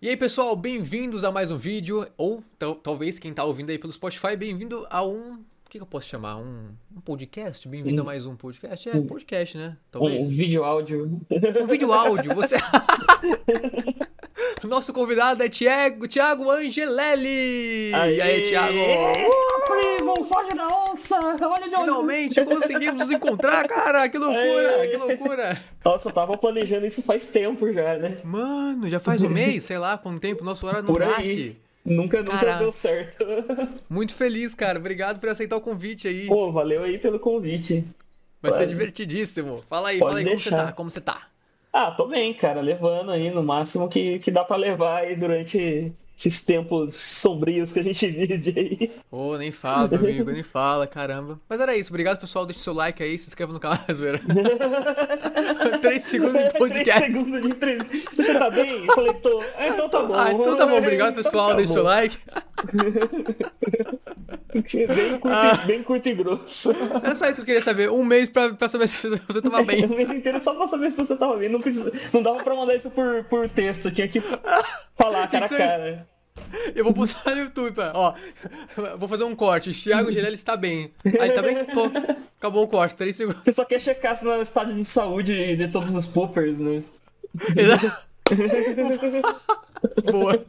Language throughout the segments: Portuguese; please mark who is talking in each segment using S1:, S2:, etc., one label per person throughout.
S1: E aí pessoal, bem-vindos a mais um vídeo, ou tal- talvez quem tá ouvindo aí pelo Spotify, bem-vindo a um. O que, que eu posso chamar? Um, um podcast? Bem-vindo a
S2: Um-
S1: mais um podcast? É,
S2: um-
S1: podcast, né?
S2: Um
S1: Talvez.
S2: vídeo áudio.
S1: Um vídeo áudio, você. Nosso convidado é Tiago, Tiago Angelelli! E aí, Tiago?
S2: Primo, foge da onça! Olha de onde...
S1: Finalmente conseguimos nos encontrar, cara! Que loucura! Que loucura!
S2: Nossa, eu tava planejando isso faz tempo já, né?
S1: Mano, já faz um mês, sei lá, quanto tempo, nosso horário não
S2: Por aí.
S1: bate.
S2: Nunca, nunca
S1: Cara.
S2: deu certo.
S1: Muito feliz, cara. Obrigado por aceitar o convite aí.
S2: Pô, valeu aí pelo convite.
S1: Vai ser
S2: pode-
S1: divertidíssimo. Fala aí,
S2: pode
S1: fala aí como você
S2: deixar.
S1: tá, como você tá.
S2: Ah, tô bem, cara, levando aí no máximo que, que dá pra levar aí durante esses tempos sombrios que a gente vive aí.
S1: Ô, nem fala, meu amigo, nem fala, caramba. Mas era isso, obrigado pessoal, deixa o seu like aí, se inscreva no canal, zoeira. Três segundos de
S2: Três
S1: podcast.
S2: segundos de entrevista. Você tá bem? Eu falei, tô. Ah, então tá bom.
S1: Ah, então tá bom, obrigado pessoal, deixa o seu like.
S2: like. Bem curto,
S1: Ah.
S2: e, bem curto e grosso.
S1: É só isso que eu queria saber, um mês pra, pra saber se você tava
S2: O
S1: bem.
S2: mês inteiro só pra saber se você tava ouvindo. Não, precisa- não dava pra mandar isso por, por texto, tinha que falar cara a
S1: ser-
S2: cara.
S1: Eu vou postar no YouTube, pra- ó, vou fazer um corte, Thiago Girelli está bem. Aí, tá bem? Pô, acabou o corte, três segundos.
S2: Você só quer checar se não é estado de saúde de todos os poppers, né?
S1: Exato. Boa.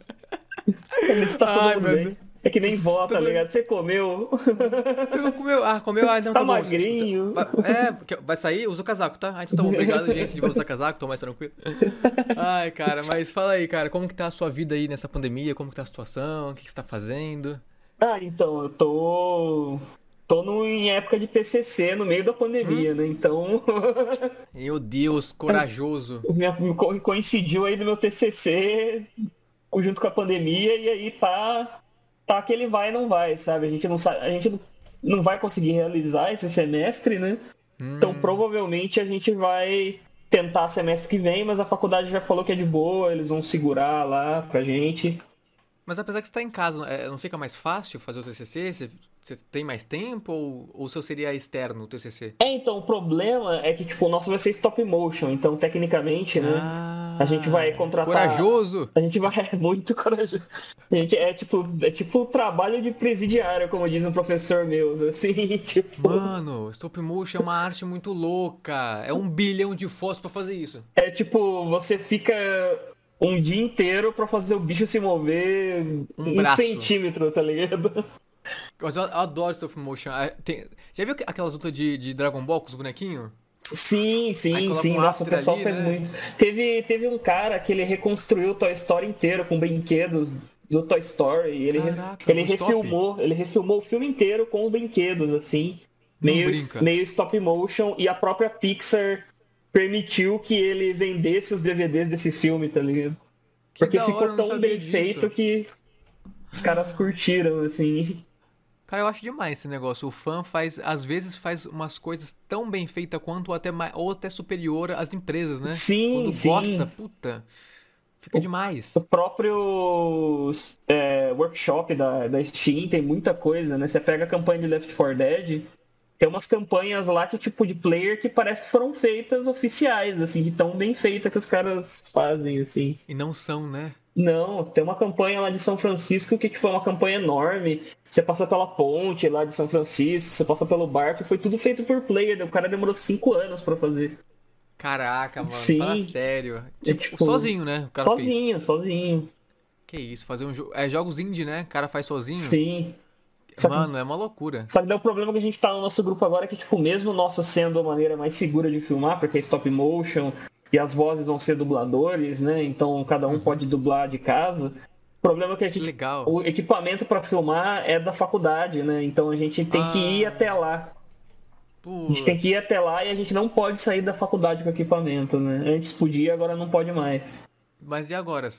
S2: Ele está tá todo
S1: Ai,
S2: mundo
S1: meu
S2: bem.
S1: Deus.
S2: É que nem vó, tá
S1: Tudo-
S2: ligado? Você comeu.
S1: Você comeu? Ah, comeu? Ah, não,
S2: Tá
S1: bom.
S2: magrinho.
S1: Vai- É, porque vai sair? Usa o casaco, tá? Ah, então tá bom. Obrigado, gente. De usar casaco, tô mais tranquilo. Ai, cara, mas fala aí, cara. Como que tá a sua vida aí nessa pandemia? Como que tá a situação? O que que você tá fazendo?
S2: Ah, então, eu tô. Tô no, em época de PCC, no meio da pandemia,
S1: Hum?
S2: né? Então,
S1: Meu Deus, corajoso.
S2: minha- co- coincidiu aí no meu TCC junto com a pandemia e aí tá tá que ele vai e não vai, sabe? A gente não sabe, a gente não- não vai conseguir realizar esse semestre, né?
S1: Hum,
S2: Então provavelmente a gente vai tentar semestre que vem, mas a faculdade já falou que é de boa, eles vão segurar lá pra gente.
S1: mas apesar que você tá em casa, é, não fica mais fácil fazer o TCC? Você, você tem mais tempo? Ou, ou seu seria externo o TCC?
S2: É, então o problema é que tipo, o nosso vai ser stop motion, então tecnicamente, né?
S1: Ah,
S2: A gente vai contratar-
S1: Corajoso!
S2: A gente vai é muito corajoso. A gente é tipo, é tipo o trabalho de presidiário, como diz um professor meu, assim, tipo,
S1: Mano, stop motion é uma arte muito louca. É um bilhão de fósforos pra fazer isso.
S2: é tipo, você fica um dia inteiro pra fazer o bicho se mover um,
S1: braço.
S2: centímetro, tá ligado?
S1: Mas eu adoro stop motion. Ah, tem- Já viu aquelas lutas de, de Dragon Ball com os bonequinhos?
S2: Sim,
S1: Aí
S2: sim,
S1: coloca
S2: sim.
S1: um
S2: Nossa, o
S1: after
S2: pessoal
S1: ali,
S2: fez
S1: né?
S2: muito. Teve, teve um cara que ele reconstruiu o Toy Story inteiro com brinquedos do Toy Story. Ele, re-
S1: Caraca,
S2: ele
S1: um stop.
S2: refilmou, ele refilmou o filme inteiro com brinquedos, assim.
S1: Não
S2: Meio,
S1: brinca.
S2: meio stop motion. E a própria Pixar permitiu que ele vendesse os DVDs desse filme, tá ligado?
S1: Que
S2: Porque
S1: da hora, eu
S2: ficou
S1: não
S2: tão
S1: sabia
S2: bem
S1: disso.
S2: feito que os caras curtiram, assim.
S1: Cara, eu acho demais esse negócio. O fã faz, às vezes, faz umas coisas tão bem feitas quanto ou até, mai- ou até superior às empresas, né?
S2: Sim,
S1: Quando
S2: sim.
S1: gosta, puta, fica demais.
S2: O próprio é, workshop da, da Steam tem muita coisa, né? Você pega a campanha de Left 4 Dead, tem umas campanhas lá que, tipo, de player que parece que foram feitas oficiais, assim, de tão bem feita que os caras fazem, assim.
S1: E não são, né?
S2: Não, tem uma campanha lá de São Francisco que, tipo, é uma campanha enorme. Você passa pela ponte lá de São Francisco, você passa pelo barco, foi tudo feito por player, né? o cara demorou cinco anos pra fazer.
S1: Caraca, mano,
S2: Sim.
S1: fala sério.
S2: É,
S1: Tipo,
S2: tipo,
S1: sozinho, né? O cara fez.
S2: sozinho, sozinho.
S1: Que isso, fazer um jogo. É jogos indie, né? O cara faz sozinho.
S2: Sim. Só que-
S1: Mano, é uma loucura.
S2: Só que daí o problema que a gente tá no nosso grupo agora é que, tipo, mesmo o nosso sendo a maneira mais segura de filmar, porque é stop motion e as vozes vão ser dubladores, né? Então cada um pode dublar de casa. O problema é que a
S1: Que
S2: gente,
S1: legal.
S2: o equipamento pra filmar é da faculdade, né? Então a gente tem que
S1: Ah.
S2: ir até lá. A gente tem que ir até lá e a gente não pode sair da faculdade com equipamento, né? Antes podia, agora não pode mais.
S1: Mas e agora?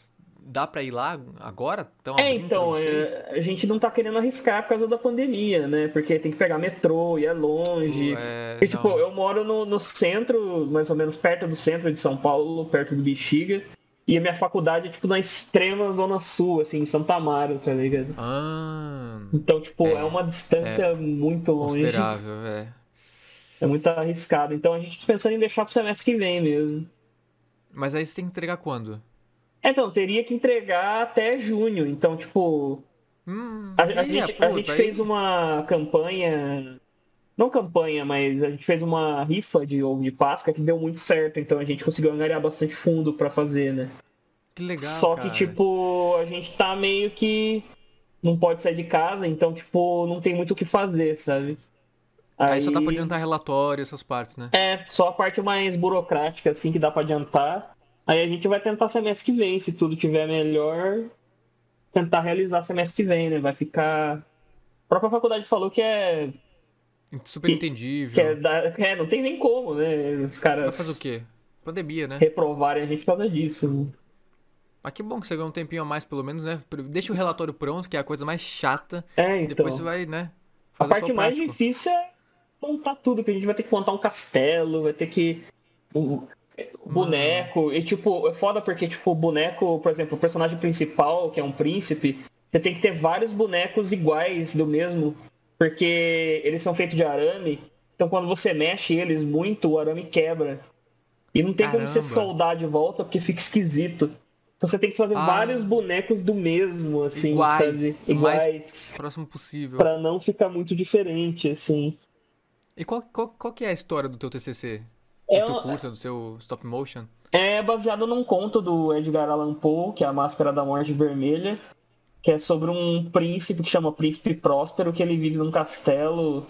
S1: Dá pra ir lá agora? Então,
S2: É, então, é, a gente não tá querendo arriscar por causa da pandemia, né? Porque tem que pegar metrô e é longe.
S1: É,
S2: E, tipo,
S1: não.
S2: eu moro no, no centro, mais ou menos perto do centro de São Paulo, perto do Bexiga. E a minha faculdade é, tipo, na extrema zona sul, assim, em Santa Amaro, tá ligado?
S1: Ah,
S2: Então, tipo,
S1: É.
S2: é, uma distância muito longe.
S1: considerável, é.
S2: É muito arriscado. Então a gente tá pensando em deixar pro semestre que vem mesmo.
S1: Mas aí você tem que entregar quando?
S2: Então, teria que entregar até junho. Então, tipo.
S1: Hum,
S2: A, a
S1: aí,
S2: gente,
S1: puta,
S2: a gente
S1: aí-
S2: fez um uma campanha. Não campanha, mas a gente fez uma rifa de ovo de Páscoa que deu muito certo, então a gente conseguiu angariar bastante fundo pra fazer, né?
S1: Que legal,
S2: Só
S1: cara.
S2: que, tipo, a gente tá meio que. Não pode sair de casa, então, tipo, não tem muito o que fazer, sabe?
S1: Aí só dá pra adiantar relatório, essas partes, né?
S2: É, só a parte mais burocrática, assim, que dá pra adiantar. Aí a gente vai tentar semestre que vem, se tudo tiver melhor, tentar realizar semestre que vem, né? Vai ficar. A própria faculdade falou que é.
S1: Super entendível.
S2: Que é, da- é, não tem nem como, né? Os
S1: Vai
S2: caras
S1: fazer o quê? Pandemia, né?
S2: reprovarem a gente por causa disso. né?
S1: Mas que bom que você ganhou um tempinho a mais, pelo menos, né? Deixa o relatório pronto, que é a coisa mais chata.
S2: É, então.
S1: Depois você vai, né?
S2: A
S1: fazer só
S2: parte
S1: o
S2: mais
S1: prático.
S2: difícil é montar tudo, que a gente vai ter que montar um castelo, vai ter que. O o boneco. E tipo, é foda porque, tipo, o boneco, por exemplo, o personagem principal, que é um príncipe, você tem que ter vários bonecos iguais do mesmo. Porque eles são feitos de arame. Então quando você mexe eles muito, o arame quebra. E não tem como você
S1: Caramba.
S2: soldar de volta porque fica esquisito. Então você tem que fazer
S1: Ah.
S2: vários bonecos do mesmo, assim,
S1: Iguais, o
S2: sabe?
S1: mais-
S2: Iguais.
S1: Próximo possível.
S2: Pra não ficar muito diferente, assim.
S1: E qual, qual, qual que é a história do teu TCC?
S2: É,
S1: do teu
S2: uma-
S1: curso, do teu stop motion?
S2: é baseado num conto do Edgar Allan Poe, que é a Máscara da Morte Vermelha, que é sobre um príncipe que chama Príncipe Próspero, que ele vive num castelo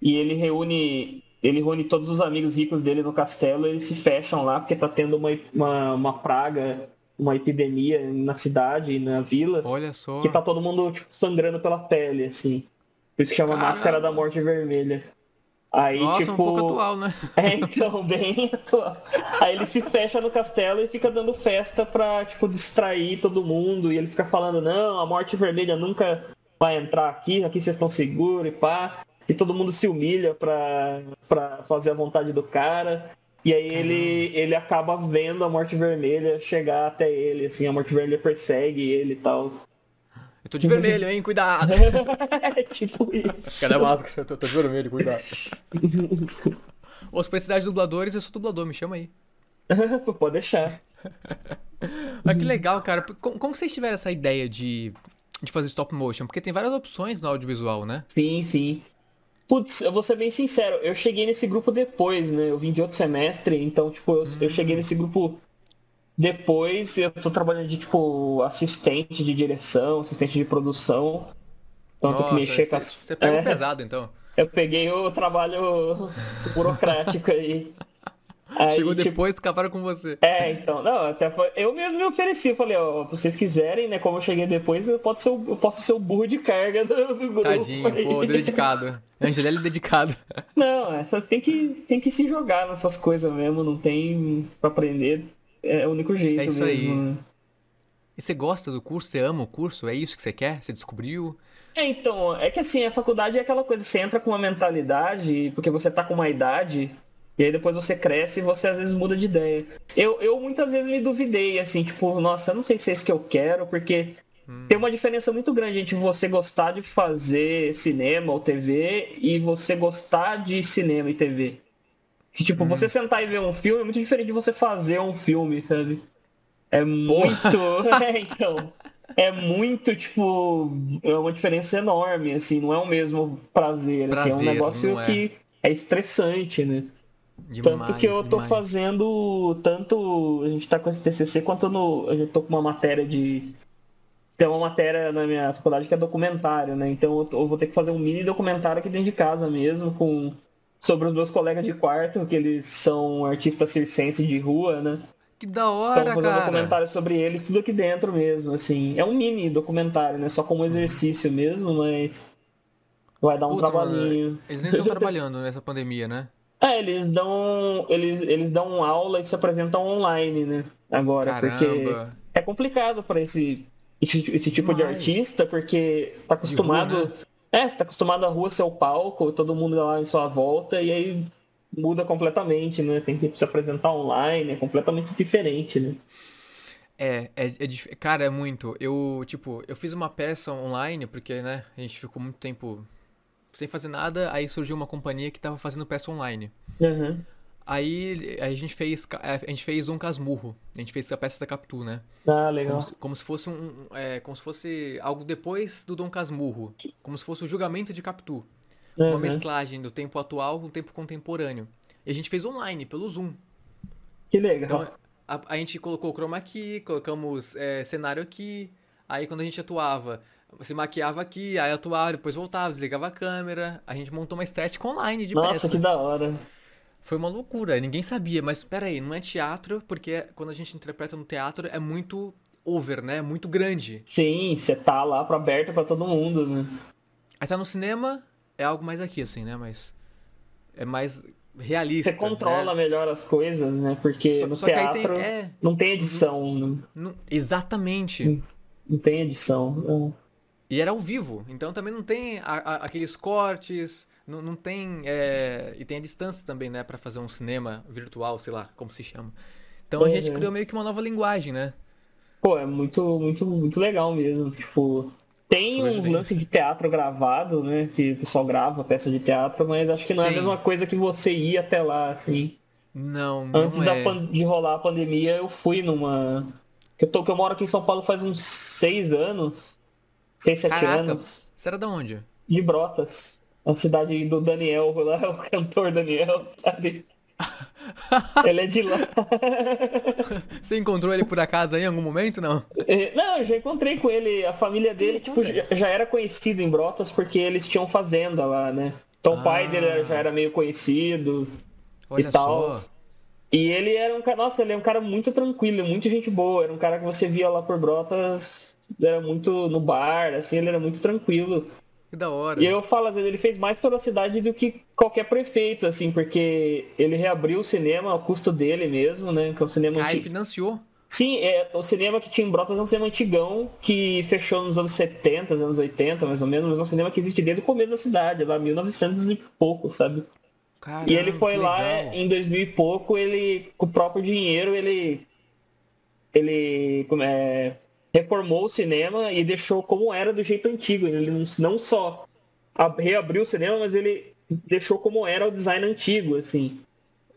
S2: e ele reúne. Ele reúne todos os amigos ricos dele no castelo, eles se fecham lá porque tá tendo uma, uma, uma praga, uma epidemia na cidade, na vila.
S1: Olha só.
S2: Que tá todo mundo, tipo, sangrando pela pele, assim. Por isso que chama
S1: Caramba.
S2: Máscara da Morte Vermelha. Aí,
S1: Nossa,
S2: tipo.
S1: um pouco atual, né?
S2: É, então, bem atual. Aí ele se fecha no castelo e fica dando festa pra, tipo, distrair todo mundo. E ele fica falando, não, a Morte Vermelha nunca vai entrar aqui, aqui vocês estão seguros e pá. E todo mundo se humilha pra, pra fazer a vontade do cara. E aí ele, ele acaba vendo a Morte Vermelha chegar até ele, assim, a Morte Vermelha persegue ele e tal.
S1: Eu tô de vermelho, hein? Cuidado!
S2: é tipo isso.
S1: Cadê a máscara? Eu tô, tô de vermelho, cuidado. Ou se precisar de dubladores, eu sou dublador, me chama aí.
S2: Pode deixar.
S1: Mas Ah, que legal, cara. Como, como que vocês tiveram essa ideia de, de fazer stop motion? Porque tem várias opções no audiovisual, né?
S2: Sim, sim. Putz, eu vou ser bem sincero, eu cheguei nesse grupo depois, né? Eu vim de outro semestre, então, tipo, eu, eu
S1: Hum.
S2: cheguei nesse grupo depois, eu tô trabalhando de, tipo, assistente de direção, assistente de produção. Então eu tenho que mexer com as.
S1: você pega
S2: É,
S1: o pesado, então.
S2: eu peguei o trabalho burocrático aí. Aí,
S1: Chegou
S2: tipo,
S1: depois, acabaram com você.
S2: é, então, não, até foi- eu mesmo me ofereci, eu falei, ó, vocês quiserem, né, como eu cheguei depois, eu posso ser o, eu posso ser o burro de carga do, do grupo.
S1: Tadinho,
S2: aí.
S1: pô, dedicado. Angelelli dedicado.
S2: Não, essas tem que, tem que se jogar nessas coisas mesmo, não tem pra aprender, é o único jeito
S1: É isso
S2: mesmo.
S1: aí.
S2: né?
S1: E você gosta do curso? Você ama o curso? É isso que você quer? Você descobriu?
S2: É, então, é que assim, a faculdade é aquela coisa, você entra com uma mentalidade, porque você tá com uma idade, e aí depois você cresce e você às vezes muda de ideia. Eu, eu muitas vezes me duvidei, assim, tipo, nossa, eu não sei se é isso que eu quero, porque
S1: Hum.
S2: tem uma diferença muito grande entre você gostar de fazer cinema ou TV e você gostar de cinema e TV. Que, tipo,
S1: Hum.
S2: você sentar e ver um filme é muito diferente de você fazer um filme, sabe? É muito. é, então. É muito, tipo. É uma diferença enorme, assim. Não é o mesmo prazer. assim, é um
S1: Prazer,
S2: negócio
S1: não é.
S2: que é estressante, né?
S1: Demais,
S2: Tanto que eu tô
S1: demais.
S2: fazendo tanto. A gente tá com esse TCC quanto no. Eu já tô com uma matéria de. Tem uma matéria na minha faculdade que é documentário, né? Então eu, tô- eu vou ter que fazer um mini documentário aqui dentro de casa mesmo, com sobre os meus colegas de quarto, que eles são artistas circenses de rua, né?
S1: Que da
S2: Então
S1: hora,
S2: vou fazer um
S1: cara.
S2: documentário sobre eles, tudo aqui dentro mesmo, assim. É um mini documentário, né? Só como exercício mesmo, mas vai dar um
S1: Puta, mano,
S2: trabalhinho.
S1: Eles nem estão trabalhando nessa pandemia, né?
S2: É, eles dão. Eles, eles dão aula e se apresentam online, né? Agora, porque
S1: Caramba.
S2: é complicado pra esse, esse, esse tipo de
S1: Demais.
S2: artista, porque tá acostumado.
S1: rua, né?
S2: É, você tá acostumado à rua ser o palco, todo mundo lá em sua volta, e aí muda completamente, né? Tem que se apresentar online, é completamente diferente, né?
S1: É, é, é dif- cara, é muito. Eu, tipo, eu fiz uma peça online, porque, né, a gente ficou muito tempo sem fazer nada, aí surgiu uma companhia que tava fazendo peça online.
S2: Aham.
S1: Aí a gente fez, a gente fez um casmurro. A gente fez a peça da Capitu, né?
S2: Ah,
S1: Como,
S2: legal.
S1: se- como se fosse um, é, como se fosse algo depois do Dom Casmurro, como se fosse o julgamento de Capitu, uma
S2: Uhum.
S1: mesclagem do tempo atual com o tempo contemporâneo. E a gente fez online pelo Zoom.
S2: Que legal.
S1: Então a, a gente colocou chroma aqui, colocamos é, cenário aqui. Aí quando a gente atuava, se maquiava aqui, aí atuava, depois voltava, desligava a câmera. A gente montou uma estética online de
S2: Nossa,
S1: peça.
S2: que da hora.
S1: Foi uma loucura, ninguém sabia, mas peraí, não é teatro, porque quando a gente interpreta no teatro é muito over, né? É muito grande.
S2: Sim, você tá lá pra aberto pra todo mundo, né?
S1: Aí tá no cinema, é algo mais aqui, assim, né? Mas. É mais realista.
S2: Você controla
S1: né?
S2: melhor as coisas, né? Porque
S1: Só,
S2: no
S1: só que aí
S2: teatro
S1: tem. É,
S2: não tem edição, né?
S1: não- exatamente.
S2: Hum. não tem edição. É.
S1: E era ao vivo, então também não tem a- a- aqueles cortes, não, não tem. é, e tem a distância também, né? Pra fazer um cinema virtual, sei lá, como se chama. Então a gente
S2: Uhum.
S1: criou meio que uma nova linguagem, né?
S2: Pô, é muito, muito, muito legal mesmo. Tipo, tem uns
S1: Sobrevivência.
S2: lances de teatro gravado, né? Que o pessoal grava peça de teatro, mas acho que não é
S1: Tem.
S2: a mesma coisa que você ir até lá, assim.
S1: Não,
S2: Antes
S1: não
S2: da
S1: é.
S2: pan- de rolar a pandemia, eu fui numa. Eu, tô, que eu moro aqui em São Paulo faz uns seis anos. Seis, sete
S1: Caraca.
S2: anos.
S1: Você era da onde?
S2: De Brotas. A cidade do Daniel lá, é o cantor Daniel, sabe? Ele é de lá.
S1: Você encontrou ele por acaso aí em algum momento? Não.
S2: É, Não, eu já encontrei com ele. A família dele, tipo, já, já era conhecida em Brotas porque eles tinham fazenda lá, né? Então o pai
S1: Ah.
S2: dele era- já era meio conhecido
S1: Olha
S2: e tal.
S1: só.
S2: E ele era um cara. Nossa, ele é um cara muito tranquilo, muito gente boa. Era um cara que você via lá por Brotas, era muito no bar, assim, ele era muito tranquilo.
S1: Que da hora.
S2: E eu falo, às vezes, ele fez mais pela cidade do que qualquer prefeito, assim, porque ele reabriu o cinema ao custo dele mesmo, né? Que é um cinema
S1: Aí
S2: antigo.
S1: Ah, financiou.
S2: Sim, é, o cinema que tinha em Brotas é um cinema antigão que fechou nos anos 70, anos 80, mais ou menos, mas é um cinema que existe desde o começo da cidade, lá 1900 e pouco, sabe?
S1: Caramba,
S2: E ele foi
S1: que
S2: lá
S1: legal.
S2: é, em 2000 e pouco, ele com o próprio dinheiro, ele ele como é, reformou o cinema e deixou como era do jeito antigo. Ele não, não só ab- reabriu o cinema, mas ele deixou como era o design antigo, assim.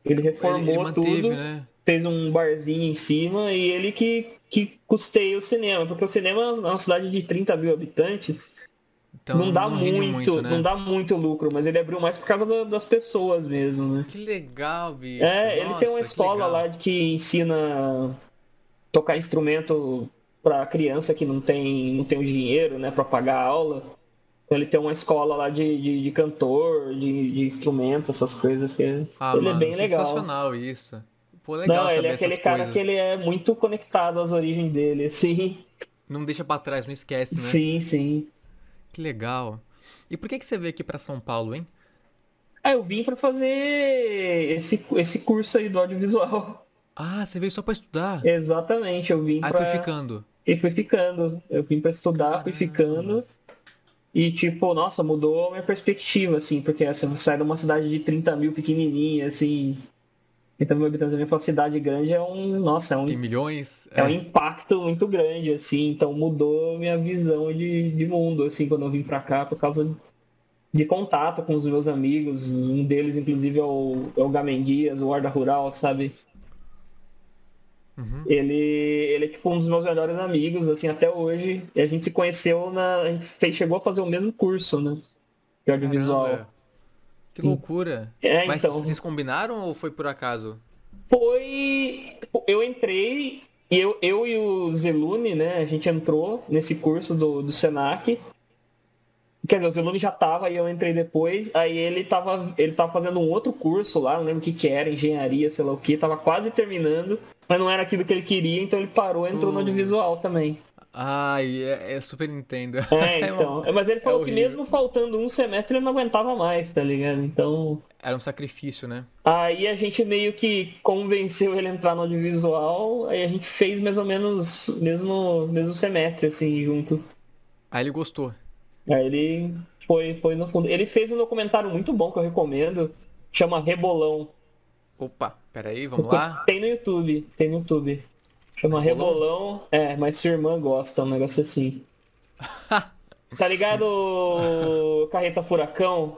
S2: Ele reformou
S1: ele, ele manteve,
S2: tudo
S1: né?
S2: fez um barzinho em cima e ele que, que custeia o cinema, porque o cinema é uma cidade de 30 mil habitantes,
S1: Então
S2: não dá
S1: rende
S2: muito,
S1: né?
S2: não dá muito lucro, mas ele abriu mais por causa da- das pessoas mesmo, né?
S1: Que legal, bicho.
S2: É, ele
S1: Nossa,
S2: tem uma
S1: que
S2: escola
S1: legal.
S2: lá que ensina tocar instrumento pra criança que não tem não tem o dinheiro, né, para pagar a aula. Então Ele tem uma escola lá de, de, de cantor, de, de instrumento, essas coisas que ele
S1: Ah,
S2: é
S1: mano,
S2: bem legal.
S1: sensacional isso. Pô, legal
S2: não,
S1: saber
S2: ele é aquele
S1: essas
S2: cara
S1: coisas.
S2: que ele é muito conectado às origens dele, assim.
S1: Não deixa pra trás, não esquece, né?
S2: Sim, sim.
S1: Que legal. E por que que você veio aqui pra São Paulo, hein?
S2: Ah, eu vim pra fazer esse, esse curso aí do audiovisual.
S1: Ah, você veio só pra estudar?
S2: Exatamente, eu vim
S1: Aí
S2: pra...
S1: foi ficando.
S2: E fui ficando. Eu vim pra estudar, fui
S1: Caramba.
S2: ficando. E tipo, nossa, mudou a minha perspectiva, assim, porque assim, você sai de uma cidade de 30 mil pequenininha, assim, 30 mil habitantes, você vem pra uma cidade grande, é um, nossa, é um
S1: Tem milhões?
S2: É um impacto muito grande, assim, então mudou minha visão de, de mundo, assim, quando eu vim pra cá, por causa de contato com os meus amigos, um deles, inclusive, é o, é o Gamenguias, o guarda rural, sabe? um
S1: Uhum.
S2: Ele, ele é, tipo, um dos meus melhores amigos, assim, até hoje, e a gente se conheceu na... a gente fez- chegou a fazer o mesmo curso, né? De audiovisual.
S1: Caramba. Que loucura.
S2: É,
S1: Mas
S2: então...
S1: vocês combinaram ou foi por acaso?
S2: Foi. tipo, Eu entrei, e eu, eu e o Zelune, né? A gente entrou nesse curso do, do Senac. Quer dizer, o Zelune já tava e eu entrei depois. Aí ele tava, ele tava fazendo um outro curso lá, não lembro o que, que era, engenharia, sei lá o que, tava quase terminando, mas não era aquilo que ele queria, então ele parou e entrou no
S1: Putz.
S2: audiovisual também.
S1: Ai, é, é super Nintendo.
S2: É, então. Mas ele falou que
S1: horrível.
S2: mesmo faltando um semestre ele não aguentava mais, tá ligado? Então.
S1: Era um sacrifício, né?
S2: Aí a gente meio que convenceu ele a entrar no audiovisual, aí a gente fez mais ou menos mesmo mesmo semestre assim junto.
S1: Aí ele gostou.
S2: Aí ele foi foi no fundo. Ele fez um documentário muito bom que eu recomendo, chama Rebolão.
S1: Opa, peraí, vamos lá.
S2: Tem no YouTube, tem no YouTube. Chama Rebolão, é, mas sua irmã gosta, um negócio assim. tá ligado Carreta Furacão?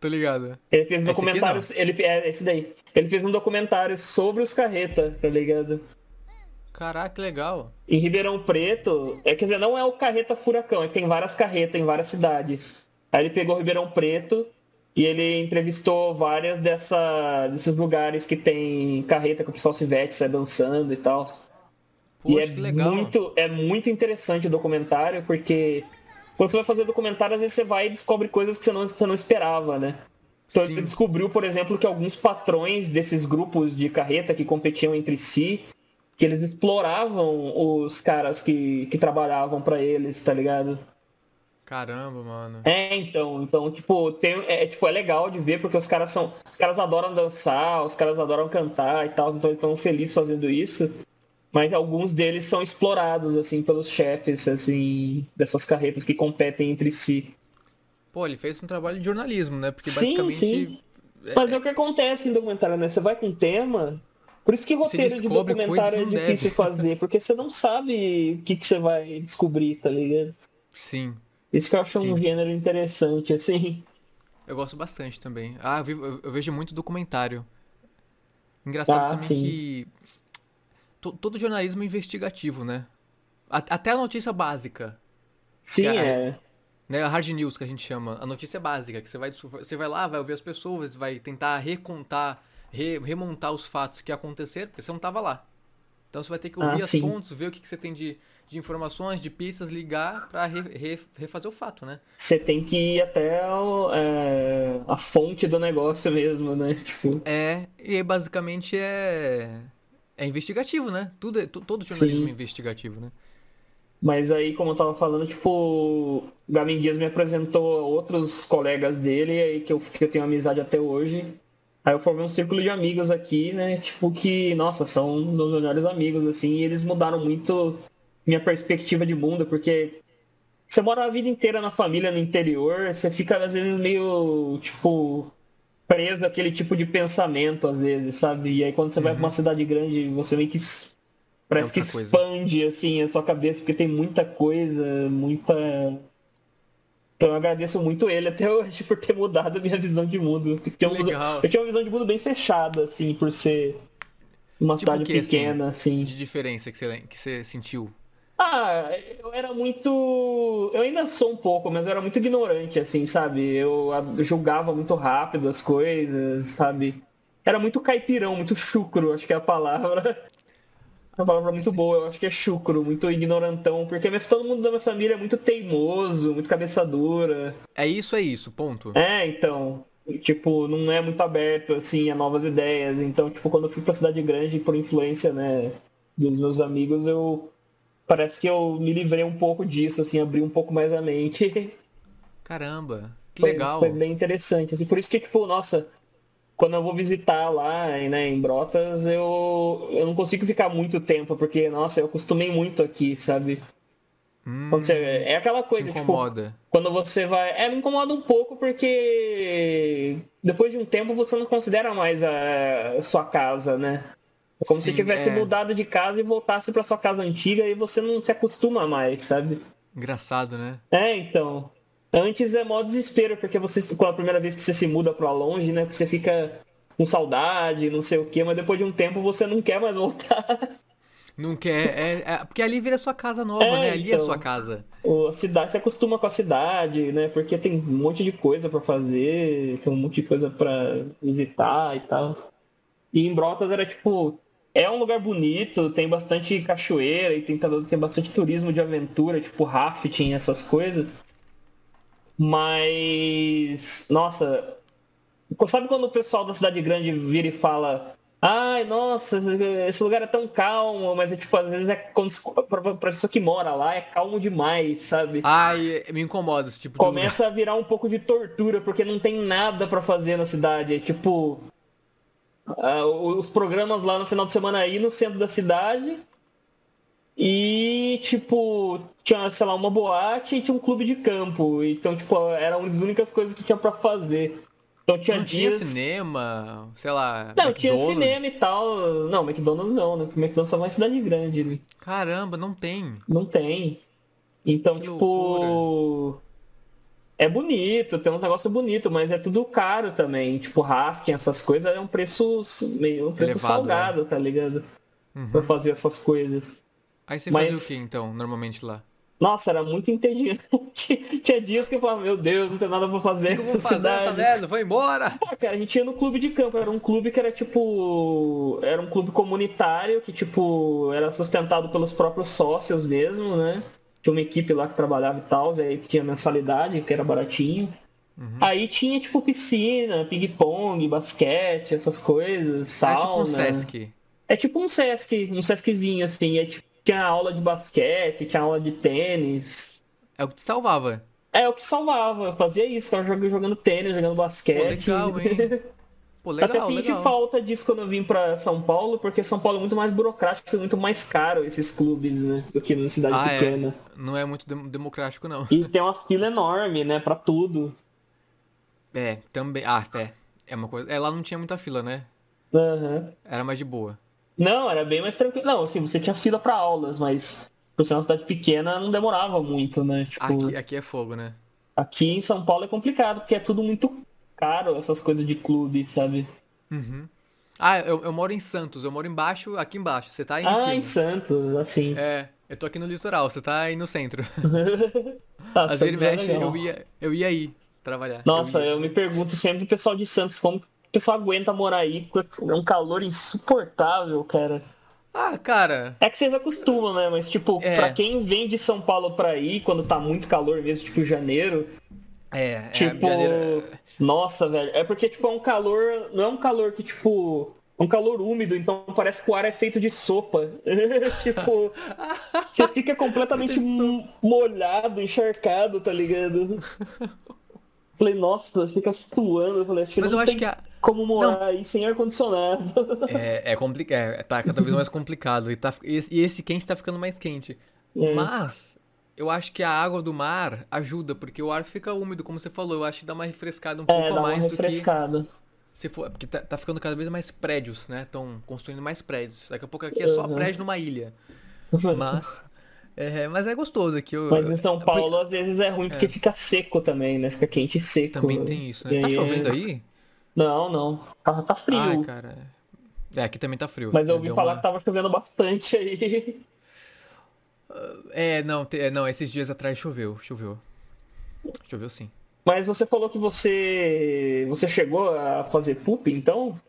S1: Tô ligado.
S2: Ele fez um
S1: Esse aqui
S2: documentário. Ele, é, esse daí. Ele fez um documentário sobre os carreta, tá ligado?
S1: Caraca, que legal.
S2: Em Ribeirão Preto, é, quer dizer, não é o carreta furacão, é que tem várias carretas em várias cidades. Aí ele pegou Ribeirão Preto e ele entrevistou várias dessa, desses lugares que tem carreta que o pessoal se veste, sai dançando e tal.
S1: Poxa,
S2: e é
S1: que legal.
S2: muito, é muito interessante o documentário, porque quando você vai fazer documentário, às vezes você vai e descobre coisas que você não, você não esperava, né? Então
S1: Sim.
S2: ele descobriu, por exemplo, que alguns patrões desses grupos de carreta que competiam entre si, que eles exploravam os caras que, que trabalhavam pra eles, tá ligado?
S1: Caramba, mano.
S2: É, então, então, tipo, tem, é, tipo, é legal de ver porque os caras são, os caras adoram dançar, os caras adoram cantar e tal, então eles estão felizes fazendo isso. Mas alguns deles são explorados assim pelos chefes assim dessas carretas que competem entre si.
S1: Pô, ele fez um trabalho de jornalismo, né? Porque
S2: Sim,
S1: basicamente
S2: sim. Mas é o que acontece em documentário, né? Você vai com tema, por isso que roteiro de
S1: descobre coisas
S2: documentário
S1: que
S2: é
S1: não
S2: difícil fazer, porque você não sabe o que, que você vai descobrir, tá ligado?
S1: Sim.
S2: Isso que eu acho
S1: Sim.
S2: um gênero interessante, assim.
S1: Eu gosto bastante também. Ah, eu, vi- eu- eu vejo muito documentário. Engraçado
S2: Ah,
S1: também
S2: sim.
S1: que. to- todo jornalismo é investigativo, né? A- até a notícia básica.
S2: Sim,
S1: Cara,
S2: é.
S1: Né, a hard news que a gente chama, a notícia básica, que você vai, você vai lá, vai ouvir as pessoas, vai tentar recontar, re- remontar os fatos que aconteceram, porque você não estava lá. Então você vai ter que
S2: Ah,
S1: ouvir as
S2: sim.
S1: fontes, ver o que, que você tem de, de informações, de pistas, ligar para refazer o fato, né?
S2: Você tem que ir até o, é, a fonte do negócio mesmo, né? Tipo,
S1: É, e aí basicamente é é investigativo, né? Tudo é- to- todo jornalismo é
S2: Sim.
S1: investigativo, né?
S2: mas aí, como eu tava falando, tipo, o Gavin Dias me apresentou a outros colegas dele, aí que eu, que eu tenho amizade até hoje. Aí eu formei um círculo de amigos aqui, né? Tipo, que, nossa, são um dos melhores amigos, assim, e eles mudaram muito minha perspectiva de mundo, porque você mora a vida inteira na família, no interior, você fica às vezes meio, tipo, preso naquele tipo de pensamento, às vezes, sabe? E aí quando você vai pra uma cidade grande, você meio que es- parece
S1: Uhum. É
S2: que
S1: outra coisa.
S2: expande, assim, a sua cabeça, porque tem muita coisa, muita. Então eu agradeço muito ele até hoje por ter mudado a minha visão de mundo. porque eu uso-
S1: Legal.
S2: eu tinha uma visão de mundo bem fechada, assim, por ser uma
S1: Tipo
S2: cidade
S1: o quê, assim?
S2: pequena, assim.
S1: De diferença que você, que você sentiu.
S2: Ah, eu era muito. Eu ainda sou um pouco, mas eu era muito ignorante, assim, sabe? Eu a- julgava muito rápido as coisas, sabe? Era muito caipirão, muito chucro, acho que é a palavra. É uma palavra muito boa, eu acho que é chucro, muito ignorantão, porque minha- todo mundo da minha família é muito teimoso, muito cabeça dura.
S1: É isso, é isso, ponto.
S2: É, então, tipo, não é muito aberto, assim, a novas ideias. Então, tipo, quando eu fui pra cidade grande, por influência, né, dos meus amigos, eu... Parece que eu me livrei um pouco disso, assim, abri um pouco mais a mente.
S1: Caramba, que
S2: Foi-
S1: legal.
S2: Foi bem interessante, assim. Por isso que, tipo, nossa, quando eu vou visitar lá, né, em Brotas, eu, eu não consigo ficar muito tempo, porque, nossa, eu acostumei muito aqui, sabe?
S1: Hum,
S2: Quando você- é aquela
S1: te
S2: coisa, tipo,
S1: incomoda.
S2: quando você vai. É, me incomoda um pouco porque depois de um tempo você não considera mais a sua casa, né? É como se
S1: Sim,
S2: tivesse
S1: é.
S2: mudado de casa e voltasse pra sua casa antiga e você não se acostuma mais, sabe?
S1: Engraçado, né?
S2: É, então. Antes é mó desespero, porque você, com a primeira vez que você se muda pra longe, né? Você fica com saudade, não sei o quê, mas depois de um tempo você não quer mais voltar.
S1: Não quer. É, é- porque ali vira sua casa nova,
S2: É,
S1: né? Ali é
S2: então.
S1: sua casa.
S2: O- A cidade se acostuma com a cidade, né? Porque tem um monte de coisa pra fazer, tem um monte de coisa pra visitar e tal. E em Brotas era tipo, é um lugar bonito, tem bastante cachoeira e tem, ta- tem bastante turismo de aventura, tipo rafting, essas coisas. Mas, nossa, sabe quando o pessoal da cidade grande vira e fala Ai, nossa, esse lugar é tão calmo, mas é tipo, às vezes é como se, pra, pra pessoa que mora lá é calmo demais, sabe?
S1: Ai, me incomoda esse tipo de lugar.
S2: Começa a virar um pouco de tortura, porque não tem nada pra fazer na cidade. É tipo. ah, o- os programas lá no final de semana aí no centro da cidade. E, tipo, tinha, sei lá, uma boate e tinha um clube de campo. Então, tipo, eram as únicas coisas que tinha pra fazer. Então tinha
S1: Não tinha
S2: dias.
S1: cinema, sei lá.
S2: Não, tinha
S1: McDonald's.
S2: cinema e tal. Não, McDonald's não, né? Porque McDonald's só vai em cidade grande, né?
S1: Caramba, não tem.
S2: Não tem. Então,
S1: Que
S2: tipo.
S1: loucura.
S2: É bonito, tem um negócio bonito, mas é tudo caro também. Tipo, rafting, essas coisas, é um preço meio um preço
S1: Elevado, né?
S2: salgado, tá ligado?
S1: Uhum.
S2: Pra fazer essas coisas.
S1: Aí você
S2: Mas-
S1: fazia o que então, normalmente lá?
S2: Nossa, era muito entediante. Tinha dias que eu falava, meu Deus, não tem nada pra
S1: O
S2: fazer
S1: que que eu vou
S2: nessa
S1: fazer essa
S2: cidade.
S1: merda? Vou embora!
S2: Pô, cara, a gente ia no clube de campo, era um clube que era tipo. Era um clube comunitário que, tipo, era sustentado pelos próprios sócios mesmo, né? Tinha uma equipe lá que trabalhava e tal, aí tinha mensalidade, que era baratinho. Aí tinha, tipo, piscina, ping-pong, basquete, essas coisas,
S1: É
S2: sauna.
S1: tipo um Sesc.
S2: É tipo um Sesc, um Sesczinho, assim. É tipo, tinha aula de basquete, tinha aula de tênis.
S1: É o que te salvava.
S2: É o que salvava, eu fazia isso, ficava jogando, jogando tênis, jogando
S1: Pô,
S2: basquete.
S1: legal, hein? Pô, legal,
S2: É. Até senti
S1: legal.
S2: falta disso quando eu vim pra São Paulo, porque São Paulo é muito mais burocrático e muito mais caro esses clubes, né? Do que na cidade
S1: Ah, é.
S2: pequena.
S1: Não é muito dem- democrático, não.
S2: E tem uma fila enorme, né? Pra tudo.
S1: É, também. Ah, é. É uma coisa. É, lá não tinha muita fila, né?
S2: Aham.
S1: Era mais de boa.
S2: Não, era bem mais tranquilo. Não, assim, você tinha fila pra aulas, mas por ser uma cidade pequena não demorava muito, né? Tipo,
S1: Aqui,
S2: aqui,
S1: aqui é fogo, né?
S2: em São Paulo é complicado, porque é tudo muito caro, essas coisas de clube, sabe?
S1: Uhum. Ah, eu, eu moro em Santos, eu moro embaixo, aqui embaixo. Você tá aí em
S2: ah, em
S1: cima.
S2: Santos, assim.
S1: É, eu tô aqui no litoral, você tá aí no centro.
S2: Ah,
S1: Às
S2: Santos
S1: vezes
S2: é
S1: mexe,
S2: legal.
S1: eu ia, eu ia aí trabalhar.
S2: Nossa,
S1: eu ia.
S2: eu me pergunto sempre o pessoal de Santos como que o pessoal aguenta morar aí. É um calor insuportável, cara.
S1: Ah, cara.
S2: É que vocês acostumam, né? Mas, tipo,
S1: É.
S2: pra quem vem de São Paulo pra aí, quando tá muito calor mesmo, tipo janeiro,
S1: É, é
S2: tipo.
S1: janeiro.
S2: Nossa, velho. É porque, tipo, é um calor. Não é um calor que, tipo. é Um calor úmido, então parece que o ar é feito de sopa. tipo, você fica completamente
S1: Feito de
S2: mo- molhado, encharcado, tá ligado? Falei, nossa, fica suando. Eu falei, acho que
S1: Mas
S2: não
S1: eu acho
S2: tem
S1: que é- a-
S2: como morar aí sem ar-condicionado.
S1: É, é complicado. É, tá cada vez mais complicado. E, tá, e esse- e esse quente tá ficando mais quente.
S2: É.
S1: Mas eu acho que a água do mar ajuda, porque o ar fica úmido, como você falou. Eu acho que dá uma refrescada um pouco
S2: É,
S1: a
S2: dá uma
S1: mais do que.
S2: refrescada.
S1: Se for, porque tá, tá ficando cada vez mais prédios, né? Estão construindo mais prédios. Daqui a pouco aqui é só
S2: Uhum.
S1: prédio numa ilha. Mas. É, mas é gostoso aqui. Eu,
S2: Mas em São
S1: porque-
S2: Paulo, às vezes, é ruim porque fica seco também, né? Fica quente e seco.
S1: Também tem isso, né? Tá
S2: E aí- é-
S1: chovendo aí?
S2: Não, não. Tá, tá frio.
S1: Ai, cara. É, aqui também tá frio.
S2: Mas eu
S1: É,
S2: ouvi
S1: deu
S2: falar
S1: uma-
S2: que tava chovendo bastante aí.
S1: É, não, te- é, não, esses dias atrás choveu, choveu. Choveu sim.
S2: Mas você falou que você você chegou a fazer poop, então?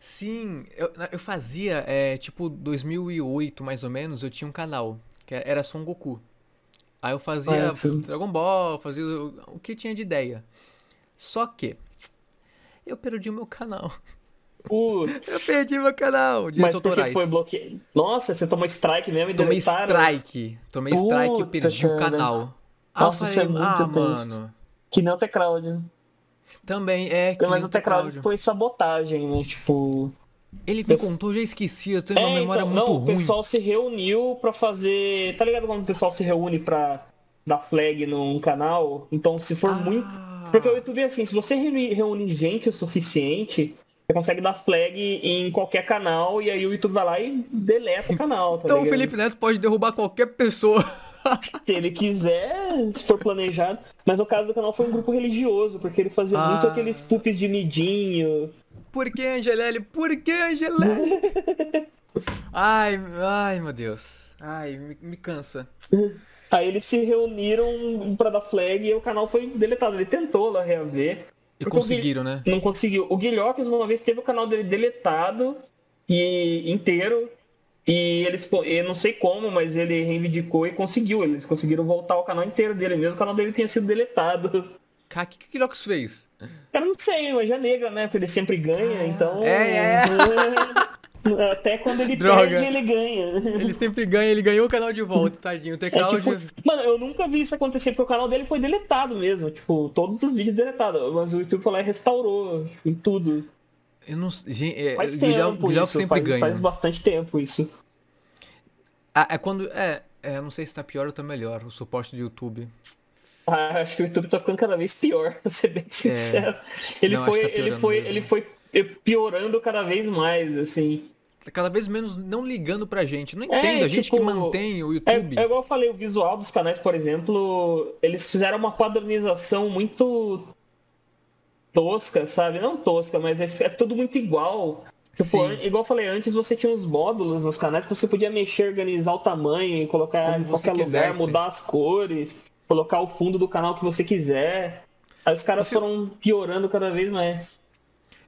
S1: Sim, eu, eu fazia, é, tipo, 2008 mais ou menos, eu tinha um canal, que era Son Goku. Aí eu fazia
S2: Ah, sim.
S1: Dragon Ball, fazia o, o que tinha de ideia. Só que, eu perdi o meu canal. Eu
S2: Putz.
S1: perdi meu canal, direitos
S2: Mas porque
S1: autorais.
S2: foi bloqueado. Nossa, você tomou strike mesmo e
S1: Tomei
S2: deletaram?
S1: strike, tomei strike e
S2: Puta,
S1: perdi o
S2: cara.
S1: canal. Aí eu
S2: Nossa, isso é
S1: falei,
S2: muito
S1: ah,
S2: tenso.
S1: mano,
S2: Que nem o Tecraudio.
S1: também é que
S2: Mas
S1: nem
S2: o Tecraudio
S1: Tecraudio.
S2: foi sabotagem, né? Tipo.
S1: Ele me
S2: Pes-
S1: contou, eu já esqueci, eu tenho uma memória
S2: então,
S1: muito
S2: não, o
S1: ruim.
S2: pessoal se reuniu pra fazer. Tá ligado quando o pessoal se reúne pra dar flag num canal? Então, se for
S1: Ah.
S2: muito. Porque o YouTube é assim, se você reuni- reúne gente o suficiente, você consegue dar flag em qualquer canal e aí o YouTube vai lá e deleta o canal, tá
S1: Então o
S2: ligado?
S1: Felipe Neto pode derrubar qualquer pessoa.
S2: Se ele quiser, se for planejado. Mas no caso do canal foi um grupo religioso, porque ele fazia
S1: Ah.
S2: muito aqueles poops de midinho.
S1: Por que, Angelelli? Por que, Angelelli? ai, ai, meu Deus. Ai, me, me cansa.
S2: Aí eles se reuniram pra dar flag e o canal foi deletado. Ele tentou lá reaver.
S1: E
S2: Porque o Gui-
S1: conseguiram, né?
S2: Não conseguiu. O Guilhocas uma vez teve o canal dele deletado e inteiro. E eles, co- eu não sei como, mas ele reivindicou e conseguiu. Eles conseguiram voltar o canal inteiro dele, mesmo o canal dele tinha sido deletado.
S1: Cara, o que, que o Kirox fez?
S2: Cara, não sei, mas é negra, né? Porque ele sempre ganha, então.
S1: Ah. É,
S2: Até quando ele
S1: Droga.
S2: perde, ele ganha.
S1: Ele sempre ganha, ele ganhou o canal de volta, tadinho. O
S2: Uhum. É
S1: Tecraudio.
S2: tipo, mano, eu nunca vi isso acontecer, porque o canal dele foi deletado mesmo. Tipo, todos os vídeos deletados. Mas o YouTube foi lá e restaurou tipo, em tudo.
S1: Eu não sei. gente, é,
S2: Faz
S1: o Guilherme-
S2: tempo
S1: Guilherme
S2: isso,
S1: sempre
S2: faz,
S1: ganha.
S2: faz bastante tempo isso.
S1: Ah, é quando. É, é, eu não sei se tá pior ou tá melhor, o suporte do YouTube.
S2: Ah, acho que o YouTube tá ficando cada vez pior, pra ser bem sincero. Ele
S1: É. Não, acho
S2: foi,
S1: que tá
S2: ele
S1: piorando
S2: foi, é,
S1: mesmo.
S2: ele foi piorando cada vez mais, assim.
S1: Tá cada vez menos não ligando pra gente. Não
S2: É,
S1: entendo, a gente
S2: tipo,
S1: que mantém o
S2: É,
S1: YouTube.
S2: é igual eu falei, o visual dos canais, por exemplo, eles fizeram uma padronização muito tosca, sabe? Não tosca, mas é, é tudo muito igual. Tipo,
S1: Sim.
S2: an- igual eu falei, antes você tinha uns módulos nos canais que você podia mexer, organizar o tamanho, colocar
S1: Como
S2: em
S1: você
S2: qualquer lugar,
S1: quisesse.
S2: mudar as cores, colocar o fundo do canal que você quiser. Aí os caras
S1: Você-
S2: foram piorando cada vez mais.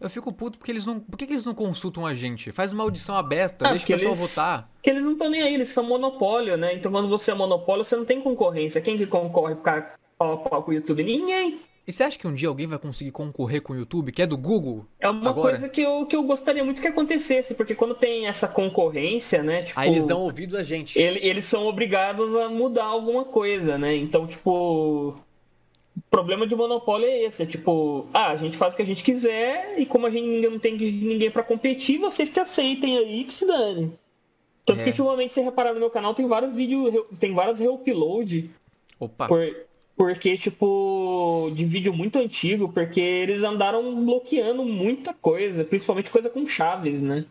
S1: Eu fico puto porque eles não. Por que, que eles não consultam a gente? Faz uma audição aberta,
S2: Ah,
S1: deixa o
S2: porque
S1: pessoal
S2: eles-
S1: votar.
S2: Porque eles não estão nem aí, eles são monopólio, né? Então quando você é monopólio, você não tem concorrência. Quem que concorre pra pau a pau com o YouTube? Ninguém.
S1: E você acha que um dia alguém vai conseguir concorrer com o YouTube, que é do Google?
S2: É uma
S1: Agora?
S2: coisa que eu, que eu gostaria muito que acontecesse, porque quando tem essa concorrência, né? Tipo,
S1: Aí eles dão um ouvido a gente.
S2: ele- eles são obrigados a mudar alguma coisa, né? Então, tipo. O problema de monopólio é esse, é tipo, ah, a gente faz o que a gente quiser e como a gente ainda não tem ninguém pra competir, vocês que aceitem aí que se dane. Tanto
S1: É.
S2: que ultimamente, se reparar no meu canal, tem vários vídeos, re- tem várias reupload
S1: Opa.
S2: por- porque, tipo, de vídeo muito antigo, porque eles andaram bloqueando muita coisa, principalmente coisa com Chaves, né?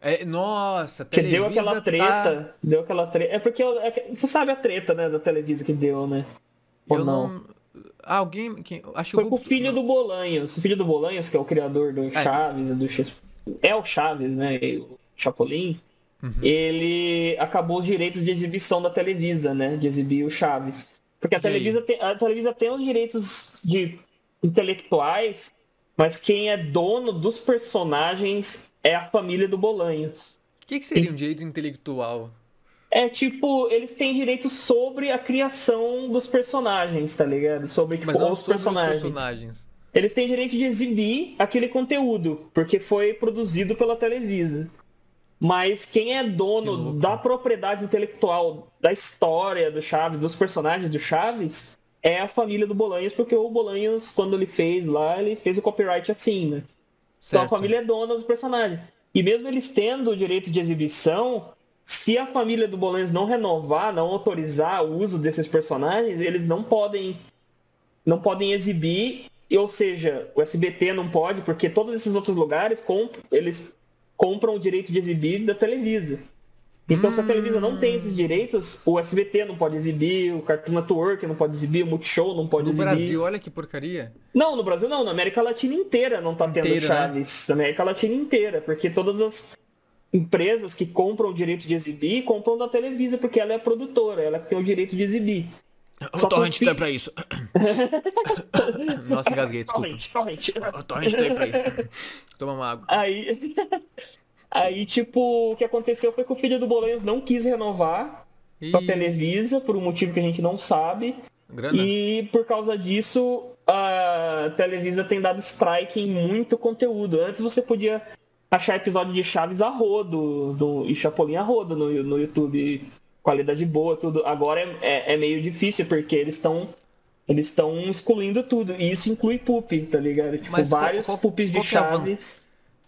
S1: É, nossa,
S2: Que
S1: Televisa
S2: deu aquela
S1: tá-
S2: treta. Deu aquela treta. É porque é que- você sabe a treta, né, da Televisa que deu, né? Ou
S1: Eu
S2: não?
S1: não. Ah, alguém. Quem... Acho que
S2: Foi
S1: o
S2: com o
S1: Gugu-
S2: filho
S1: não.
S2: do Bolanhos. O filho do Bolanhos, que é o criador do Chaves, do X... É o Chaves, né? e o Chapolin.
S1: Uhum.
S2: Ele acabou os direitos de exibição da Televisa, né? De exibir o Chaves. Porque a
S1: E aí?
S2: Televisa, tem, a Televisa tem os direitos de intelectuais, mas quem é dono dos personagens é a família do Bolanhos.
S1: O que, que seria um direito intelectual?
S2: É tipo, eles têm direito sobre a criação dos personagens, tá ligado? Sobre tipo,
S1: Mas não
S2: os
S1: sobre
S2: personagens.
S1: os personagens.
S2: Eles têm direito de exibir aquele conteúdo, porque foi produzido pela Televisa. Mas quem é
S1: Que
S2: dono
S1: louco.
S2: da propriedade intelectual, da história do Chaves, dos personagens do Chaves, é a família do Bolanhos, porque o Bolanhos, quando ele fez lá, ele fez o copyright assim, né? Então a
S1: Certo.
S2: família é dona dos personagens. E mesmo eles tendo o direito de exibição, se a família do Bolanhos não renovar, não autorizar o uso desses personagens, eles não podem não podem exibir, e, ou seja, o SBT não pode, porque todos esses outros lugares comp- eles compram o direito de exibir da Televisa. Então, se a
S1: Hum.
S2: Televisa não tem esses direitos, o SBT não pode exibir, o Cartoon Network não pode exibir, o Multishow não pode
S1: No
S2: exibir.
S1: Brasil, olha que porcaria.
S2: Não, no Brasil não, na América Latina inteira não tá tendo
S1: Inteira, né?
S2: Chaves. Na América Latina inteira, porque todas as empresas que compram o direito de exibir compram da Televisa, porque ela é a produtora, ela que tem o direito de exibir. Só
S1: O
S2: que
S1: torrent
S2: os fi-
S1: tá aí pra isso. Nossa, engasguei, desculpa.
S2: Torrent, torrent.
S1: O torrent tá aí pra isso. Toma uma água.
S2: Aí. Aí, tipo, o que aconteceu foi que o filho do Bolanhos não quis renovar
S1: Ih,
S2: com a Televisa, por um motivo que a gente não sabe.
S1: grana.
S2: E por causa disso, a Televisa tem dado strike em muito conteúdo. Antes você podia achar episódio de Chaves a rodo do, e Chapolin a rodo no, no YouTube. Qualidade boa, tudo. Agora é, é- é meio difícil, porque eles estão eles estão excluindo tudo. E isso inclui poop, tá ligado? Tipo,
S1: Mas qual-
S2: vários
S1: qual-
S2: poops de
S1: qual que é a van-
S2: Chaves.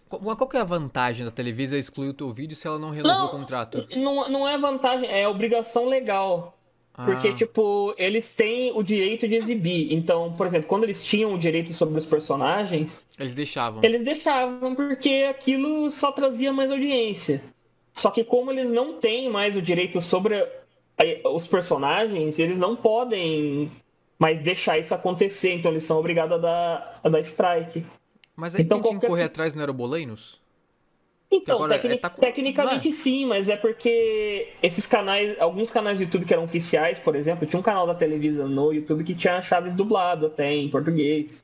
S1: Qual, mas qual que é a vantagem da Televisa excluir o teu vídeo se ela não renovou
S2: Não.
S1: o contrato?
S2: Não, não é vantagem, é obrigação legal.
S1: Ah,
S2: Porque, tipo, eles têm o direito de exibir. Então, por exemplo, quando eles tinham o direito sobre os personagens,
S1: eles deixavam.
S2: eles deixavam porque aquilo só trazia mais audiência. Só que como eles não têm mais o direito sobre a- os personagens, eles não podem mais deixar isso acontecer. Então eles são obrigados a dar, a dar strike.
S1: Mas aí
S2: Então
S1: quem tinha que
S2: qualquer-
S1: correr atrás não era o Boleinos?
S2: Então,
S1: Agora, é
S2: tecni-
S1: tá com-
S2: tecnicamente sim, mas é porque esses canais, alguns canais do YouTube que eram oficiais, por exemplo, tinha um canal da Televisa no YouTube que tinha Chaves dublado até em português.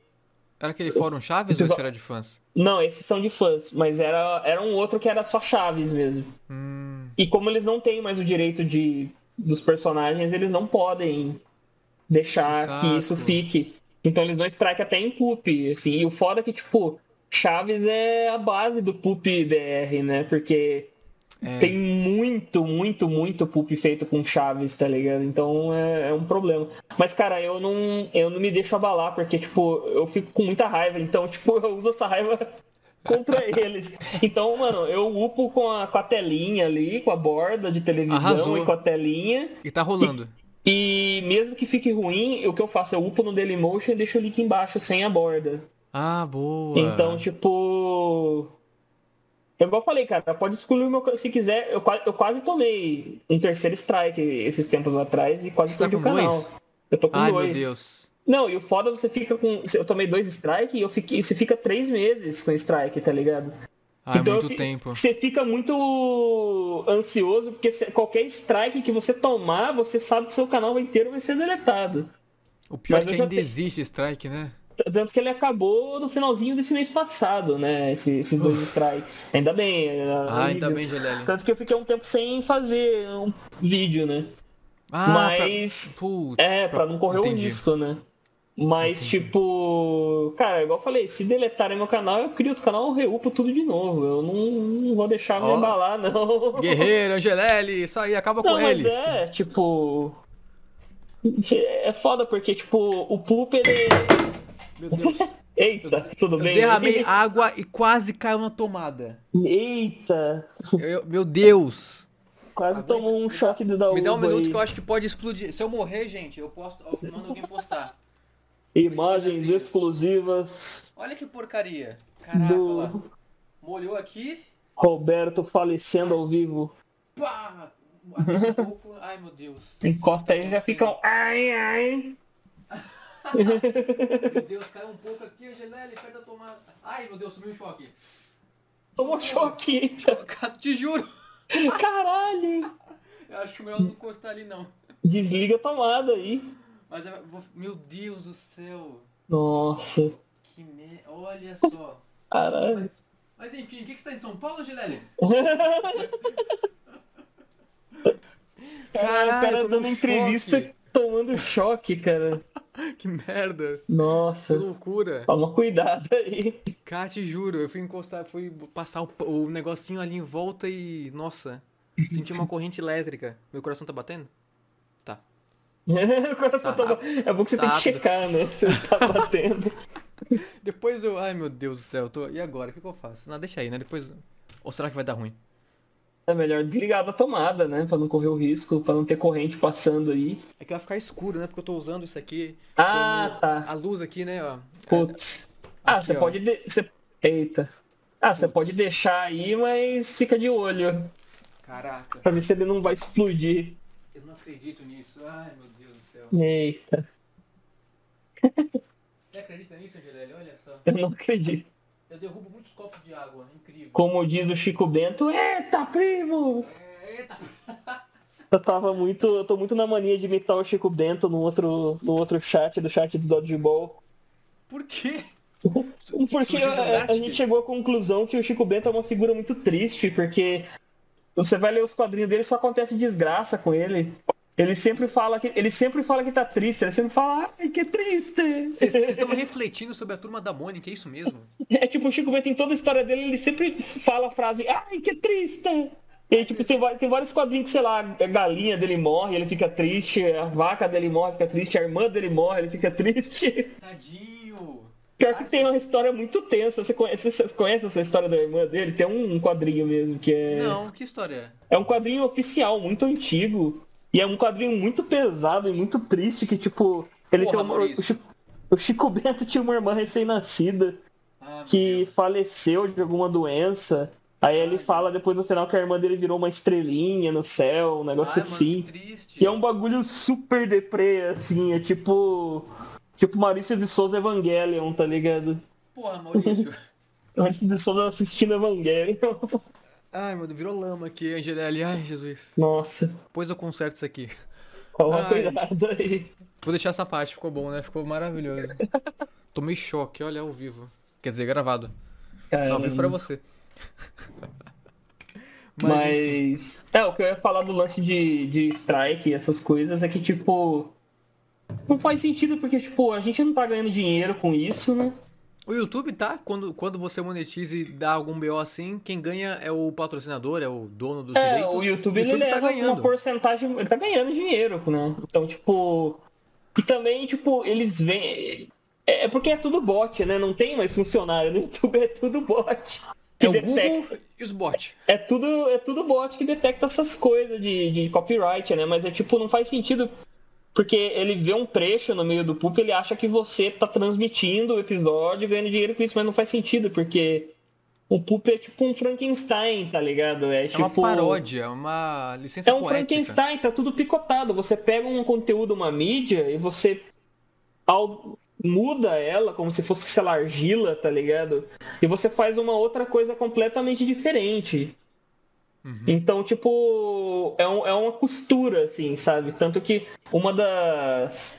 S1: Era aquele Fórum Chaves ou
S2: Pessoal-
S1: esse era de fãs?
S2: Não, esses são de fãs, mas era, era um outro que era só Chaves mesmo.
S1: Hum,
S2: E como eles não têm mais o direito de dos personagens, eles não podem deixar
S1: Exato.
S2: que isso fique. Então eles dão strike até em poop, assim. E o foda é que, tipo, Chaves é a base do poop BR, né? Porque
S1: é,
S2: tem muito, muito, muito poop feito com Chaves, tá ligado? Então é, é um problema. Mas, cara, eu não, eu não me deixo abalar, porque, tipo, eu fico com muita raiva. Então, tipo, eu uso essa raiva contra eles. Então, mano, eu upo com a, com a telinha ali, com a borda de televisão
S1: Arrasou.
S2: e com a telinha.
S1: E tá rolando.
S2: E mesmo que fique ruim, o que eu faço? Eu upo no Dailymotion e deixo o link embaixo sem a borda.
S1: Ah, boa.
S2: Então, tipo. Eu igual falei, cara, pode excluir o meu. Se quiser, eu, qua- eu quase tomei um terceiro strike esses tempos atrás e quase
S1: Você tá
S2: perdi o
S1: com
S2: tipo, é um canal.
S1: dois?
S2: Eu tô com
S1: Ai,
S2: dois.
S1: meu Deus.
S2: Não, e o foda você fica com. Eu tomei dois strike e eu fiquei... você fica três meses com strike, tá ligado?
S1: Ai,
S2: Então,
S1: muito
S2: eu fi-
S1: tempo.
S2: Você fica muito ansioso, porque se- qualquer strike que você tomar, você sabe que seu canal inteiro vai ser deletado.
S1: O pior é
S2: Mas
S1: que
S2: eu já
S1: ainda
S2: pe-
S1: existe strike, né?
S2: Tanto que ele acabou no finalzinho desse mês passado, né? Esse- esses dois strikes. Ainda bem. era
S1: Ah, ainda bem,
S2: horrível.
S1: Gelele.
S2: Tanto que eu fiquei um tempo sem fazer um vídeo, né?
S1: Ah,
S2: Mas.
S1: pra... Putz,
S2: É, pra não correr
S1: Entendi.
S2: o risco, né? Mas, tipo, cara, igual eu falei, se deletarem meu canal, eu crio outro canal, eu reupo tudo de novo. Eu não, não vou deixar me
S1: Ó.
S2: embalar, não.
S1: Guerreiro, Angelelli, isso aí, acaba
S2: Não,
S1: com
S2: mas
S1: eles.
S2: é, tipo. É foda porque, tipo, o Pulp, ele.
S1: Meu Deus.
S2: Eita, tudo
S1: Eu
S2: bem?
S1: derramei água e quase caiu na tomada.
S2: Eita,
S1: Eu- eu- meu Deus.
S2: quase
S1: Aguenta.
S2: tomou um choque de da
S1: Me dá um
S2: uva
S1: minuto
S2: aí.
S1: que eu acho que pode explodir. Se eu morrer, gente, eu posto, eu mando alguém postar.
S2: Imagens exclusivas
S1: Olha que porcaria. Caraca, olha lá.
S2: do
S1: Molhou aqui.
S2: Roberto falecendo ao vivo.
S1: Pá! Aqui um pouco. Ai, meu Deus.
S2: Encosta aí já fica
S1: ficam.
S2: um. Ai, ai.
S1: Meu Deus, caiu um pouco aqui, Angelelli, perto da tomada. Ai, meu Deus, subiu um choque.
S2: Tomou choque.
S1: Te juro.
S2: Caralho.
S1: Eu acho melhor não encostar ali, não.
S2: Desliga a tomada aí.
S1: Mas eu vou... Meu Deus do céu.
S2: Nossa.
S1: Que merda. Olha só.
S2: Caralho.
S1: Mas enfim, o que, que você tá em São Paulo, Gilele?
S2: Cara, o
S1: Caralho,
S2: cara
S1: tomou
S2: dando
S1: um
S2: entrevista
S1: choque.
S2: tomando choque, cara.
S1: Que merda. Que
S2: Nossa.
S1: loucura.
S2: Toma cuidado aí.
S1: Cara, te juro, eu fui encostar, fui passar o, o negocinho ali em volta e. Nossa, senti uma corrente elétrica. Meu coração tá batendo?
S2: O coração
S1: Tá
S2: tá- É bom que você
S1: tá
S2: tem que
S1: rápido.
S2: checar, né? Se ele tá batendo.
S1: Depois eu. Ai meu Deus do céu, eu tô. E agora? O que, que eu faço? Não, deixa aí, né? Depois. Ou será que vai dar ruim?
S2: É melhor desligar da tomada, né? Pra não correr o risco, pra não ter corrente passando aí.
S1: É que vai ficar escuro, né? Porque eu tô usando isso aqui.
S2: Ah, tá.
S1: A luz aqui, né? Ó.
S2: Putz. Ah,
S1: Aqui,
S2: você
S1: ó.
S2: pode. De... você- Eita. Ah, você
S1: Putz.
S2: pode deixar aí, mas fica de olho.
S1: Caraca,
S2: Pra ver se ele não vai explodir.
S1: eu não acredito nisso. Ai meu Deus do céu.
S2: Eita,
S1: Você acredita nisso, Angelele? Olha só.
S2: eu não acredito.
S1: Eu derrubo muitos copos de água. Incrível.
S2: Como diz o Chico Bento, eita, primo!
S1: Eita!
S2: Eu tava muito. Eu tô muito na mania de imitar o Chico Bento no outro, no outro chat, do chat do Dodgeball.
S1: Por quê?
S2: Porque
S1: Surgiu do
S2: um a, a
S1: Gartic?
S2: gente é- chegou à conclusão que o Chico Bento é uma figura muito triste, porque você vai ler os quadrinhos dele só acontece desgraça com ele. Ele sempre fala que ele sempre fala que tá triste, ele sempre fala ai, que triste.
S1: Vocês vocês estão refletindo sobre a turma da Mônica, é isso mesmo?
S2: É tipo o Chico Bento em toda a história dele, ele sempre fala a frase ai, que triste. E aí, tipo, tem, va- tem vários quadrinhos que, sei lá, a galinha dele morre, ele fica triste, a vaca dele morre, fica triste, a irmã dele morre, ele fica triste.
S1: Tadinho!
S2: Pior que tem uma história muito tensa. Você conhece, vocês conhecem essa história da irmã dele? Tem um, um quadrinho mesmo que é.
S1: Não, que história é?
S2: É um quadrinho oficial, muito antigo. E é um quadrinho muito pesado e muito triste que, tipo, ele
S1: Porra,
S2: tem uma.
S1: Maurício.
S2: O Chico, o Chico Bento tinha uma irmã recém-nascida
S1: Ah, meu
S2: que
S1: Deus.
S2: faleceu de alguma doença. Aí ele fala depois no final que a irmã dele virou uma estrelinha no céu, um negócio
S1: Ai, mano,
S2: assim.
S1: que triste.
S2: E é um bagulho super deprê, assim, é tipo. Tipo Maurício de Souza Evangelion, tá ligado?
S1: Porra, Maurício.
S2: Antes de só assistindo Evangelho.
S1: Ai, meu Deus, virou lama aqui, Angelelli. Ai, Jesus.
S2: Nossa,
S1: Depois eu conserto isso aqui.
S2: coloca
S1: Ai.
S2: cuidado aí.
S1: Vou deixar essa parte, ficou bom, né? Ficou maravilhoso. Tomei choque, olha, ao vivo. Quer dizer, gravado.
S2: Cara,
S1: Ao vivo pra você. enfim.
S2: Mas. É, o que eu ia falar do lance de, de strike e essas coisas é que, tipo. Não faz sentido, porque, tipo, a gente não tá ganhando dinheiro com isso, né?
S1: O YouTube tá, quando, quando você monetiza e dá algum BO assim, quem ganha é o patrocinador, é o dono dos
S2: É,
S1: direitos.
S2: o YouTube, ele leva
S1: tá
S2: uma
S1: ganhando.
S2: porcentagem. Ele tá ganhando dinheiro, né? Então, tipo. E também, tipo, eles vêm. É é porque é tudo bot, né? Não tem mais funcionário no YouTube, é tudo bot.
S1: É o
S2: Que detecta-
S1: Google e os bots.
S2: É tudo, é tudo bot que detecta essas coisas de, de copyright, né? Mas é tipo, não faz sentido. Porque ele vê um trecho no meio do pulp, ele acha que você tá transmitindo o episódio, ganhando dinheiro com isso, mas não faz sentido, porque O Poop é tipo um Frankenstein, tá ligado? É,
S1: É
S2: tipo.
S1: uma paródia, é uma licença
S2: É um
S1: poética.
S2: Frankenstein, tá tudo picotado. Você pega um conteúdo, uma mídia, e você al- muda ela como se fosse, sei lá, argila, tá ligado? E você faz uma outra coisa completamente diferente. Então, tipo, é, um- é uma costura, assim, sabe? Tanto que uma das.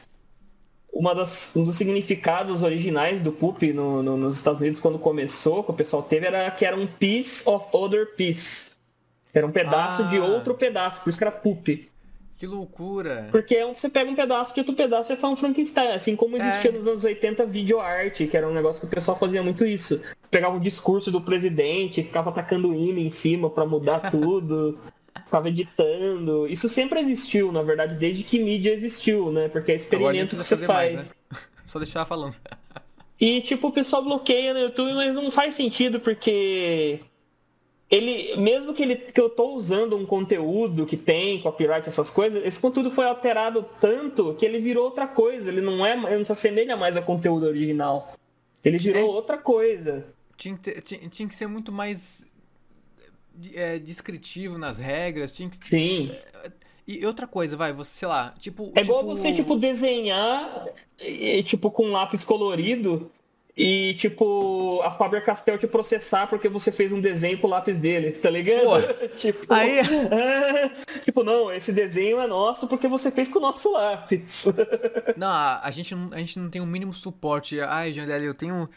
S2: Uma das, um dos significados originais do poop no- no- nos Estados Unidos quando começou, que o pessoal teve, era que era um piece of other piece. Era um pedaço de
S1: Ah.
S2: outro pedaço, por isso que era poop.
S1: Que loucura.
S2: Porque é um- você pega um pedaço de outro pedaço e faz um Frankenstein, assim como
S1: É.
S2: existia nos anos 80 videoarte, que era um negócio que o pessoal fazia muito isso. Pegava o discurso do presidente, ficava atacando o hino em cima pra mudar tudo, ficava editando. Isso sempre existiu, na verdade, desde que mídia existiu, né? Porque é
S1: Agora nem
S2: experimento que
S1: precisa
S2: você
S1: fazer
S2: faz.
S1: mais, né? Só deixar falando.
S2: E tipo, o pessoal bloqueia no YouTube, mas não faz sentido porque ele, mesmo que ele que eu tô usando um conteúdo que tem copyright essas coisas, esse conteúdo foi alterado tanto que ele virou outra coisa, ele não é, ele não se assemelha mais ao conteúdo original. Ele virou outra coisa.
S1: Tinha que, ter- tinha, tinha que ser muito mais é, descritivo nas regras. Tinha que...
S2: Sim.
S1: E outra coisa, vai, você, sei lá, tipo.
S2: É igual você, tipo, desenhar, e, e, tipo, com lápis colorido e, tipo, a Faber-Castell te processar porque você fez um desenho com o lápis dele, tá ligado?
S1: Pô,
S2: tipo,
S1: aí-
S2: tipo, não, esse desenho é nosso porque você fez com o nosso lápis.
S1: Não, a, a gente, não- a gente não tem o mínimo suporte. Ai, Jandelli, eu tenho.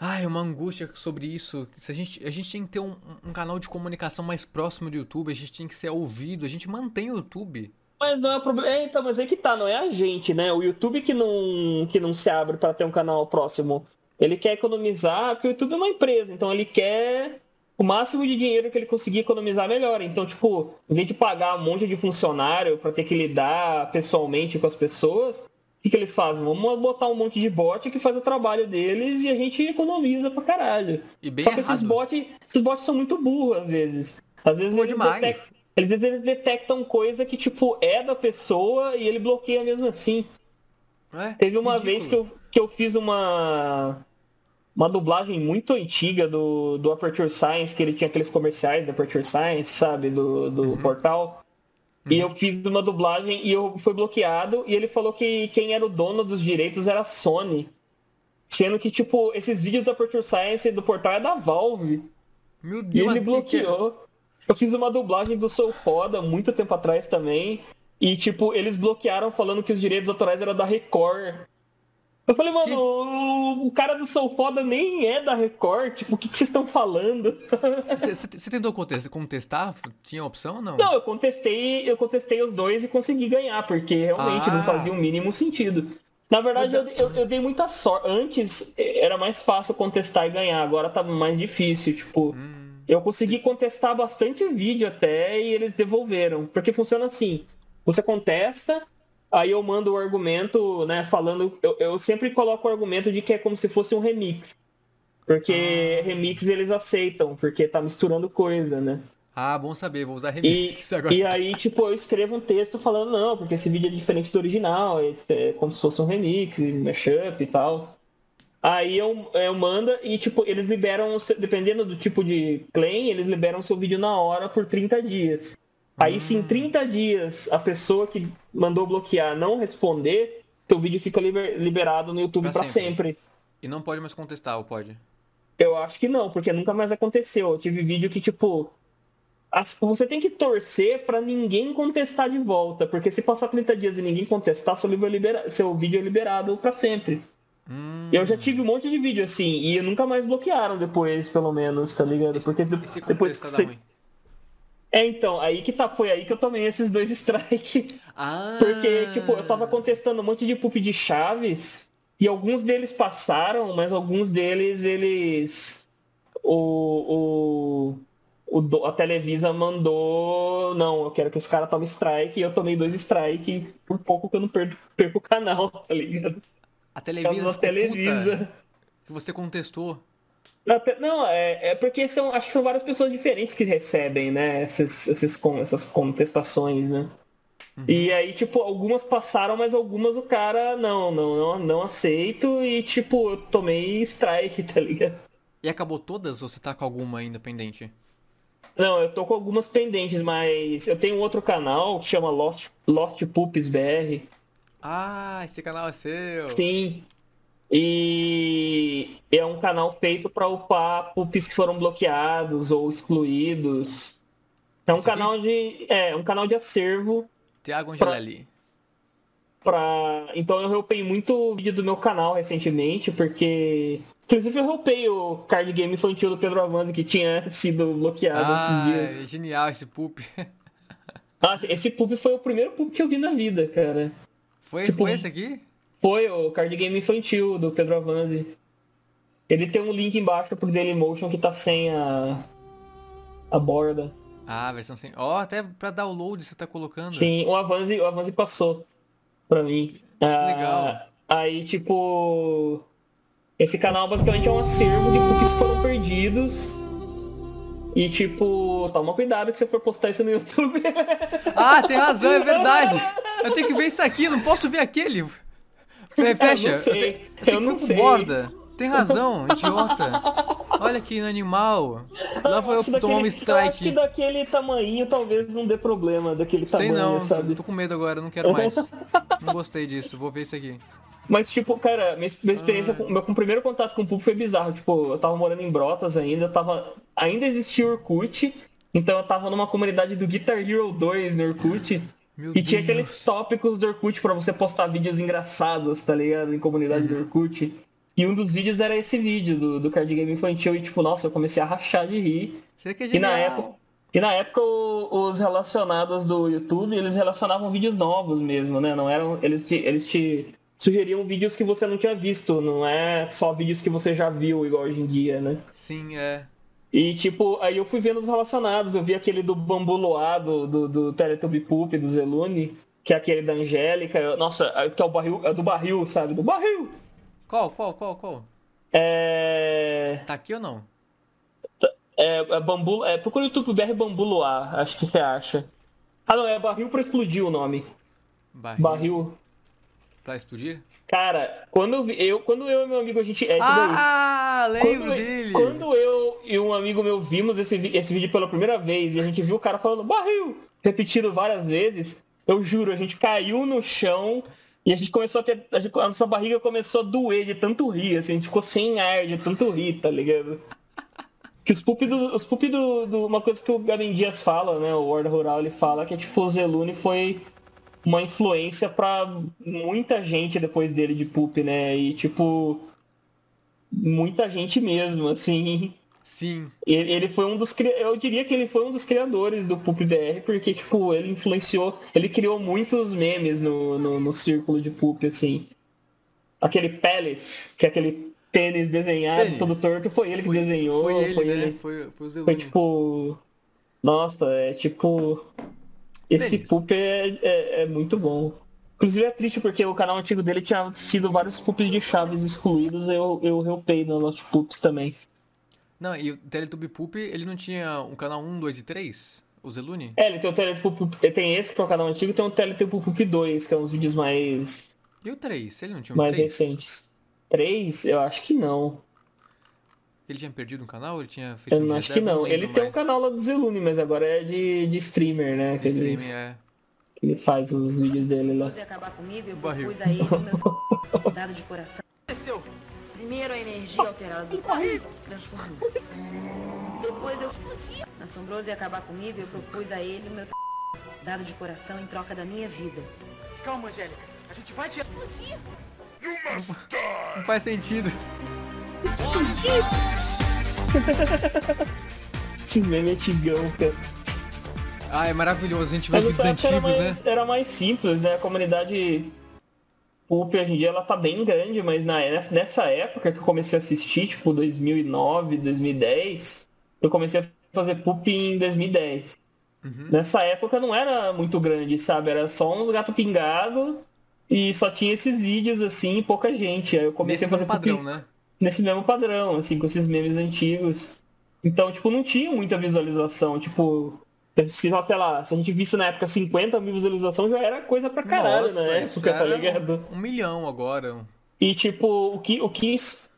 S1: Ai, uma angústia sobre isso. Se a, gente, a gente tinha que ter um, um canal de comunicação mais próximo do YouTube, a gente tinha que ser ouvido, a gente mantém o YouTube.
S2: Mas não é problema. É, então, mas aí que tá, não é a gente, né? O YouTube que não, que não se abre para ter um canal próximo. Ele quer economizar, porque o YouTube é uma empresa, então ele quer o máximo de dinheiro que ele conseguir economizar melhor. Então, tipo, em vez de pagar um monte de funcionário para ter que lidar pessoalmente com as pessoas, o que, que eles fazem? Vamos botar um monte de bot que faz o trabalho deles e a gente economiza pra caralho.
S1: E bem
S2: Só que
S1: errado.
S2: esses bots, esses bots são muito burros às vezes. Às vezes
S1: Pô,
S2: eles
S1: demais.
S2: detectam, eles, eles detectam coisa que, tipo, é da pessoa e ele bloqueia mesmo assim.
S1: É?
S2: Teve uma
S1: Ridículo.
S2: vez que eu, que eu fiz uma uma dublagem muito antiga do, do Aperture Science, que ele tinha aqueles comerciais da Aperture Science, sabe, do,
S1: Uhum.
S2: do portal. E eu fiz uma dublagem e eu fui bloqueado e ele falou que quem era o dono dos direitos era a Sony. Sendo que, tipo, esses vídeos da Aperture Science e do portal é da Valve.
S1: Meu
S2: E
S1: Deus,
S2: ele
S1: mas que que é?
S2: bloqueou. Eu fiz uma dublagem do Sou Foda muito tempo atrás também. E, tipo, eles bloquearam falando que os direitos autorais eram da Record. Eu falei, mano,
S1: Que-
S2: o- o cara do Sou Foda nem é da Record. Tipo, o que, que vocês estão falando?
S1: Você- Você você tentou contestar? contestar? Tinha opção ou não?
S2: Não, eu contestei, eu contestei os dois e consegui ganhar, porque realmente
S1: Ah.
S2: não fazia o mínimo sentido. Na verdade, eu, eu, eu dei muita sorte. Antes eh, era mais fácil contestar e ganhar, agora tá mais difícil, tipo.
S1: Hum,
S2: Eu consegui contestar bastante vídeo até e eles devolveram. Porque funciona assim. Você contesta, aí eu mando o argumento, né, falando. Eu, eu sempre coloco o argumento de que é como se fosse um remix. Porque remix eles aceitam, porque tá misturando coisa, né?
S1: Ah, bom saber, vou usar
S2: E,
S1: remix agora.
S2: e aí, tipo, eu escrevo um texto falando, não, porque esse vídeo é diferente do original, é é como se fosse um remix, mashup e tal. Aí eu, eu mando e, tipo, eles liberam, o seu- dependendo do tipo de claim, eles liberam o seu vídeo na hora por 30 dias. Aí
S1: Hum.
S2: se em 30 dias a pessoa que mandou bloquear não responder, teu vídeo fica liber- liberado no YouTube
S1: Pra
S2: pra
S1: sempre.
S2: sempre.
S1: E não pode mais contestar, ou pode?
S2: Eu acho que não, porque nunca mais aconteceu. Eu tive vídeo que, tipo. as- Você tem que torcer pra ninguém contestar de volta, porque se passar 30 dias e ninguém contestar, seu, livro é libera- seu vídeo é liberado pra sempre.
S1: Hum,
S2: E eu já tive um monte de vídeo assim, e nunca mais bloquearam depois, pelo menos, tá ligado?
S1: e se-
S2: Porque de-
S1: e se
S2: depois que
S1: contestar dá
S2: você...
S1: ruim?
S2: É, então, aí que tá, foi aí que eu tomei esses dois strikes.
S1: Ah,
S2: Porque, tipo, eu tava contestando um monte de poop de chaves e alguns deles passaram, mas alguns deles, eles. O. o... o do- a Televisa mandou. Não, eu quero que esse cara tome strike. E eu tomei dois strike. e Por pouco que eu não perco, perco o canal, tá ligado?
S1: A
S2: Por
S1: Televisa.
S2: causa da
S1: ficou
S2: Televisa.
S1: puta que você contestou.
S2: Na te- Não, é, é porque são, acho que são várias pessoas diferentes que recebem, né, esses, esses, con- essas contestações, né? E aí, tipo, algumas passaram, mas algumas o cara, não, não, não, não aceito e, tipo, eu tomei strike, tá ligado?
S1: E acabou todas ou você tá com alguma ainda pendente?
S2: Não, eu tô com algumas pendentes, mas eu tenho um outro canal que chama Lost, Lost Poops BR.
S1: Ah, esse canal é seu.
S2: Sim. E é um canal feito para upar poops que foram bloqueados ou excluídos. É um
S1: Esse aqui?
S2: canal de. É, um canal de acervo
S1: Tiago Angelelli.
S2: pra. Então eu reupei muito vídeo do meu canal recentemente, porque. Inclusive eu reupei o card game infantil do Pedro Avanza que tinha sido bloqueado
S1: Ah,
S2: esses dias.
S1: é genial esse poop.
S2: Ah, esse pub foi o primeiro pub que eu vi na vida, cara.
S1: Foi,
S2: Tipo,
S1: foi esse aqui?
S2: Foi o card game infantil do Pedro Avanzi. Ele tem um link embaixo pro Dailymotion que tá sem a. a borda.
S1: Ah, versão sem. Ó, até pra download você tá colocando.
S2: Sim, o Avanzi, o Avanzi passou pra mim. Ah,
S1: legal.
S2: Aí, tipo. Esse canal basicamente é um acervo de cookies que foram perdidos. E tipo, toma cuidado que você for postar isso no YouTube.
S1: Ah, tem razão, é verdade. Eu tenho que ver isso aqui, não posso ver aquele. Fe- Fecha.
S2: Eu não sei,
S1: te-
S2: eu
S1: tenho que
S2: não
S1: ver com
S2: sei.
S1: borda. Tem razão, idiota. Olha aqui no animal. Lá vou eu
S2: Ah, Acho que
S1: tomar um
S2: daquele- eu acho que
S1: strike.
S2: daquele tamanho talvez não dê problema, daquele
S1: Sei
S2: tamanho,
S1: não,
S2: Tá sabe?
S1: tô com medo agora, não quero mais. Não gostei disso, vou ver isso aqui.
S2: Mas, tipo, cara, minha, minha
S1: Ah.
S2: experiência, com, meu primeiro contato com o público foi bizarro. Tipo, eu tava morando em Brotas ainda, eu tava. Ainda existia o Orkut, então eu tava numa comunidade do Guitar Hero 2 no Orkut.
S1: Meu
S2: E tinha
S1: Deus.
S2: aqueles tópicos do Orkut pra você postar vídeos engraçados, tá ligado? Em comunidade
S1: É.
S2: do Orkut. E um dos vídeos era esse vídeo do, do card game infantil. E tipo, nossa, eu comecei a rachar de rir.
S1: Isso aqui é
S2: E na
S1: genial.
S2: época, e na época o- os relacionados do YouTube, eles relacionavam vídeos novos mesmo, né? Não eram eles te, eles te sugeriam vídeos que você não tinha visto, não é só vídeos que você já viu igual hoje em dia, né?
S1: Sim, é.
S2: E tipo, aí eu fui vendo os relacionados, eu vi aquele do Bambu Loá, do, do, do Teletubby Poop, do Zelune, que é aquele da Angélica, eu- nossa, é- que é o barril, é do barril, sabe? Do barril!
S1: Qual, qual, qual, qual?
S2: É.
S1: Tá aqui ou não?
S2: É, é bambu. É, procura o YouTube BR Bambu Luar, acho que você acha. Ah não, é barril pra explodir o nome.
S1: Barril.
S2: Barril.
S1: Pra explodir?
S2: Cara, quando eu, vi- eu, quando eu e meu amigo, a gente. É isso daí.
S1: Ah, lembro
S2: Quando,
S1: dele.
S2: quando eu e um amigo meu vimos esse, vi- esse vídeo pela primeira vez e a gente viu o cara falando barril, repetido várias vezes, eu juro, a gente caiu no chão e a gente começou a ter. A, gente- a nossa barriga começou a doer de tanto rir, assim, a gente ficou sem ar de tanto rir, tá ligado? Que os poop do, os poop do, do- Uma coisa que o Gavin Dias fala, né? O Ward Rural ele fala que é tipo o Zelune foi uma influência pra muita gente depois dele de poop, né? E tipo. Muita gente mesmo, assim.
S1: Sim,
S2: Ele, ele foi um dos. cri- Eu diria que ele foi um dos criadores do Poop BR, porque, tipo, ele influenciou. Ele criou muitos memes no, no, no círculo de Poop, assim. Aquele Palace, que é aquele tênis desenhado,
S1: Tênis.
S2: todo torto, foi ele que desenhou.
S1: foi ele, né? Foi, foi o Zelune.
S2: Foi tipo. Nossa, é tipo. Esse
S1: Beleza.
S2: poop é, é, é muito bom. Inclusive é triste porque o canal antigo dele tinha sido vários poops de chaves excluídos, eu, eu reupei no Lost Poops também.
S1: Não, e o Teletubby Poop, ele não tinha um canal 1, 2 e 3? O Zelune?
S2: É, ele tem o Telepoop, ele tem esse que é o canal antigo e tem o Telepoop Poop 2, que é uns vídeos mais,
S1: E o 3? Ele não tinha um
S2: mais
S1: 3?
S2: recentes. Três? Eu acho que não.
S1: Ele tinha perdido um canal? Ele tinha feito
S2: Eu
S1: um
S2: não
S1: dia
S2: acho que
S1: dela?
S2: não. Ele
S1: lembro
S2: tem um
S1: mais.
S2: canal lá do Zelune, mas agora é de, de streamer, né? Que ele,
S1: Streaming, é.
S2: que ele faz os vídeos dele lá.
S3: você acabar comigo, eu
S1: Barril.
S3: propus a ele o meu cuidado de coração. Primeiro a energia alterada do corpo transformou. Depois eu assombroso e acabar comigo, eu propus a ele o meu cuidado de coração em troca da minha vida.
S4: Calma, Angélica. A gente vai te.
S1: Não faz sentido.
S2: Esses memes é antigão, cara.
S1: Ah, é maravilhoso. A gente vê
S2: Mas
S1: vídeos
S2: nessa época era
S1: antigos,
S2: mais,
S1: né?
S2: era mais simples, né? A comunidade Pulp hoje em dia ela tá bem grande, mas na, nessa- nessa época que eu comecei a assistir, tipo 2009, 2010, eu comecei a fazer Pulp em 2010.
S1: Uhum.
S2: Nessa época não era muito grande, sabe? Era só uns gato pingado e só tinha esses vídeos assim, e pouca gente. Aí eu
S1: Nesse
S2: comecei a fazer um Pulp
S1: padrão, né?
S2: nesse mesmo padrão, assim, com esses memes antigos. Então, tipo, não tinha muita visualização, tipo, se, sei lá, se a gente visse na época 50 mil visualizações, já era coisa pra caralho né?
S1: Nossa,
S2: na
S1: isso
S2: época, tá
S1: era
S2: ligado?
S1: Um milhão agora.
S2: E tipo, o que, o que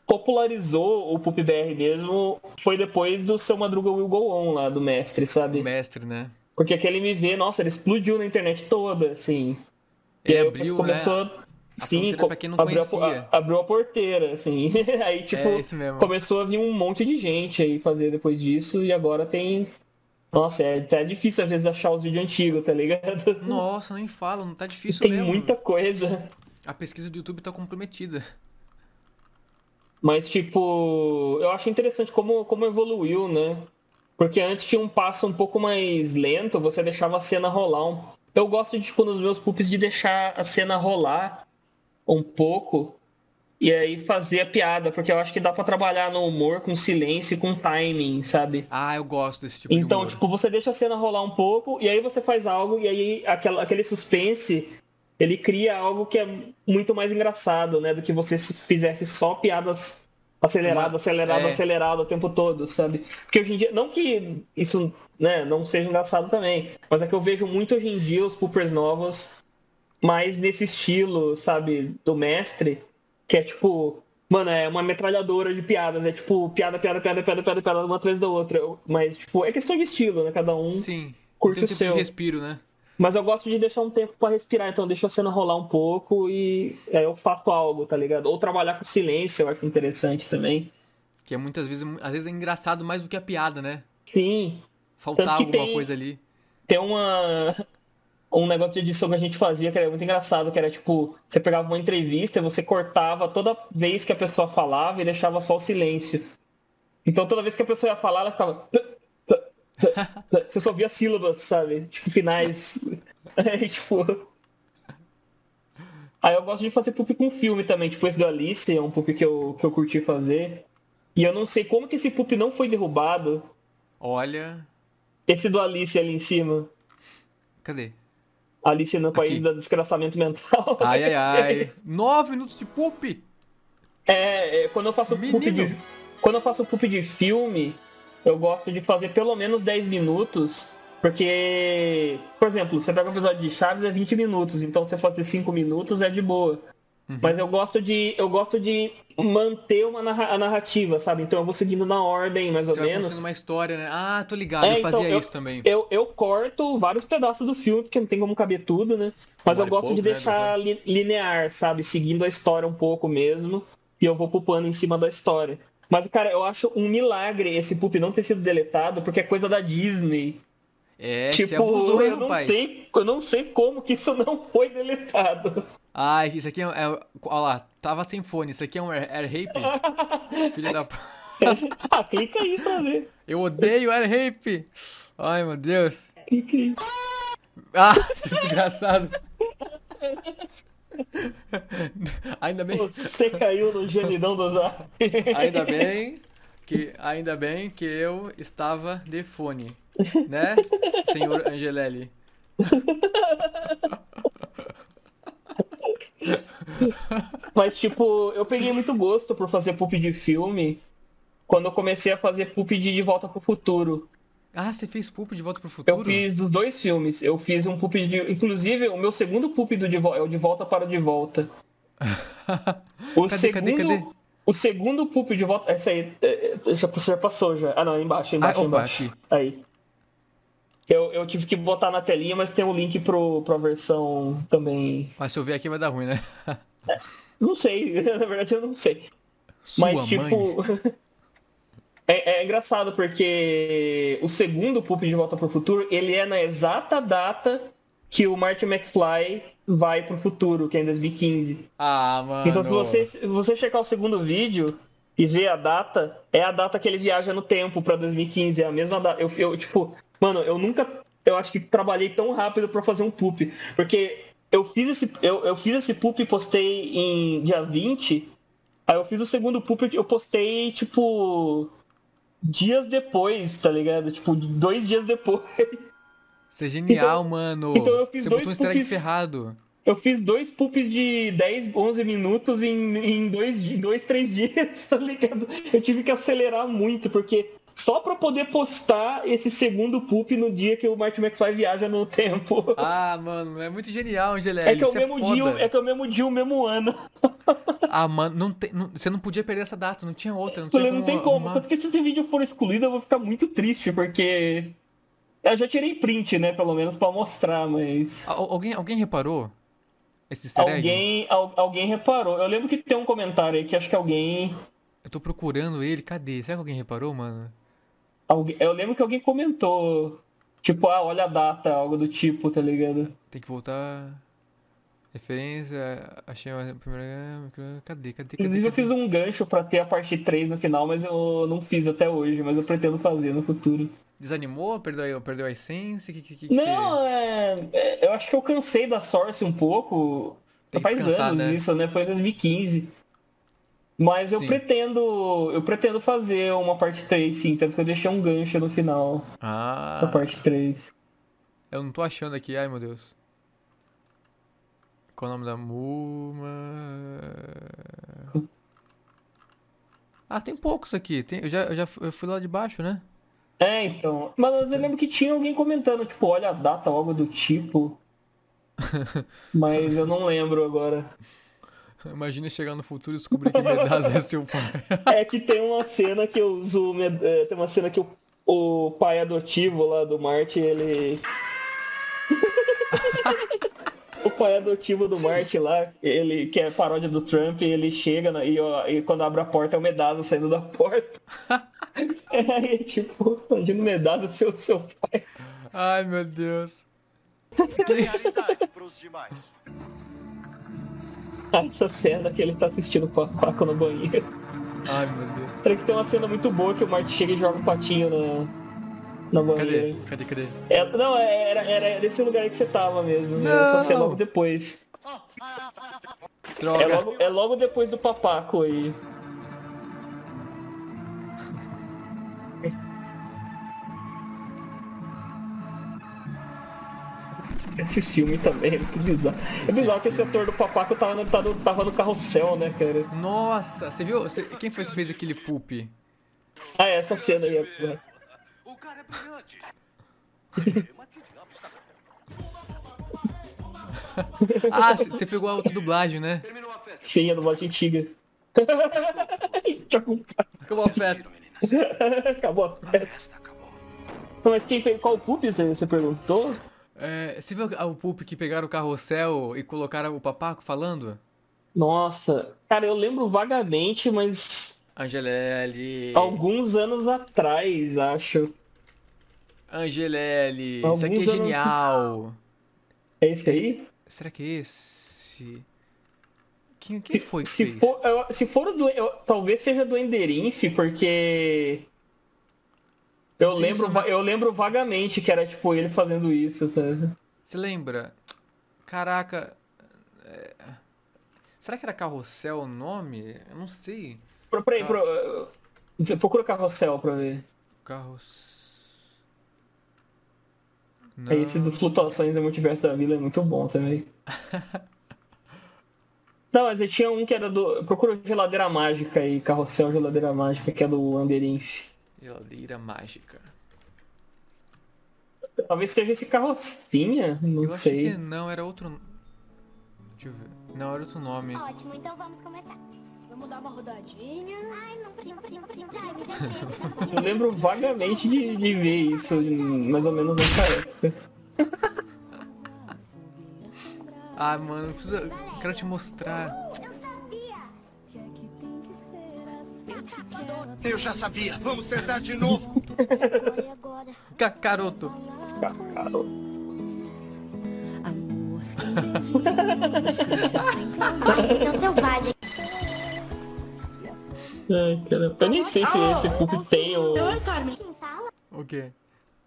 S2: popularizou o PUBR mesmo foi depois do seu Madruga Will Go On lá, do mestre, sabe?
S1: O mestre, né?
S2: Porque aquele MV, nossa, ele explodiu na internet toda, assim. E
S1: Ele
S2: aí
S1: É, abriu, né,
S2: começou.
S1: A
S2: Sim,
S1: fronteira
S2: co-
S1: pra quem não
S2: abriu, a, po-
S1: conhecia.
S2: a- abriu a porteira, assim. aí, tipo,
S1: É, isso mesmo.
S2: começou a vir um monte de gente aí fazer depois disso e agora tem. Nossa, é até difícil às vezes achar os vídeos antigos, tá ligado?
S1: Nossa, nem fala, não tá difícil
S2: tem
S1: mesmo.
S2: muita coisa.
S1: A pesquisa do YouTube tá comprometida.
S2: Mas, tipo, eu acho interessante como, como evoluiu, né? Porque antes tinha um passo um pouco mais lento, você deixava a cena rolar. Um... Eu gosto, de, tipo, nos meus pups de deixar a cena rolar um pouco e aí fazer a piada, porque eu acho que dá pra trabalhar no humor com silêncio e com timing, sabe?
S1: Ah, eu gosto desse tipo
S2: Então,
S1: de humor.
S2: tipo, você deixa a cena rolar um pouco e aí você faz algo e aí aquela, aquele suspense ele cria algo que é muito mais engraçado, né? Do que você se fizesse só piadas acelerada,
S1: Uma-
S2: acelerada,
S1: é.
S2: acelerada o tempo todo, sabe? Porque hoje em dia, não que isso, né, não seja engraçado também, mas é que eu vejo muito hoje em dia os poopers novos mais nesse estilo, sabe, do mestre, que é tipo, mano, é uma metralhadora de piadas, é tipo, piada, piada, piada, piada, piada, piada, uma atrás da outra. Eu- Mas, tipo, é questão de estilo, né? Cada um.
S1: Sim.
S2: curte
S1: tem um
S2: o
S1: tempo
S2: seu.
S1: de respiro, né?
S2: Mas eu gosto de deixar um tempo pra respirar, então deixa a cena rolar um pouco e aí eu faço algo, tá ligado? Ou trabalhar com silêncio, eu acho interessante também.
S1: Que é muitas vezes, às vezes é engraçado mais do que a piada, né?
S2: Sim,
S1: Faltar
S2: Tanto que
S1: alguma
S2: tem-
S1: coisa ali.
S2: tem uma um negócio de edição que a gente fazia que era muito engraçado, que era tipo, você pegava uma entrevista e você cortava toda vez que a pessoa falava e deixava só o silêncio. Então toda vez que a pessoa ia falar, ela ficava. Você só via sílabas, sabe? Tipo, finais. Aí, tipo. Aí eu gosto de fazer pup com filme também, tipo esse do Alice, é um pup que eu, que eu curti fazer. E eu não sei como que esse pup não foi derrubado.
S1: Olha.
S2: Esse do Alice ali em cima.
S1: Cadê?
S2: Alice no País
S1: Aqui. Ah, é?
S2: do Desgraçamento Mental.
S1: Ai, ai, ai. Nove minutos de poop!
S2: É, é, quando eu faço
S1: Menino.
S2: poop de, quando eu faço poop de filme, eu gosto de fazer pelo menos 10 minutos, porque, por exemplo, você pega o episódio de Chaves é 20 minutos, então você fazer 5 minutos é de boa.
S1: Uhum.
S2: Mas eu gosto de eu gosto de manter uma narra- a narrativa, sabe? Então eu vou seguindo na ordem, mais ou
S1: Você vai
S2: menos.
S1: construindo uma história, né? Ah, tô ligado,
S2: É,
S1: eu
S2: então,
S1: fazia
S2: eu-
S1: isso também.
S2: Eu, eu corto vários pedaços do filme, porque não tem como caber tudo, né? Mas
S1: Vale
S2: eu gosto
S1: pouco,
S2: de
S1: né,
S2: deixar li- linear, sabe? Seguindo a história um pouco mesmo. E eu vou pupando em cima da história. Mas, cara, eu acho um milagre esse pup não ter sido deletado, porque é coisa da Disney.
S1: É,
S2: tipo,
S1: você abusou, hein,
S2: eu não
S1: rapaz?
S2: sei, eu não sei como que isso não foi deletado.
S1: Ai, isso aqui é. é olha lá, tava sem fone, isso aqui é um air, air rape? Filho da. p-
S2: ah, clica aí pra ver.
S1: Eu odeio air rape! Ai, meu Deus.
S2: Clica aí.
S1: Ah, isso é desgraçado. Ainda bem.
S2: Você caiu no gemidão do zap.
S1: Ainda bem que ainda bem que eu estava de fone, né, senhor Angelelli?
S2: Mas, tipo, eu peguei muito gosto por fazer poop de filme quando eu comecei a fazer poop de De Volta pro Futuro.
S1: Ah, você fez pulpo de volta pro
S2: Eu
S1: futuro?
S2: fiz dos dois filmes. Eu fiz um poop de. Inclusive, o meu segundo poop do de Vol- é o De Volta para o De Volta. O
S1: Cadê, cadê,
S2: segundo.
S1: cadê?
S2: O segundo poop de volta. Essa aí. é, é, Já, já passou já. Ah não, é embaixo, é embaixo,
S1: Ah,
S2: é
S1: opa,
S2: embaixo.
S1: aqui.
S2: Aí. Eu, eu tive que botar na telinha, mas tem um link pro, pra versão também.
S1: Mas se eu ver aqui vai dar ruim, né?
S2: Não sei, na verdade eu não sei.
S1: Sua
S2: Mas,
S1: mãe.
S2: tipo. é, é engraçado porque o segundo Pulp de Volta pro Futuro, ele é na exata data que o Martin McFly vai pro futuro, que é em 2015.
S1: Ah, mano.
S2: então, se você, se você checar o segundo vídeo e ver a data, é a data que ele viaja no tempo pra 2015. É a mesma data. Eu, eu, tipo, mano, eu nunca. Eu acho que trabalhei tão rápido pra fazer um poop. Porque eu fiz esse, eu, eu fiz esse poop e postei em dia 20. Aí eu fiz o segundo poop e eu postei, tipo. Dias depois, tá ligado? Tipo, dois dias depois.
S1: Você é genial, mano.
S2: então eu fiz
S1: você
S2: dois
S1: botou um easter egg
S2: cookies-
S1: ferrado.
S2: Eu fiz dois poops de 10, 11 minutos em, em dois, di- dois, três dias, tá ligado? Eu tive que acelerar muito, porque só pra poder postar esse segundo poop no dia que o Martin McFly viaja no tempo.
S1: Ah, mano, é muito genial, Angelelli.
S2: é, que é, o
S1: isso
S2: mesmo
S1: foda.
S2: dia, é que é o mesmo dia, o mesmo ano.
S1: Ah, mano, não tem, não- você não podia perder essa data, não tinha outra, não tinha
S2: Falei, não tem como.
S1: arrumar.
S2: Tanto que se esse vídeo for excluído, eu vou ficar muito triste, porque. Eu já tirei print, né? Pelo menos pra mostrar, mas.
S1: Al- alguém, alguém reparou esse easter egg?
S2: Alguém, al- alguém reparou. Eu lembro que tem um comentário aí que acho que alguém.
S1: Eu tô procurando ele, cadê? Será que alguém reparou, mano?
S2: alguém eu lembro que alguém comentou. Tipo, ah, olha a data, algo do tipo, tá ligado?
S1: Tem que voltar. Referência, achei a primeira. Cadê, cadê, cadê?
S2: Inclusive eu
S1: cadê?
S2: fiz um gancho pra ter a parte 3 no final, mas eu não fiz até hoje, mas eu pretendo fazer no futuro.
S1: Desanimou? Perdeu, perdeu a essência? Que, que, que que você-
S2: um- Não, é, é, eu acho que eu cansei da Source um pouco.
S1: Tem que
S2: Faz
S1: descansar,
S2: anos
S1: né?
S2: isso, né? Foi em 2015. Mas eu
S1: Sim.
S2: pretendo. Eu pretendo fazer uma parte 3, sim, tanto que eu deixei um gancho no final da
S1: Ah,
S2: parte 3.
S1: eu não tô achando aqui, ai meu Deus. Qual o nome da Muma? Ah, tem poucos aqui. Tem, eu já, eu já fu- eu fui lá de baixo, né?
S2: É, então. Mas eu lembro que tinha alguém comentando, tipo, olha a data ou algo do tipo. Mas eu não lembro agora.
S1: Imagina chegar no futuro e descobrir que Medasa é seu pai.
S2: É que tem uma cena que eu uso. é, Tem uma cena que o, o pai adotivo lá do Marte, ele. o pai adotivo do Marte lá, ele que é paródia do Trump, ele chega na- e, ó, e quando abre a porta é o Medasa saindo da porta. Aí, tipo, imagina o Medasa ser o seu pai.
S1: Ai meu Deus.
S5: Realidade pros demais.
S2: Ah, Essa cena que ele tá assistindo com a faca no banheiro.
S1: Ai meu Deus.
S2: Tem que tem uma cena muito boa que o Marte chega e joga um patinho na, na banheira.
S1: Cadê? Cadê, cadê?
S2: É, não, é, era, era desse lugar aí que você tava mesmo. né?
S1: Não.
S2: Só ser logo depois.
S1: Droga.
S2: É logo, é logo depois do papaco aí. Esse filme também é muito bizarro. É
S1: Esse
S2: bizarro que esse ator do papaco tava no, tava no- tava no carrossel, né, cara?
S1: Nossa, você viu? Você- Quem foi que fez aquele poop?
S2: Ah, é, essa cena aí. é-
S5: O cara é brilhante. Mas que diabo está
S1: Ah, c- você pegou a autodublagem, né?
S5: Terminou a festa.
S2: Sim, é do Bote Antiga. Joga um pato.
S1: Acabou a festa.
S5: meninas.
S2: Acabou a
S5: A
S2: peça.
S5: festa acabou.
S2: Mas quem fez qual pup você, você perguntou?
S1: É, você viu a- o poop que pegaram o carrossel e colocaram o papaco falando?
S2: Nossa, cara, eu lembro vagamente, mas
S1: Angelele.
S2: alguns anos atrás, acho.
S1: Angelele.
S2: Alguns
S1: Isso aqui é
S2: eu não-
S1: genial.
S2: É isso aí?
S1: Será que é esse? Quem, quem foi que
S2: Se
S1: fez?
S2: for, eu- se for o do, eu- talvez seja do Enderinf, porque eu
S1: Sim,
S2: lembro,
S1: sim.
S2: va- eu lembro vagamente que era tipo ele fazendo isso, sabe?
S1: Você lembra? Caraca. é, Será que era carrossel o nome? Eu não sei.
S2: Pro-
S1: Tá.
S2: Peraí, pro, você procura o carrossel pra ver.
S1: Carros.
S2: É Esse do Flutuações do Multiverso da Vila é muito bom também. Não, mas eu tinha um que era do. Procura Geladeira Mágica aí, Carrossel Geladeira Mágica, que é do Anderinf.
S1: Geladeira mágica.
S2: Talvez seja esse carrocinha, não
S1: Eu achei
S2: sei.
S1: que não, era outro. Deixa eu ver. Não, era outro nome.
S6: Ótimo, então vamos começar. Vamos dar uma rodadinha. Ai, não, sim, sim, sim, Jaime, já chega.
S2: Eu lembro vagamente de, de ver isso, em- mais ou menos nessa época.
S1: Ah, mano, eu preciso. eu Quero te mostrar.
S6: Eu sabia!
S5: Eu já sabia. Vamos sentar de novo.
S6: Olha agora.
S1: Kakaroto.
S7: Amor sem beijinho, bochecha sem carinho.
S6: São selvagens.
S2: Ai, cara, Ah, Eu nem sei se esse Pup tem o.
S6: Quem fala?
S1: O quê?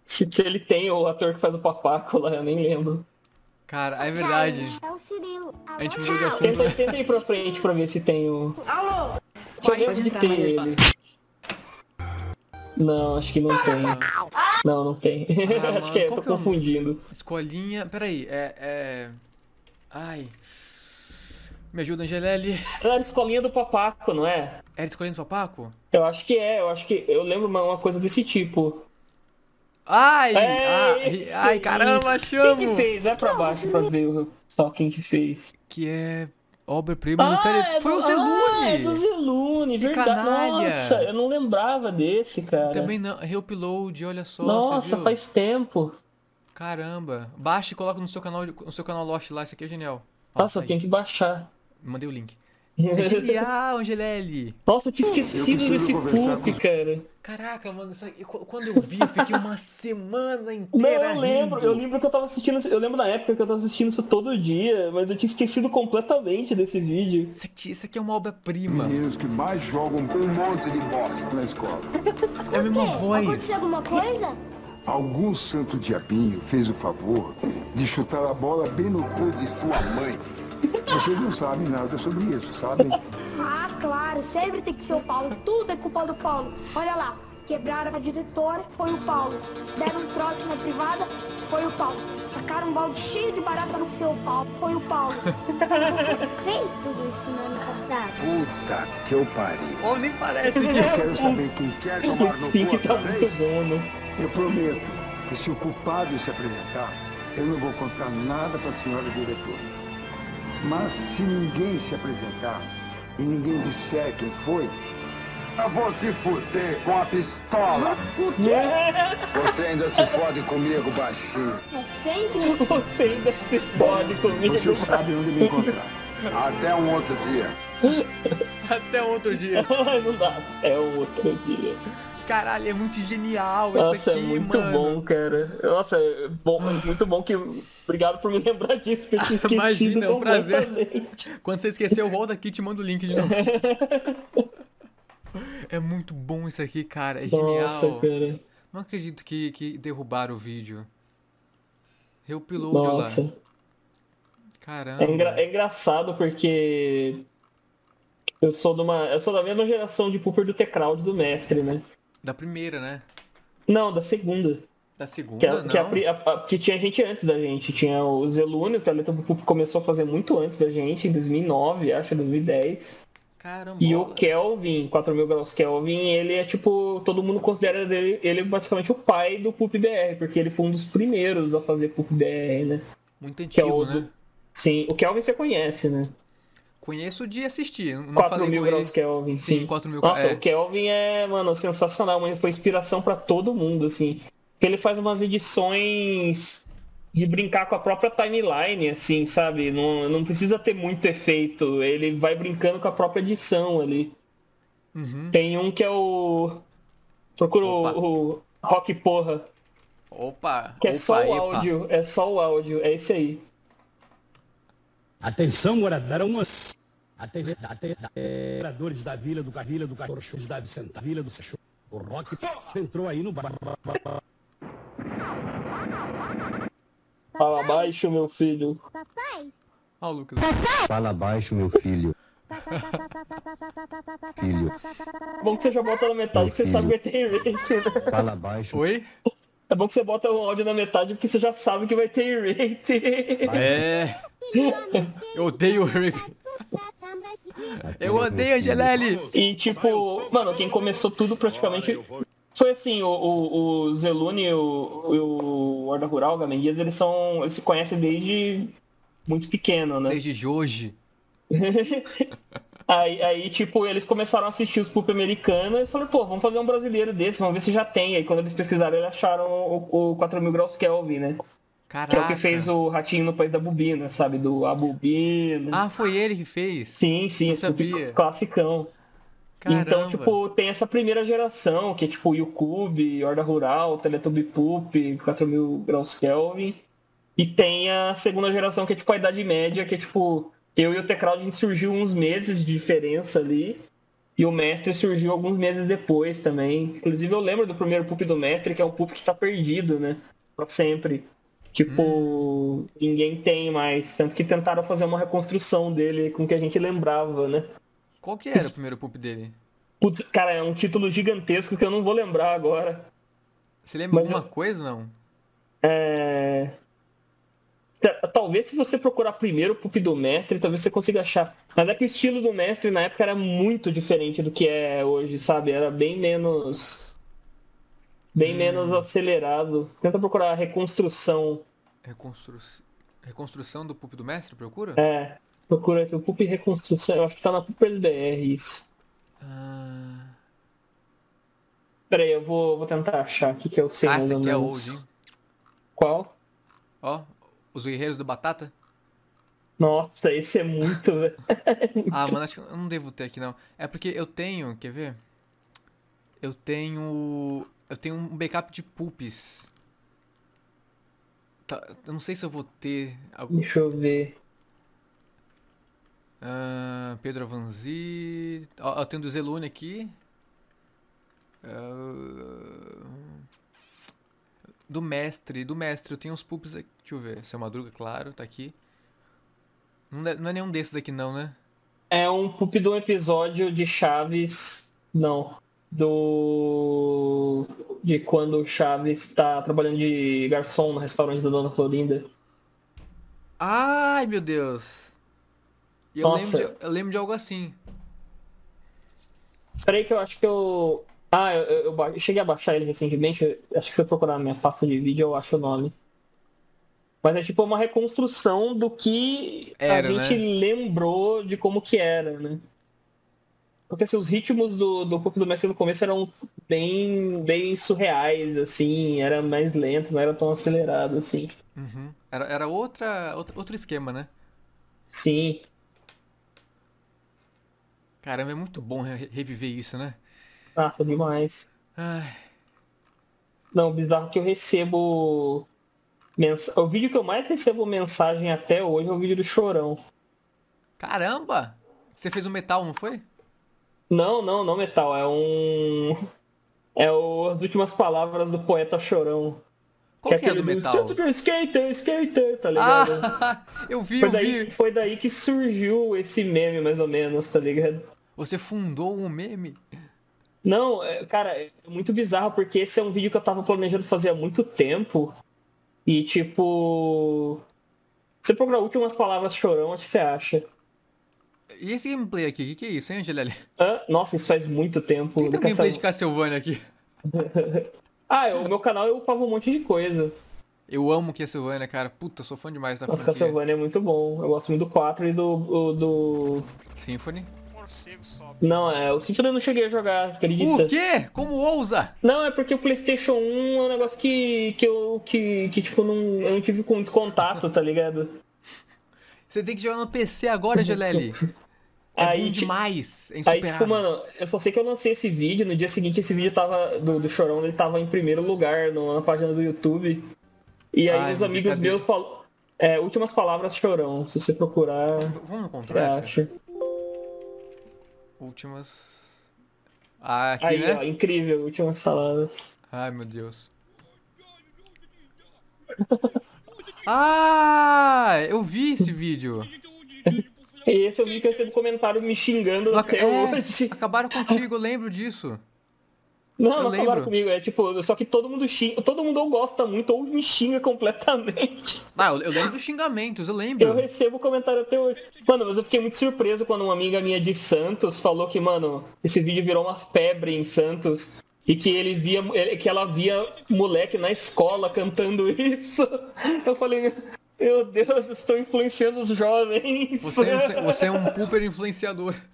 S2: Se, se ele tem o ator que faz o papaco lá, eu nem lembro.
S1: Cara, é verdade.
S6: É o Cirilo. Alô,
S1: A gente mudou de
S6: tchau.
S1: assunto.
S2: Tenta, tenta ir pra frente pra ver se tem o. Alô! Eu lembro de ter ele. Não, acho que não tem. Não, não tem.
S1: Ah,
S2: acho que é,
S1: mano, qual
S2: tô
S1: que é o-
S2: confundindo.
S1: Escolinha. Peraí, é. é... Ai. Me ajuda, Angelelli.
S2: Ela era É escolinha do papaco, não é?
S1: Era escolhendo papaco?
S2: Eu acho que é, eu acho que. Eu lembro uma- uma coisa desse tipo.
S1: Ai!
S2: É
S1: Ah, ai,
S2: isso
S1: ai,
S2: aí.
S1: caramba,
S2: Quem que
S1: chamo!
S2: fez? Vai pra baixo pra ver o- só quem que fez.
S1: Que é. Obra-prima do
S2: é
S1: Tele... Foi
S2: do-
S1: o
S2: Ah, é
S1: Zelune!
S2: do Zelune,
S1: Que
S2: verdade.
S1: canalha.
S2: Nossa, eu não lembrava desse, cara.
S1: Também não. Reupload, olha só. você
S2: Nossa,
S1: viu?
S2: faz tempo.
S1: Caramba. Baixa e coloca no seu canal, no seu canal Lost lá, isso aqui é genial. Ó,
S2: Nossa,
S1: tá
S2: eu
S1: aí.
S2: tenho que baixar.
S1: Mandei o link. É genial, Angelelli!
S2: Nossa, eu tinha esquecido desse poop, cara.
S1: Caraca, mano, isso aqui- qu- quando eu vi, eu fiquei uma semana
S2: Não,
S1: inteira
S2: eu lembro,
S1: rindo.
S2: eu lembro que eu tava assistindo, eu lembro na época que eu tava assistindo isso todo dia, mas eu tinha esquecido completamente desse vídeo.
S1: Isso aqui, isso aqui é uma obra-prima.
S8: Meninos que mais jogam um monte de bosta na escola.
S1: É a mesma
S6: Quê?
S1: voz.
S6: Aconteceu alguma coisa?
S8: Algum santo diabinho fez o favor de chutar a bola bem no cu de sua mãe. Vocês não sabem nada sobre isso, sabem?
S6: Ah, claro, sempre tem que ser o Paulo. Tudo é culpa do Paulo. Olha lá, quebraram a diretora, foi o Paulo. Deram um trote na privada, foi o Paulo. Tacaram um balde cheio de barata no seu Paulo, foi o Paulo. Você fez tudo isso no ano passado?
S8: Puta que eu pariu.
S1: Ou nem parece que
S8: Eu quero saber quem quer tomar
S2: O
S8: no
S2: Pink
S8: cu
S2: tá
S8: outra
S2: muito
S8: vez.
S2: bom, né?
S8: Eu prometo que se o culpado se apresentar, eu não vou contar nada para a senhora diretora. Mas se ninguém se apresentar e ninguém disser quem foi, eu vou te fuder com a pistola. Você ainda se fode comigo, baixinho.
S6: É sempre assim.
S2: Você ainda se pode comigo.
S8: Você sabe onde me encontrar. Até um outro dia.
S1: até outro dia.
S2: Ai, não dá. É um outro dia.
S1: Caralho, é muito genial isso
S2: Nossa,
S1: aqui,
S2: é muito
S1: mano.
S2: bom, cara. Nossa, é bom, muito bom que. Obrigado por me lembrar disso, que eu tinha esquecido
S1: Imagina, é um prazer.
S2: completamente.
S1: Quando você esquecer, eu volto aqui e te mando o link de novo. é muito bom isso aqui, cara. É genial.
S2: Nossa, cara.
S1: Não acredito que, que derrubaram o vídeo. Reupload lá.
S2: Nossa.
S1: Caramba.
S2: É, engra- é engraçado porque eu sou de uma. Eu sou da mesma geração de pooper do T-Crowd do mestre, né?
S1: Da primeira, né?
S2: Não, da segunda.
S1: Da segunda,
S2: Que, a-
S1: não.
S2: que, a pri- a- a- que tinha gente antes da gente. Tinha o Zelune, o Teletubb Poop começou a fazer muito antes da gente, em 2009, acho, 2010.
S1: Caramba.
S2: E o é Kelvin, 4000 graus Kelvin, ele é tipo. Todo mundo considera dele, ele é basicamente o pai do Poop BR, porque ele foi um dos primeiros a fazer Poop BR, né?
S1: Muito
S2: Que é
S1: antigo,
S2: o.
S1: né?
S2: do- Sim, o Kelvin você conhece, né?
S1: Conheço de assistir. Não falei
S2: 4
S1: com
S2: mil
S1: ele.
S2: graus Kelvin.
S1: Sim,
S2: Sim,
S1: 4.000
S2: Nossa,
S1: é.
S2: o Kelvin é, mano, sensacional. Mas foi inspiração pra todo mundo, assim. Ele faz umas edições de brincar com a própria timeline, assim, sabe? Não, não precisa ter muito efeito. Ele vai brincando com a própria edição ali.
S1: Uhum.
S2: Tem um que é o. Procura
S1: Opa.
S2: o, o Rock Porra.
S1: Opa.
S2: Que
S1: opa,
S2: é só o
S1: epa.
S2: áudio. É só o áudio. É esse aí.
S9: Atenção, guardarões. Atenção, moradores da Vila do Carvilha do Cachorro da Vicenta, Vila do Seixo. O Rock entrou aí no bar.
S2: Fala abaixo, meu filho.
S6: Papai?
S1: Ah, o Lucas.
S9: Fala baixo, meu filho. Filho,
S2: Bom que você já bota na metade, que você sabe que vai ter efeito, né?
S9: fala baixo.
S1: Oi?
S2: É bom que você bota o áudio na metade porque você já sabe que vai ter rate.
S1: É. Eu odeio o Rip.
S6: Tá,
S1: Eu odeio a Angelelli.
S2: E tipo, mano, quem começou tudo praticamente. Foi assim, o, o, o Zelune e o, o, o Horda Rural, o Gamen Dias, eles são. Eles se conhecem desde muito pequeno, né?
S1: Desde hoje.
S2: Aí, aí, tipo, eles começaram a assistir os Pulp americanos e falaram, pô, vamos fazer um brasileiro desse, vamos ver se já tem. Aí quando eles pesquisaram, eles acharam o, o 4000 graus Kelvin, né? Que é
S1: Caraca.
S2: o que fez o Ratinho no País da Bobina, sabe? Do A Bobina.
S1: Ah, foi ele que fez?
S2: Sim, sim,
S1: não
S2: esse Pulp
S1: sabia.
S2: classicão.
S1: Caramba.
S2: Então, tipo, tem essa primeira geração, que é tipo YouTube, Horda Rural, Teletubb Poop, 4000 graus Kelvin. E tem a segunda geração, que é tipo a Idade Média, que é tipo, eu e o Tecrald a gente surgiu uns meses de diferença ali. E o Mestre surgiu alguns meses depois também. Inclusive eu lembro do primeiro Poop do Mestre, que é um Poop que tá perdido, né? Pra sempre. Tipo, ninguém tem mais. Tanto que tentaram fazer uma reconstrução dele com o que a gente lembrava, né?
S1: Qual que era o primeiro poop dele?
S2: Putz, cara, é um título gigantesco que eu não vou lembrar agora.
S1: Você lembra
S2: Mas
S1: alguma
S2: eu-
S1: coisa, não?
S2: É... ta- Talvez se você procurar primeiro o Pup do Mestre, talvez você consiga achar. Mas é que o estilo do Mestre na época era muito diferente do que é hoje, sabe? Era bem menos...
S1: Hum.
S2: Bem menos acelerado. Tenta procurar a reconstrução.
S1: Reconstru... Reconstrução do poop do mestre, procura?
S2: É. Procura aqui o PUP Reconstrução. Eu acho que tá na PUPES BR isso.
S1: Ah,
S2: Peraí, eu vou, vou tentar achar aqui que eu sei
S1: ah
S2: mais
S1: essa
S2: ou
S1: aqui é
S2: menos.
S1: old, hein?
S2: Qual?
S1: Ó, Os Guerreiros do Batata.
S2: Nossa, esse é muito, velho.
S1: Ah, mano, acho que eu não devo ter aqui não. É porque eu tenho, quer ver? Eu tenho. Eu tenho um backup de poops. Tá, eu não sei se eu vou ter. algum-
S2: Deixa eu ver.
S1: Ah, Pedro Avanzi. Ó, eu tenho do Zelune aqui. Ah, do mestre, do mestre, eu tenho uns poops aqui. Deixa eu ver. Seu Madruga, claro, tá aqui. Não é, não é nenhum desses aqui não, né?
S2: É um PUP de um episódio de Chaves. Não. Do. De quando o Chaves tá trabalhando de garçom no restaurante da Dona Florinda.
S1: Ai, meu Deus. E eu lembro,
S2: Nossa.
S1: de, eu lembro de algo assim.
S2: Peraí que eu acho que eu. Ah, eu, eu- eu ba- eu cheguei a baixar ele recentemente. eu- Acho que se eu procurar na minha pasta de vídeo eu acho o nome. Mas é tipo uma reconstrução do que
S1: Era,
S2: a gente
S1: né?
S2: lembrou de como que era, né? Porque assim, os ritmos do, do Corpo do Mestre no começo eram bem, bem surreais, assim, era mais lento, não era tão acelerado, assim.
S1: Uhum. Era, era outra, outra- outro esquema, né?
S2: Sim.
S1: Caramba, é muito bom re- reviver isso, né?
S2: Nossa, Ah, demais.
S1: Ai,
S2: Não, bizarro que eu recebo. Mensa... O vídeo que eu mais recebo mensagem até hoje é o vídeo do Chorão.
S1: caramba! Você fez o metal, não foi?
S2: Não, não, não metal, é um. É o... as últimas palavras do poeta Chorão.
S1: Qual
S2: é
S1: que é a do
S2: aquele
S1: metal?
S2: Do... Skater, skater, tá ligado?
S1: Ah, eu vi,
S2: foi,
S1: eu
S2: daí,
S1: vi.
S2: foi daí que surgiu esse meme, mais ou menos, tá ligado?
S1: Você fundou um meme?
S2: Não, é, cara, é muito bizarro porque esse é um vídeo que eu tava planejando fazer há muito tempo. E tipo. Se você procurar últimas palavras chorão, acho que você acha.
S1: E esse gameplay aqui, o que, que é isso, hein, Angelelli?
S2: Hã? Nossa, isso faz muito
S1: Tem que
S2: tempo.
S1: ter um
S2: nunca
S1: gameplay
S2: sabe-
S1: de Castlevania aqui.
S2: Ah, eu- o meu canal eu upava um monte de coisa.
S1: Tá Eu amo Castlevania, cara. Puta, eu sou fã demais da
S2: Nossa,
S1: franquia.
S2: Castlevania é muito bom. Eu gosto muito do 4 e do. o- do...
S1: Symphony.
S2: Não, é. O Symphony eu não cheguei a jogar, acredita?
S1: O quê? Como ousa?
S2: Não, é porque o PlayStation 1 é um negócio que, que eu. que, que tipo, não, eu não tive muito contato, tá ligado?
S1: Você tem que jogar no PC agora, Angelelli. É bom
S2: ti-
S1: demais, é
S2: Aí,
S1: insuperável.
S2: tipo, mano, eu só sei que eu lancei esse vídeo, no dia seguinte esse vídeo tava, do, do Chorão, ele tava em primeiro lugar no- na página do YouTube. E aí
S1: Ai,
S2: os amigos
S1: Ah, brincadeira.
S2: meus falam. É, últimas palavras Chorão, se você procurar,
S1: V- Vamos no
S2: você
S1: contraste?
S2: acha.
S1: Últimas. Ah, aqui,
S2: Aí, ó,
S1: né?
S2: incrível, últimas palavras.
S1: Ai, meu Deus. ah, eu vi esse vídeo.
S2: E esse eu vi que eu recebo comentário me xingando
S1: Ac-
S2: até
S1: é,
S2: hoje.
S1: acabaram contigo, eu lembro disso.
S2: Não, não
S1: lembro.
S2: falaram comigo, é tipo, só que todo mundo xinga, todo mundo ou gosta muito ou me xinga completamente.
S1: Ah, eu, eu lembro dos xingamentos, eu lembro.
S2: Eu recebo comentário até hoje. Mano, mas eu fiquei muito surpreso quando uma amiga minha de Santos falou que, mano, esse vídeo virou uma febre em Santos. E que ele via. ele- que ela via moleque na escola cantando isso. Eu falei, meu Deus, estou influenciando os jovens.
S1: Você, é influ- você é um pooper influenciador.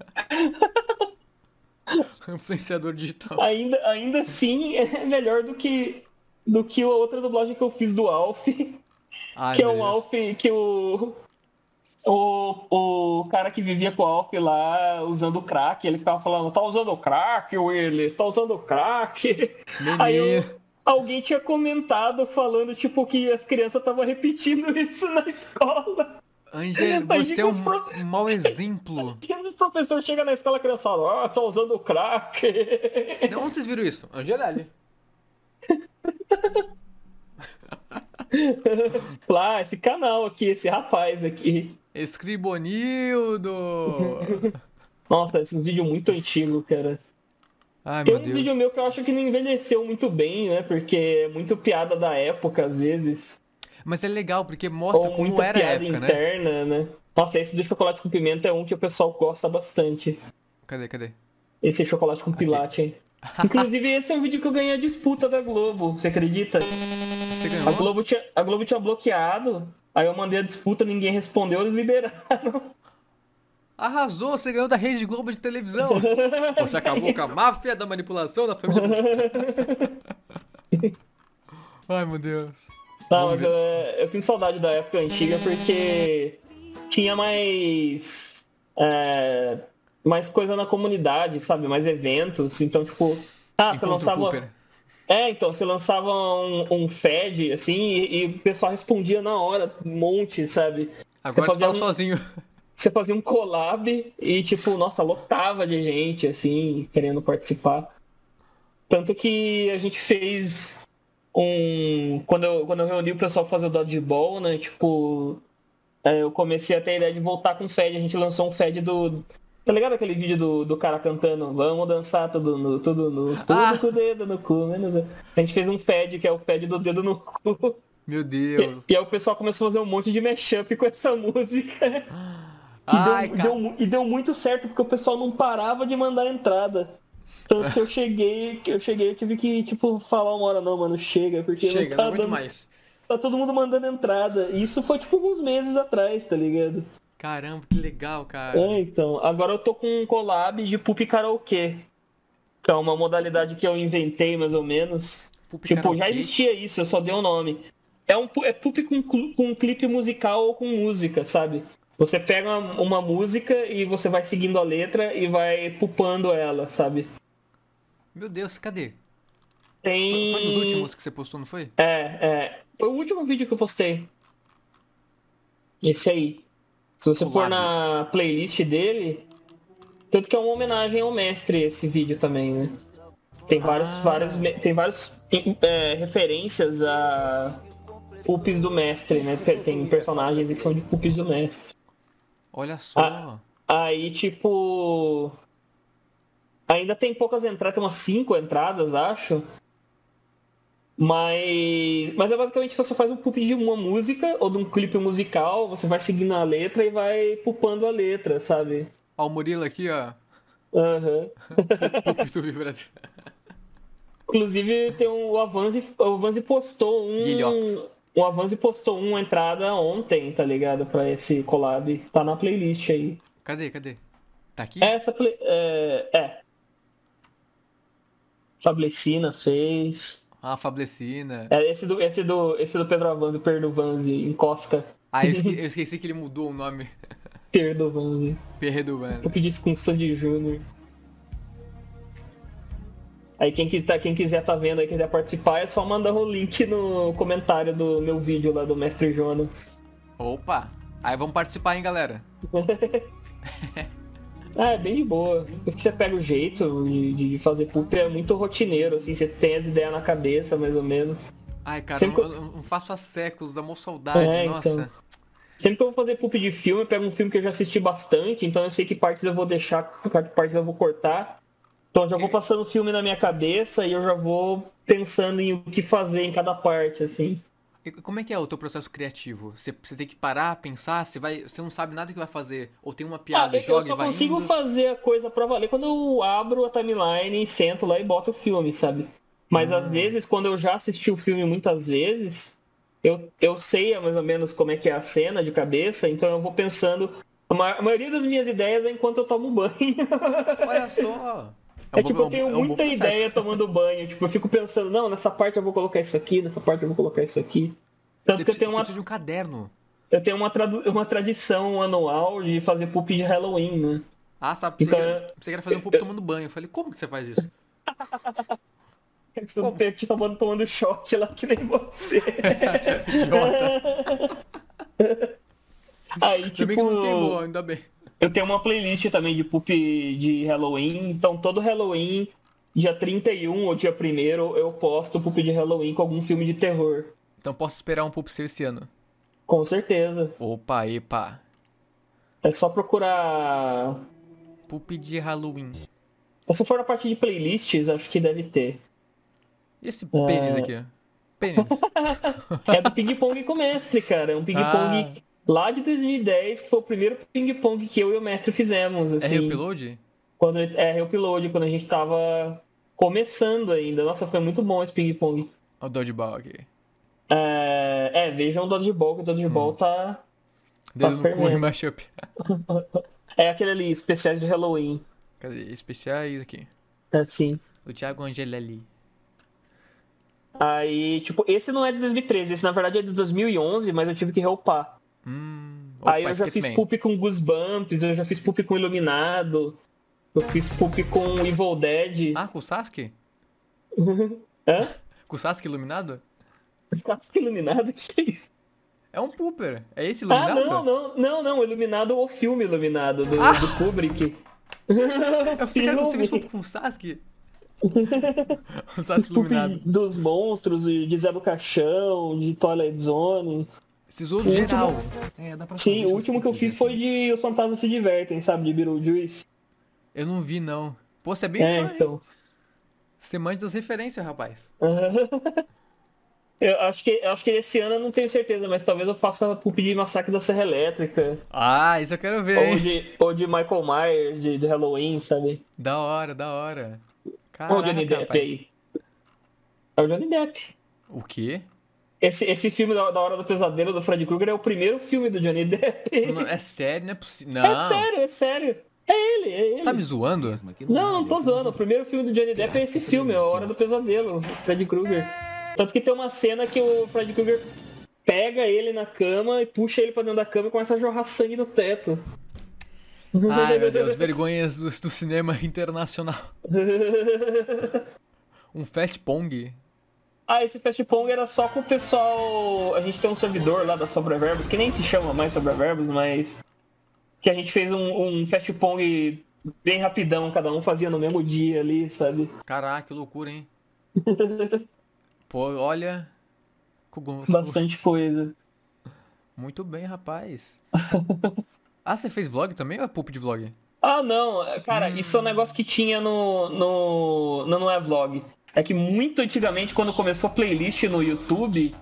S1: influenciador digital.
S2: Ainda, ainda assim é melhor do que. Do que a outra dublagem que eu fiz do Alf.
S1: Ai,
S2: que é
S1: meu
S2: um
S1: Deus.
S2: Alf que o. O, o cara que vivia com o Alf lá usando crack, ele ficava falando, tá usando crack, Willis, tá usando crack. Aí eu-
S1: Menino.
S2: alguém tinha comentado falando, tipo, que as crianças estavam repetindo isso na escola.
S1: Angel,
S2: Mas
S1: você
S2: diga
S1: é um
S2: os pro-
S1: mau exemplo.
S2: E o professor chega na escola, a criança fala, ah, tá usando crack.
S1: De onde é vocês viram isso? Angelelli.
S2: Lá, esse canal aqui, esse rapaz aqui.
S1: Escribonildo!
S2: Nossa, esse vídeo muito antigo, cara.
S1: Ai,
S2: Tem
S1: meu
S2: uns
S1: Deus.
S2: vídeos meus que eu acho que não envelheceu muito bem, né? Porque é muito piada da época, às vezes.
S1: Mas é legal, porque mostra
S2: ou
S1: como
S2: muita
S1: era a
S2: piada
S1: época, né?
S2: interna, né? Nossa, esse do chocolate com pimenta é um que o pessoal gosta bastante.
S1: Cadê, cadê?
S2: Esse é chocolate com pilate, hein? Inclusive, esse é um vídeo que eu ganhei a disputa da Globo, você acredita?
S1: Você
S2: A
S1: ganhou?
S2: Globo tinha, a Globo tinha bloqueado, aí eu mandei a disputa, ninguém respondeu, eles liberaram.
S1: Arrasou, você ganhou da Rede Globo de televisão. Você acabou com a máfia da manipulação da família. Ai, meu Deus.
S2: Não, mas eu, eu sinto saudade da época antiga porque tinha mais. é, mais coisa na comunidade, sabe? Mais eventos. Então, tipo. Ah, você
S1: Encontro
S2: lançava.
S1: Cooper. né?
S2: É, então, você lançava um, um Fed, assim, e, e o pessoal respondia na hora, um monte, sabe?
S1: Agora você
S2: fazia
S1: fala
S2: um-
S1: sozinho.
S2: Você fazia um collab e, tipo, nossa, lotava de gente, assim, querendo participar. Tanto que a gente fez um. Quando eu, quando eu reuni o pessoal pra fazer o dodgeball, né? Tipo. é, Eu comecei a ter a ideia de voltar com o Fed. A gente lançou um Fed do. Tá ligado aquele vídeo do, do cara cantando Vamos dançar tudo no. Tudo no. Tudo
S1: Ah!
S2: com o dedo no cu, menos. eu"? A gente fez um Fed, que é o Fed do dedo no cu.
S1: Meu Deus.
S2: E aí o pessoal começou a fazer um monte de mashup com essa música. E,
S1: Ai,
S2: deu, um-
S1: cara.
S2: deu mu- e deu muito certo porque o pessoal não parava de mandar entrada. Tanto que eu cheguei, que eu cheguei, eu tive que, tipo, falar uma hora, não, mano, chega, porque
S1: Chega,
S2: não tá
S1: não aguento
S2: dando-
S1: mais.
S2: Tá todo mundo mandando entrada. E isso foi tipo uns meses atrás, tá ligado?
S1: Caramba, que legal, cara.
S2: É, então. Agora eu tô com um collab de pup karaokê. Que é uma modalidade que eu inventei mais ou menos.
S1: Pupi
S2: Tipo, já
S1: karaokê.
S2: existia isso, eu só dei o nome. É um pu- é pup com, clu- com um clipe musical ou com música, sabe? Você pega uma, uma música e você vai seguindo a letra e vai pupando ela, sabe?
S1: Meu Deus, cadê? Foi,
S2: Tem.
S1: foi nos últimos que você postou, não foi?
S2: É, é. Foi o último vídeo que eu postei. Esse aí. Se você
S1: Colado.
S2: pôr na playlist dele. Tanto que é uma homenagem ao mestre esse vídeo também, né? Tem vários,
S1: Ah.
S2: vários, me- tem vários é, referências a pupis do mestre, né? Pe- Tem personagens que são de pupis do mestre.
S1: Olha só.
S2: Ah. Aí, tipo. Ainda tem poucas entradas, tem umas 5 entradas, acho. Mas. Mas é basicamente você faz um pup de uma música ou de um clipe musical, você vai seguindo a letra e vai pupando a letra, sabe?
S1: Ó, o Murilo aqui, ó.
S2: Aham.
S1: Pupi do Brasil.
S2: Inclusive tem um, o Avanzi, o Avanzi postou um.
S1: Guilhox.
S2: O Avanzi postou uma entrada ontem, tá ligado? Pra esse collab. Tá na playlist aí.
S1: Cadê, cadê? Tá aqui?
S2: Essa play, é, é. Fablecina fez.
S1: Ah, Fablecina.
S2: É, esse do, esse do, esse do Pedro Avanzi, Perdo Vanzi, Encosca,
S1: Ah, eu esque- eu esqueci que ele mudou o nome.
S2: Perdo Vanzi.
S1: Perdoando.
S2: Eu pedi isso com o Sandy Júnior. Aí quem, quis- tá- quem quiser tá vendo aí, quiser participar, é só mandar o link no comentário do meu vídeo lá do Mestre Jonas.
S1: Opa! Aí vamos participar, hein, galera?
S2: Ah, é bem de boa. Depois que você pega o jeito de, de fazer pulp, é muito rotineiro, assim, você tem as ideias na cabeça, mais ou menos.
S1: Ai, cara,
S2: Sempre-
S1: eu, eu não faço há séculos, dá mó saudade,
S2: É,
S1: nossa.
S2: então. Sempre que eu vou fazer pulp de filme, eu pego um filme que eu já assisti bastante, então eu sei que partes eu vou deixar, que partes eu vou cortar. Então eu já vou
S1: É.
S2: passando o filme na minha cabeça e eu já vou pensando em o que fazer em cada parte, assim.
S1: E como é que é o teu processo criativo? Você, você tem que parar, pensar, você, vai, você não sabe nada que vai fazer. Ou tem uma piada,
S2: Ah, eu
S1: joga e
S2: só
S1: vai
S2: consigo
S1: indo.
S2: fazer a coisa pra valer quando eu abro a timeline e sento lá e boto o filme, sabe? Mas
S1: Hum.
S2: às vezes, quando eu já assisti o filme muitas vezes, eu, eu sei mais ou menos como é que é a cena de cabeça, então eu vou pensando. A ma- a maioria das minhas ideias é enquanto eu tomo banho.
S1: Olha só!
S2: É,
S1: um bom-
S2: tipo, eu
S1: um- é
S2: tenho
S1: um bom
S2: muita
S1: processo.
S2: ideia tomando banho. Tipo, eu fico pensando, não, nessa parte eu vou colocar isso aqui, nessa parte eu vou colocar isso aqui.
S1: Você,
S2: Tanto que eu
S1: precisa-
S2: tenho
S1: você
S2: uma,
S1: precisa de um caderno.
S2: eu tenho uma, tradu- uma tradição anual de fazer pup de Halloween, né?
S1: Ah, sabe, você,
S2: Então,
S1: quer, você quer fazer um pouco tomando banho. Eu falei, como que você faz isso?
S2: Eu tenho que tá tomando, tomando choque lá que nem você.
S1: Idiota!
S2: Aí,
S1: Ainda
S2: tipo,
S1: bem que não queimou, ainda bem.
S2: eu tenho uma playlist também de pup de Halloween, então todo Halloween, dia 31 ou dia 1 eu posto pup de Halloween com algum filme de terror.
S1: Então posso esperar um pouco seu esse ano.
S2: Com certeza.
S1: Opa, epa.
S2: É só procurar.
S1: Pupi de Halloween.
S2: Se for na parte de playlists, acho que deve ter.
S1: E esse
S2: Ah.
S1: pênis aqui? ó? Pênis.
S2: É do Ping Pong com o Mestre, cara. É um Ping Pong lá de 2010, que foi o primeiro Ping Pong que eu e o Mestre fizemos.
S1: É
S2: Assim,
S1: reupload?
S2: Quando, é, reupload, quando a gente tava começando ainda. Nossa, foi muito bom esse Ping Pong.
S1: Olha o dodgeball
S2: Tá
S1: aqui.
S2: É, é vejam o Dodgeball, que o Dodgeball tá.
S1: Dedo no cu e
S2: fervendo.
S1: mashup.
S2: É aquele ali, especiais de Halloween.
S1: Cadê? Especiais aqui.
S2: É sim.
S1: O Thiago Angelelli.
S2: Aí, tipo, esse não é de 2013, esse na verdade é de 2011, mas eu tive que reupar.
S1: Hum,
S2: Aí eu já fiz poop com Goosebumps, eu já fiz poop com Iluminado, eu fiz poop com Evil Dead.
S1: Ah, com o Sasuke?
S2: Hã?
S1: Com o Sasuke iluminado?
S2: Clássico Tá Iluminado? Que isso?
S1: É um pooper. É esse
S2: Ah,
S1: iluminado?
S2: não, não, não, não, Iluminado o filme Iluminado do,
S1: Ah!
S2: do Kubrick.
S1: Eu pensei que era você fez
S2: Filme.
S1: poop com o um Sasuke. o Sasuke
S2: Poop
S1: iluminado.
S2: dos monstros, de Zé do Caixão, de Twilight Zone.
S1: Tá Esses zoou
S2: último-
S1: geral. É, dá pra
S2: Sim, o último que eu fiz foi de Os Fantasmas Se Divertem, sabe? De Beetlejuice.
S1: Eu não vi, não. Pô, você é bem
S2: É,
S1: fã, hein?
S2: então.
S1: Você manja das referências, rapaz.
S2: Eu acho, que, eu acho que esse ano eu não tenho certeza, mas talvez eu faça poop de Massacre da Serra Elétrica.
S1: Ah, isso eu quero ver,
S2: Ou
S1: hein?
S2: de, ou de Michael Myers, de, de Halloween, sabe?
S1: Da hora, da hora.
S2: ou Johnny
S1: Caraca,
S2: Depp
S1: rapaz.
S2: aí. É o Johnny Depp.
S1: O quê?
S2: Esse, esse filme da, da Hora do Pesadelo do Freddy Krueger é o primeiro filme do Johnny Depp.
S1: Não, é sério, não é possível. Não.
S2: É sério, é sério. É ele, é ele.
S1: Você tá me zoando?
S2: Não, não tô zoando. O primeiro filme do Johnny Depp é esse filme, é A Hora do Pesadelo, Fred Krueger. Tanto que tem uma cena que o Fred Krueger pega ele na cama e puxa ele pra dentro da cama e começa a jorrar sangue no teto.
S1: Ai, meu Deus, vergonhas do, do cinema internacional. Um fast pong.
S2: Ah, esse Fast Pong era só com o pessoal. A gente tem um servidor lá da Sobra Verbos, que nem se chama mais Sobra Verbos, mas. Que a gente fez um, um Fast Pong bem rapidão, cada um fazia no mesmo dia ali, sabe?
S1: Caraca, que loucura, hein? Pô, olha. Cogum-
S2: Bastante coisa.
S1: Muito bem, rapaz. Ah, você fez vlog também ou é poop de vlog?
S2: Ah, não, cara, isso é um negócio que tinha no, no. Não, não é vlog. É que muito antigamente, quando começou a playlist no YouTube,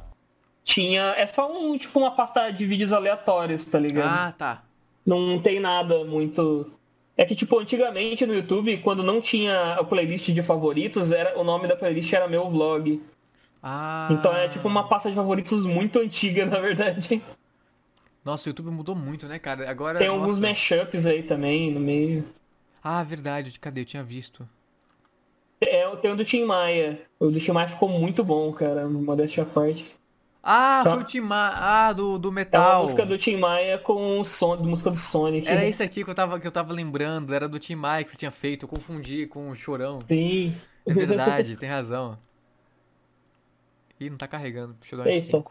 S2: tinha. É só um, tipo, uma pasta de vídeos aleatórios, tá ligado?
S1: Ah, tá.
S2: Não tem nada muito. É que, tipo, antigamente no YouTube, quando não tinha a playlist de favoritos, era o nome da playlist era meu vlog.
S1: Ah.
S2: Então é tipo uma pasta de favoritos muito antiga, na verdade.
S1: Nossa, o YouTube mudou muito, né, cara? Agora.
S2: Tem alguns
S1: nossa.
S2: mashups aí também no meio.
S1: Ah, verdade. Cadê? Eu tinha visto.
S2: É, tem o do Tim Maia. O do Tim Maia ficou muito bom, cara. Modéstia à parte.
S1: Ah,
S2: Tá.
S1: foi o Timar. Ah, do, do
S2: É uma
S1: metal.
S2: música do Tim Maia com o som, música do Sonic.
S1: Era esse aqui que eu tava, que eu tava lembrando. Era do Tim Maia que você tinha feito. Eu confundi com o Chorão.
S2: Sim.
S1: É verdade, tem razão. Ih, não tá carregando. Deixa eu dar um
S2: Eita.
S1: F5.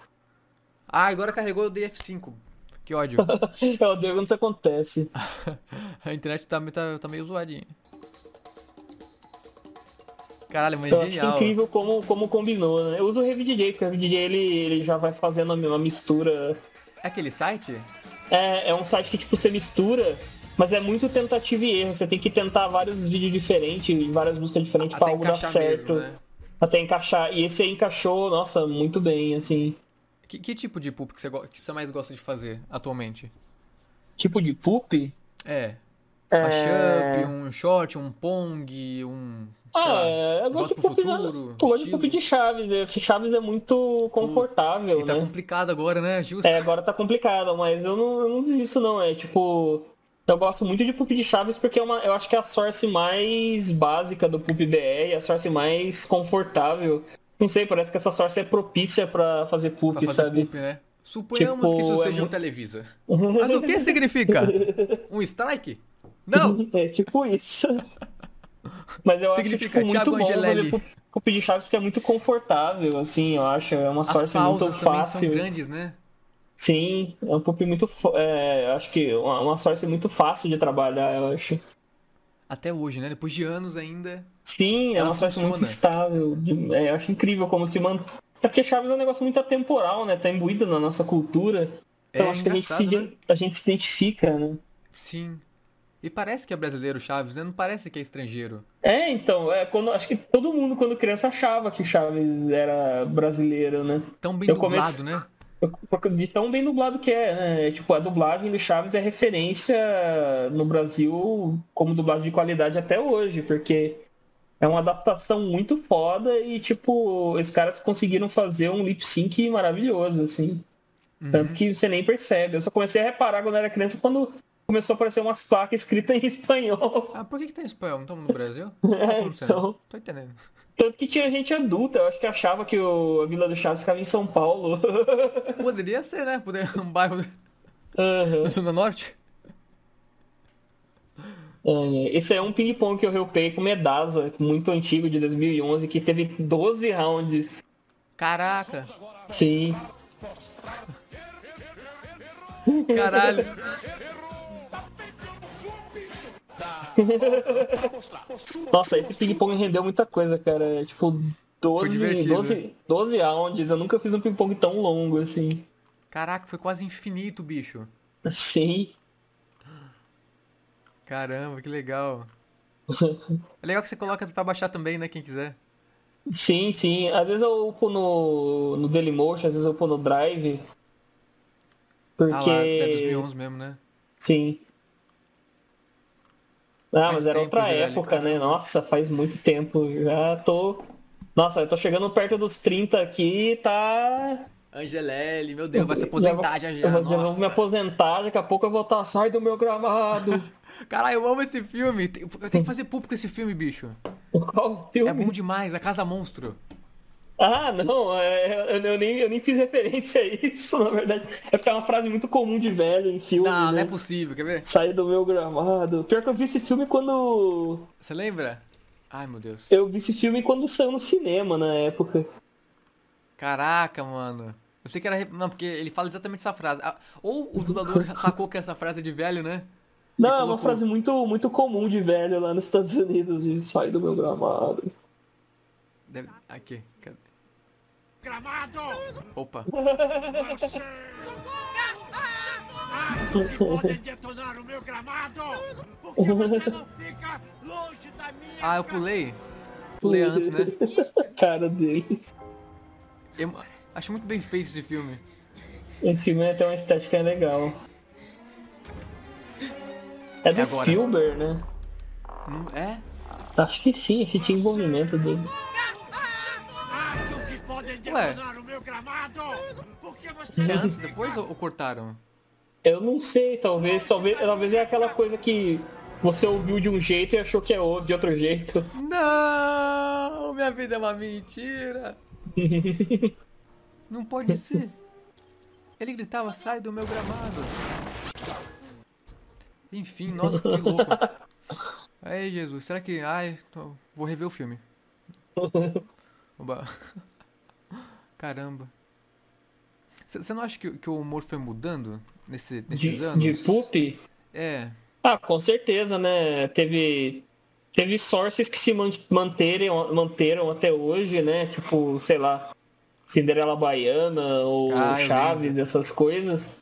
S1: Ah, agora carregou eu dei F5. Que ódio.
S2: Eu odeio quando isso acontece.
S1: A internet tá, me- tá, tá meio zoadinha. Caralho, mas é
S2: Eu acho é
S1: genial.
S2: incrível como, como combinou, né? Eu uso o RevDJ, porque o RevDJ ele, ele já vai fazendo uma mistura.
S1: É aquele site?
S2: É, é um site que tipo, você mistura, mas é muito tentativa e erro. Você tem que tentar vários vídeos diferentes, várias músicas diferentes pra
S1: Até
S2: algo dar
S1: encaixar
S2: certo.
S1: mesmo, né?
S2: Até encaixar. E esse aí encaixou, nossa, muito bem, assim.
S1: Que, que tipo de poop que você, go- que você mais gosta de fazer atualmente?
S2: Tipo de poop?
S1: É.
S2: É...
S1: Mashup, um short, um pong, um. sei lá,
S2: Ah, eu gosto
S1: Volta
S2: de
S1: pro
S2: pouco de,
S1: Futuro,
S2: eu gosto de,
S1: estilo.
S2: pouco de Chaves, né? porque Chaves é muito confortável,
S1: E tá
S2: né?
S1: complicado agora, né? Justo.
S2: É, agora tá complicado, mas eu não, eu não desisto não, é tipo... Eu gosto muito de Pup de Chaves porque é uma, eu acho que é a source mais básica do Pup BR, é a source mais confortável. Não sei, parece que essa source é propícia pra fazer Pup,
S1: pra fazer
S2: sabe?
S1: poop, né? Suponhamos
S2: Tipo,
S1: que isso
S2: é
S1: seja um
S2: muito-
S1: Televisa. Mas o que significa? Um strike? Não!
S2: É tipo isso. Mas eu
S1: Significa
S2: acho tipo,
S1: Thiago
S2: muito bom
S1: Angelelli.
S2: fazer Pup- Pup de Chaves porque é muito confortável, assim, eu acho. É uma
S1: As
S2: source muito
S1: pausas também são
S2: fácil.
S1: grandes, né?
S2: Sim, é um pop muito. fo- É, acho que uma, uma source muito fácil de trabalhar, eu acho.
S1: Até hoje, né? Depois de anos ainda.
S2: Sim, é
S1: Ela
S2: uma source muito
S1: funciona.
S2: estável. de- é, eu acho incrível como se mantém. É porque Chaves é um negócio muito atemporal, né? Tá imbuído na nossa cultura. Então
S1: É
S2: acho que a gente, se,
S1: engraçado, né?
S2: a gente se identifica, né?
S1: Sim. E parece que é brasileiro Chaves, né? Não parece que é estrangeiro.
S2: É, então, é, quando, acho que todo mundo quando criança achava que Chaves era brasileiro, né?
S1: Tão bem
S2: Eu
S1: dublado,
S2: comecei-
S1: né?
S2: Porque De tão bem dublado que é, né? Tipo, a dublagem do Chaves é referência no Brasil como dublagem de qualidade até hoje, porque é uma adaptação muito foda e, tipo, os caras conseguiram fazer um lip sync maravilhoso, assim. Tanto que você nem percebe. Eu só comecei a reparar quando eu era criança quando começou a aparecer umas facas escritas em espanhol.
S1: Ah, por que, que tá em espanhol? Não estamos no Brasil?
S2: É,
S1: Não sei.
S2: então.
S1: Tô entendendo.
S2: Tanto que tinha gente adulta, eu acho que achava que o, a Vila do Chaves ficava em São Paulo.
S1: Poderia ser, né? Poderia ser um bairro
S2: Aham.
S1: da Zona Norte.
S2: É, Esse é um ping-pong que eu reupei com Medasa, muito antigo, de 2011, que teve 12 rounds.
S1: Caraca,
S2: Sim.
S1: caralho.
S2: Nossa, esse ping-pong rendeu muita coisa, cara. É, Tipo,
S1: Foi
S2: 12,
S1: divertido, né?
S2: 12, 12 rounds. Eu nunca fiz um ping-pong tão longo assim.
S1: Caraca, foi quase infinito, bicho.
S2: Sim.
S1: Caramba, que legal. É legal que você coloca pra baixar também, né? Quem quiser.
S2: Sim, sim. Às vezes eu upo no, no Dailymotion, às vezes eu upo no Drive.
S1: Ah lá, é
S2: Porque.
S1: 2011 mesmo, né?
S2: sim. Ah,
S1: Faz
S2: mas era
S1: tempo,
S2: outra
S1: Girelli,
S2: época,
S1: caramba.
S2: né? Nossa, faz muito tempo. Já tô. Nossa, eu tô chegando perto dos 30 aqui e tá.
S1: Angelelli, meu Deus, vai se
S2: Já vou-
S1: aposentar É já já.
S2: eu vou- já vou me
S1: Nossa.
S2: aposentar, daqui a pouco eu vou estar. Sai do meu gramado!
S1: Caralho, eu amo esse filme. Tem- Eu tenho que fazer público esse filme, bicho.
S2: Qual filme?
S1: É bom demais, A Casa Monstro.
S2: Ah, não, é, eu, eu nem, eu nem fiz referência a isso, na verdade. É porque é uma frase muito comum de velho em filme,
S1: Não, não
S2: né?
S1: é possível, quer ver?
S2: Sair do meu gramado. Pior que eu vi esse filme quando.
S1: Você lembra? Ai, meu Deus.
S2: Eu vi esse filme quando saiu no cinema na época.
S1: Caraca, mano. Eu sei que era. re- Não, porque ele fala exatamente essa frase. Ah, Ou o dublador sacou que essa frase é de velho, né?
S2: Não, é uma
S1: colocou.
S2: frase muito, muito comum de velho lá nos Estados Unidos, de sair do meu gramado.
S1: Deve... Aqui. Cadê? Gramado! Opa.
S5: Podem detonar o meu gramado! Porque você não fica longe da minha.
S1: Ah, eu pulei. Pulei antes, né?
S2: Cara dele.
S1: Eu acho muito bem feito esse filme.
S2: Esse filme é até uma estética legal. É do
S1: É agora.
S2: Spielberg, né?
S1: Hum, É?
S2: Acho que sim, acho que tinha envolvimento dele.
S5: Acham que podem detonar o meu gramado! Porque você
S1: É
S5: não
S1: antes,
S5: fica
S1: depois ou, ou cortaram?
S2: Eu não sei, talvez, talvez, talvez é aquela coisa que você ouviu de um jeito e achou que é o- de outro jeito.
S1: Não! Minha vida é uma mentira! Não pode ser. Ele gritava, sai do meu gramado. Enfim, nossa, que louco. Aí, Jesus, será que... Ai, tô- vou rever o filme. Oba. Caramba. Você não acha que, que o humor foi mudando nesse, nesses
S2: De,
S1: anos?
S2: de poop?
S1: É.
S2: Ah, com certeza, né? Teve teve sources que se man- manteram, manteram até hoje, né? Tipo, sei lá, Cinderela Baiana ou
S1: Ah, eu
S2: Chaves, essas coisas.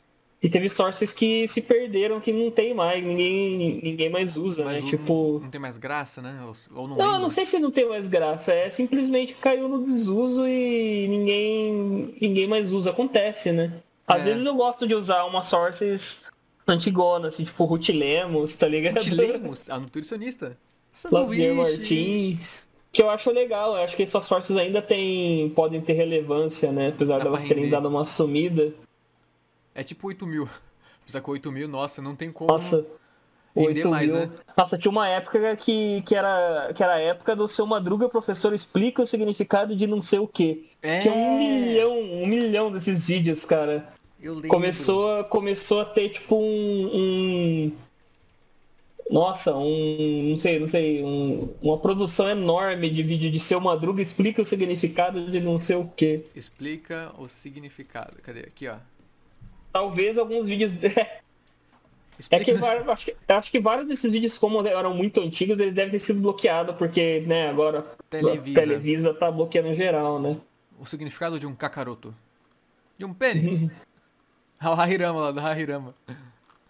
S2: E teve sources que se perderam, que não tem mais, ninguém, ninguém mais usa,
S1: Mas
S2: né?
S1: não-
S2: Tipo.
S1: Não tem mais graça, né? Ou, ou não
S2: Não, eu
S1: lembro.
S2: não sei se não tem mais graça, é simplesmente caiu no desuso e ninguém ninguém mais usa, acontece, né? Às
S1: É.
S2: vezes eu gosto de usar uma sources antigona, assim, tipo Ruth Lemos, tá ligado?
S1: Ruth Lemos, é a nutricionista.
S2: Lavier
S1: Sanduíche.
S2: Martins. Que eu acho legal, eu acho que essas sources ainda tem, podem ter relevância, né? Apesar
S1: Dá
S2: delas
S1: pra
S2: terem
S1: render.
S2: dado uma sumida.
S1: É tipo 8 mil. Apesar que 8 mil, nossa, não tem como.
S2: Nossa.
S1: Render
S2: 8
S1: mais,
S2: mil.
S1: né?
S2: Nossa, tinha uma época que, que, era, que era a época do seu Madruga Professor Explica o Significado de Não Sei O Que.
S1: É.
S2: Tinha um milhão, um milhão desses vídeos, cara.
S1: Eu lembro.
S2: Começou, a- começou a ter, tipo, um... um- Nossa, um... Não sei, não sei. um- uma produção enorme de vídeo de Seu Madruga Explica o Significado de Não Sei O Que.
S1: Explica o significado. Cadê? Aqui,
S2: É
S1: ó.
S2: Talvez alguns vídeos... É
S1: Explica.
S2: que var- acho, que, acho que vários desses vídeos, como eram muito antigos, eles devem ter sido bloqueados, porque, né, agora
S1: Televisa.
S2: a Televisa tá bloqueando em geral, né?
S1: O significado de um cacaroto. De um pênis. Ah, o Hahirama lá, do Hahirama.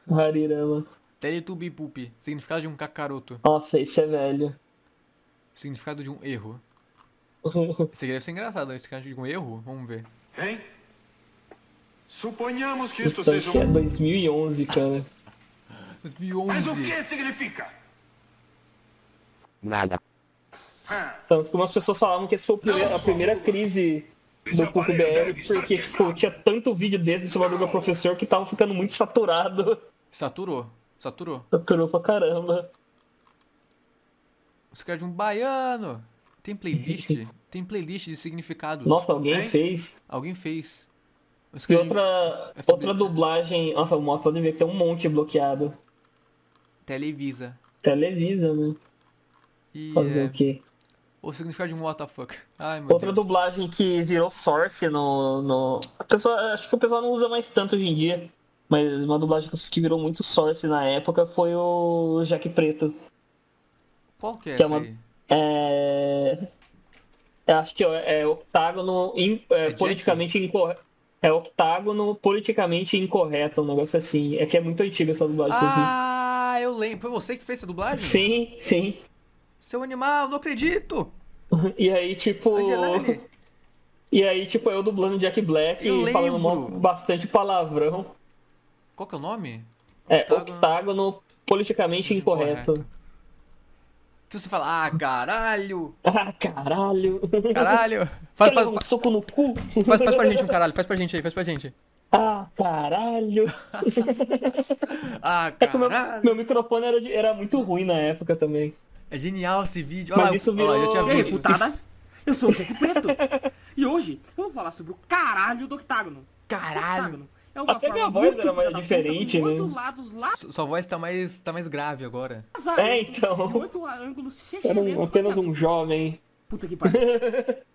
S2: Harirama.
S1: Teletubby Poop. Significado de um cacaroto.
S2: Nossa, isso é velho.
S1: Significado de um erro. Esse aqui deve ser engraçado, né? Significado de um erro? Vamos ver.
S5: Hein? Suponhamos que
S2: Isso
S5: isso
S2: daqui
S5: seja
S2: é
S5: um.
S2: 2011, cara.
S1: 2011.
S5: Mas o que significa?
S10: Nada.
S5: Ah,
S2: Tanto que umas pessoas falavam que essa foi o primeiro- a primeira crise do Cuco BR, porque, tipo, tinha tanto vídeo desse desse Madruga Professor que tava ficando muito saturado.
S1: Saturou. Saturou?
S2: Saturou pra caramba.
S1: Os caras de um baiano. Tem playlist? Tem playlist de significados.
S2: Nossa, alguém fez.
S1: Alguém fez. Os
S2: E
S1: caras de-
S2: outra,
S1: FB.
S2: outra dublagem. Nossa, o moto pode ver que tem um monte bloqueado.
S1: Televisa.
S2: Televisa, né?
S1: E
S2: Fazer
S1: é,
S2: o quê?
S1: o significado de um what the fuck. Ai, meu
S2: Outra
S1: Deus.
S2: dublagem que virou source no. no... A pessoa, acho que o pessoal não usa mais tanto hoje em dia. Mas uma dublagem que- que virou muito source na época foi o Jack Preto.
S1: Qual que é
S2: que é
S1: essa
S2: uma-
S1: aí?
S2: É. é, Acho que é é octágono in- é,
S1: É Jack?
S2: politicamente incorreto. É octágono politicamente incorreto, um negócio assim. É que é muito antiga essa dublagem que eu fiz.
S1: Ah, eu lembro. Foi você que fez essa dublagem?
S2: Sim, sim.
S1: Seu animal, não acredito!
S2: E aí, tipo.
S1: Angelane,
S2: E aí, tipo, eu dublando Jack Black
S1: Eu
S2: e falando mó-
S1: lembro.
S2: bastante palavrão.
S1: qual que é o nome?
S2: É,
S1: Octágono-
S2: octágono, politicamente incorreto.
S1: Que você fala, ah, caralho!
S2: Ah, caralho.
S1: Caralho!
S2: Quer
S1: Faz,
S2: levar
S1: faz,
S2: um soco no cu.
S1: faz, faz pra gente um caralho, faz pra gente aí, faz pra gente.
S2: Ah, caralho.
S1: Ah,
S2: É que o meu,
S1: caralho!
S2: meu microfone era, de- era muito ruim na época também.
S1: É genial esse vídeo. Olha
S2: Mas
S1: lá,
S2: isso
S1: olha lá, eu
S2: virou- um
S4: E
S1: já
S2: tá
S1: tinha
S5: Ah.
S4: aí,
S1: visto.
S4: putada? né? Eu sou o Zeco Preto. e hoje eu vou falar sobre o caralho do octágono.
S1: Caralho!
S4: Octágono é uma
S2: Até
S4: forma
S2: minha voz
S4: muito
S2: era mais
S4: filha da puta,
S2: diferente,
S4: com
S2: né?
S4: Oito lados
S1: Su- Sua voz tá mais, tá mais grave agora.
S4: lazarentos.
S2: É, então.
S4: E oito ângulos
S2: Era um-
S4: chechelentes.
S2: apenas um jovem.
S4: Puta que pariu.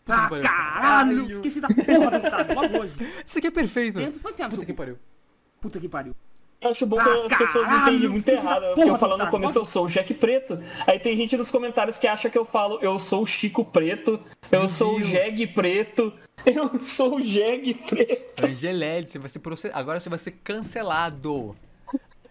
S4: Ah, caralho!
S1: pariu. Caralho.
S4: Esqueci da porra do octágono logo hoje.
S1: Isso aqui é perfeito.
S4: Dentro do
S1: Puta que pariu.
S4: Puta que pariu.
S2: Eu acho bom que
S4: Ah,
S2: as pessoas
S4: caralho,
S2: entendem muito
S4: esqueci da
S2: errado.
S4: porra
S2: Porque eu
S4: do
S2: falando no
S4: cara.
S2: começo eu sou o Jack Preto. Aí tem gente nos comentários que acha que eu falo eu sou o Chico Preto, eu
S1: Meu
S2: sou
S1: Deus.
S2: o Jeg Preto, eu sou o Jeg Preto.
S1: Angelelli, você vai ser processado. Agora você vai ser cancelado.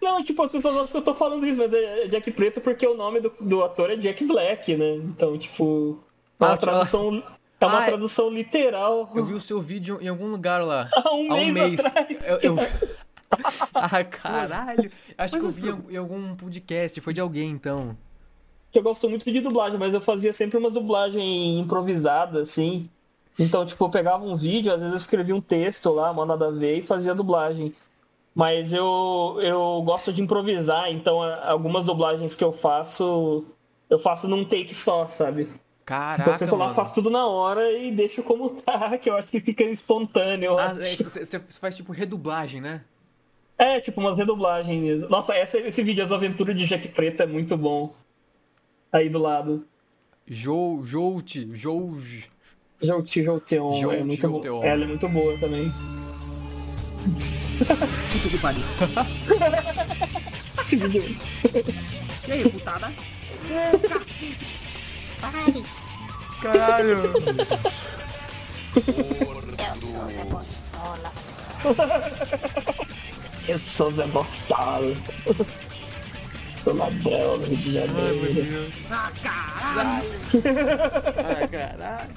S2: Não, tipo, as pessoas acham que eu tô falando isso, mas é Jack Preto porque o nome do, do ator é Jack Black, né? Então, tipo, é
S1: Ah,
S2: uma
S1: tipo,
S2: tradução, é uma
S1: Ah, é-
S2: tradução literal.
S1: Eu vi o seu vídeo em algum lugar lá.
S2: Há um mês atrás.
S1: Eu, eu- ah, caralho. Acho
S4: Mas
S1: que eu
S4: eu
S1: vi em- em algum podcast. Foi de alguém, então.
S2: Eu gosto muito de dublagem, mas eu fazia sempre umas dublagens improvisadas, assim. Então, tipo, eu pegava um vídeo, às vezes eu escrevia um texto lá, mó nada a ver, e fazia dublagem. Mas eu, eu gosto de improvisar, então a- algumas dublagens que eu faço, eu faço num take só, sabe? Então eu
S1: Caraca,
S2: sento lá,
S1: mano.
S2: faço tudo na hora e deixo como tá, que eu acho que fica espontâneo. eu
S1: Ah,
S2: acho.
S1: é, você você faz tipo redublagem, né?
S2: É, tipo, umas redublagens mesmo. Nossa, essa- esse vídeo, As Aventuras de Jack Preto, é muito bom. Aí do lado.
S1: Jou, joute, jouj.
S2: Jout Jouteon,
S1: Jout
S2: é muito boa.
S1: Jouteon.
S2: Ela é muito boa também.
S4: Puta que pariu.
S2: Esse vídeo
S4: E aí, putada?
S1: Caralho.
S2: eu sou Zé Gostado. Sou ladrão no Rio de
S1: Ai, meu
S2: Janeiro.
S1: Deus.
S4: Ah, caralho!
S1: Ah, caralho.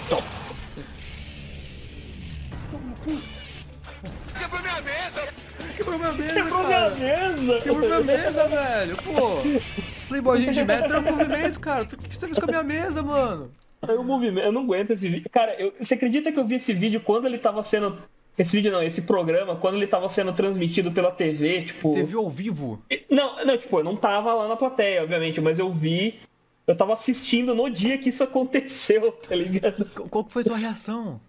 S1: Stop.
S5: Quebrou minha mesa!
S1: Quebrou minha mesa,
S2: Quebrou minha
S1: cara.
S2: mesa!
S1: Quebrou minha mesa, velho. Pô. Playboyzinho de merda. Tranca o movimento, cara. O que que você fez com a minha mesa, mano?
S2: É um movimento, eu não aguento esse vídeo. Cara, eu- você acredita que eu vi esse vídeo quando ele tava sendo. Esse vídeo não, esse programa, quando ele tava sendo transmitido pela TV, tipo.
S1: Você viu ao vivo?
S2: Não, não, tipo, eu não tava lá na plateia, obviamente, mas eu vi. Eu tava assistindo no dia que isso aconteceu, tá ligado?
S1: Qu- Qual que foi a tua reação?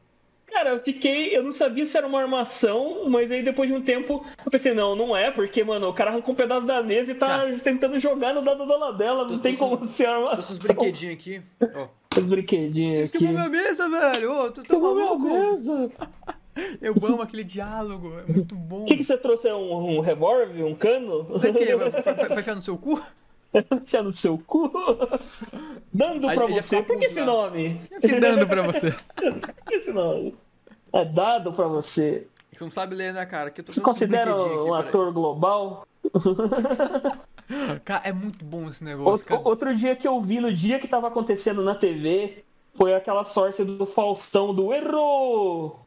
S2: Cara, eu fiquei. Eu não sabia se era uma armação, mas aí depois de um tempo eu pensei, não, não é, porque, mano, o cara arrancou um pedaço da mesa e tá
S1: Cara.
S2: tentando jogar no dado da dela, não
S1: Tô-
S2: tem
S1: tô
S2: como ser arma.
S1: Tô esses brinquedinhos aqui. Ó.
S2: Os brinquedinhos
S1: Vocês
S2: aqui.
S1: quebrou minha mesa, velho. Ô, tu tá
S2: Quebrou minha
S1: maluco?
S2: mesa.
S1: Eu amo aquele diálogo. É muito bom.
S2: O que, que você trouxe? É Um, um revólver? Um cano?
S1: Isso aqui vai, vai, vai- vai enfiar no seu cu?
S2: Enfia no seu cu? Dando
S1: Aí
S2: pra
S1: já
S2: você.
S1: fica
S2: Por que esse
S1: abusado.
S2: nome?
S1: Que dando pra você.
S2: Por que esse nome? É dado pra você.
S1: Você não sabe ler, né, cara? Que eu tô
S2: Você
S1: vendo esses
S2: considera
S1: brinquedinhos
S2: um
S1: aqui, peraí.
S2: ator global?
S1: Cara, é muito bom esse negócio,
S2: Outro,
S1: cara.
S2: outro dia que eu vi, no dia que tava acontecendo na TV, foi aquela sorte do Faustão do Errou!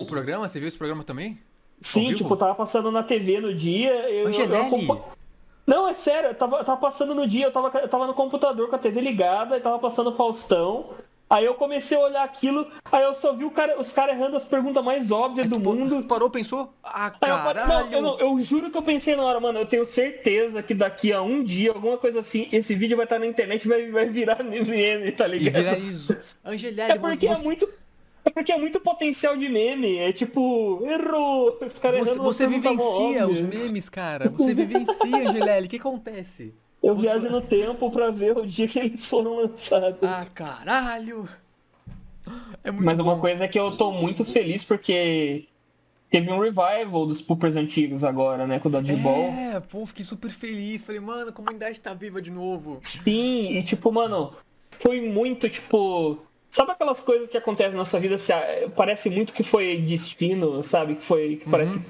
S1: O programa, você viu esse programa também? Ao
S2: Sim,
S1: vivo?
S2: tipo, tava passando na TV no dia. Eu, eu, eu
S1: Angelelli.
S2: acompa- Não, é sério, eu tava, eu tava passando no dia, eu tava, eu tava no computador com a TV ligada, e tava passando o Faustão. Aí eu comecei a olhar aquilo, aí eu só vi cara, os caras errando as perguntas mais óbvias do mundo.
S1: É tipo, Parou, pensou? Ah,
S2: Aí eu,
S1: caralho.
S2: não, eu, não, eu juro que eu pensei na hora, mano, eu tenho certeza que daqui a um dia, alguma coisa assim, esse vídeo vai estar na internet e vai, vai virar meme, tá
S1: E
S2: ligado?
S1: viralizou. Angelelli,
S2: É porque é
S1: você,
S2: muito. É porque é muito potencial de meme. É tipo, errou! Os caras
S1: você,
S2: errando tá uma
S1: você
S2: pergunta mó
S1: vivencia os
S2: óbvia.
S1: memes, cara. Você vivencia, Angelelli. O que acontece?
S2: Eu
S1: você-
S2: viajo no tempo pra ver o dia que eles foram lançados.
S1: Ah, caralho. É muito
S2: Mas uma
S1: bom.
S2: coisa é que eu tô muito feliz porque teve um revival dos Poopers antigos agora, né? Com o Dodgeball.
S1: É, pô, fiquei super feliz. Falei, mano, a comunidade tá viva de novo.
S2: Sim, e tipo, mano, foi muito, tipo. Sabe aquelas coisas que acontecem na nossa vida, se a- parece muito que foi destino, sabe? Que foi. Que parece que.
S1: Uhum.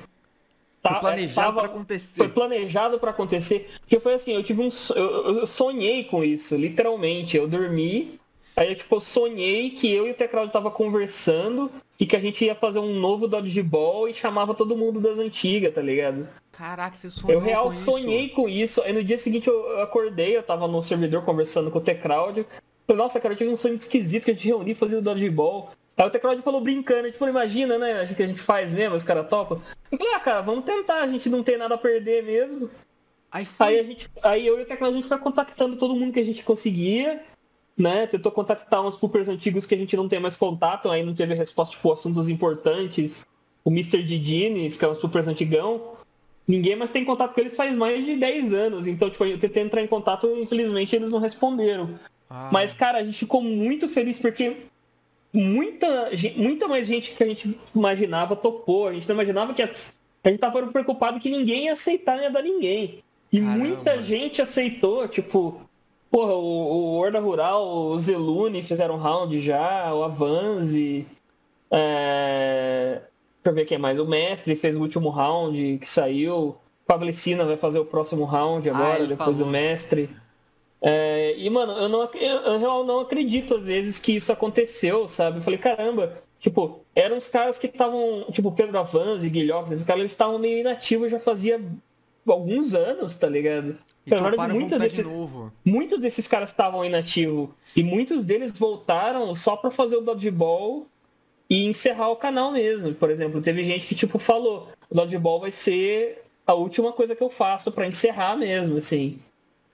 S1: Foi
S2: tá-
S1: planejado
S2: tava-
S1: pra acontecer.
S2: Foi planejado pra acontecer. Porque foi assim, eu tive um. so- Eu, eu sonhei com isso, literalmente. Eu dormi. Aí eu, tipo, eu sonhei que eu e o Teclado tava conversando e que a gente ia fazer um novo Dodgeball e chamava todo mundo das antigas, tá ligado?
S1: Caraca, você sonhou
S2: Eu real
S1: com isso.
S2: sonhei com isso. Aí no dia seguinte eu eu acordei, eu tava no servidor conversando com o Tecrowd. Falei, nossa, cara, eu tive um sonho esquisito que a gente reuniu e fazia o dodgeball. Aí o Tecrowd falou brincando, a gente falou, imagina, né? A gente, que a gente faz mesmo, os caras topam. Eu falei, ah, cara, vamos tentar, a gente não tem nada a perder mesmo.
S1: Aí
S2: Tá Aí,
S1: foi.
S2: a gente, aí eu e o Teclado a gente foi contactando todo mundo que a gente conseguia, né? Tentou contactar uns poopers antigos que a gente não tem mais contato, aí não teve resposta, tipo, assuntos importantes. O Mr. Didines, que é um poopers antigão. Ninguém mais tem contato com eles faz mais de 10 anos. Então, tipo, eu tentei entrar em contato e infelizmente eles não responderam.
S1: Ah,
S2: Mas, cara, a gente ficou muito feliz porque muita, gen- muita mais gente que a gente imaginava topou. A gente não imaginava que a, a gente tava preocupado que ninguém ia aceitar, não ia dar ninguém. E
S1: Caramba.
S2: muita gente aceitou, tipo, porra, o, o Horda Rural, o Zelune fizeram round já, o Avanzi. É... Deixa eu ver quem mais. O Mestre fez o último round que saiu. Pablicina vai fazer o próximo round agora,
S1: Ah, ele
S2: depois
S1: falou.
S2: o Mestre. É, e, mano, eu não, ac- eu, eu real não acredito às vezes que isso aconteceu, sabe? Eu falei, caramba, tipo, eram os caras que estavam, tipo, Pedro Avanzi, Guilhox, esses caras, eles estavam meio inativos já fazia alguns anos, tá ligado?
S1: e
S2: Cara, na hora
S1: toparam
S2: muita
S1: voltar de
S2: desses-
S1: novo.
S2: Muitos desses caras estavam inativos e muitos deles voltaram só pra fazer o dodgeball e encerrar o canal mesmo. Por exemplo, teve gente que tipo falou, o dodgeball vai ser a última coisa que eu faço pra encerrar mesmo, assim.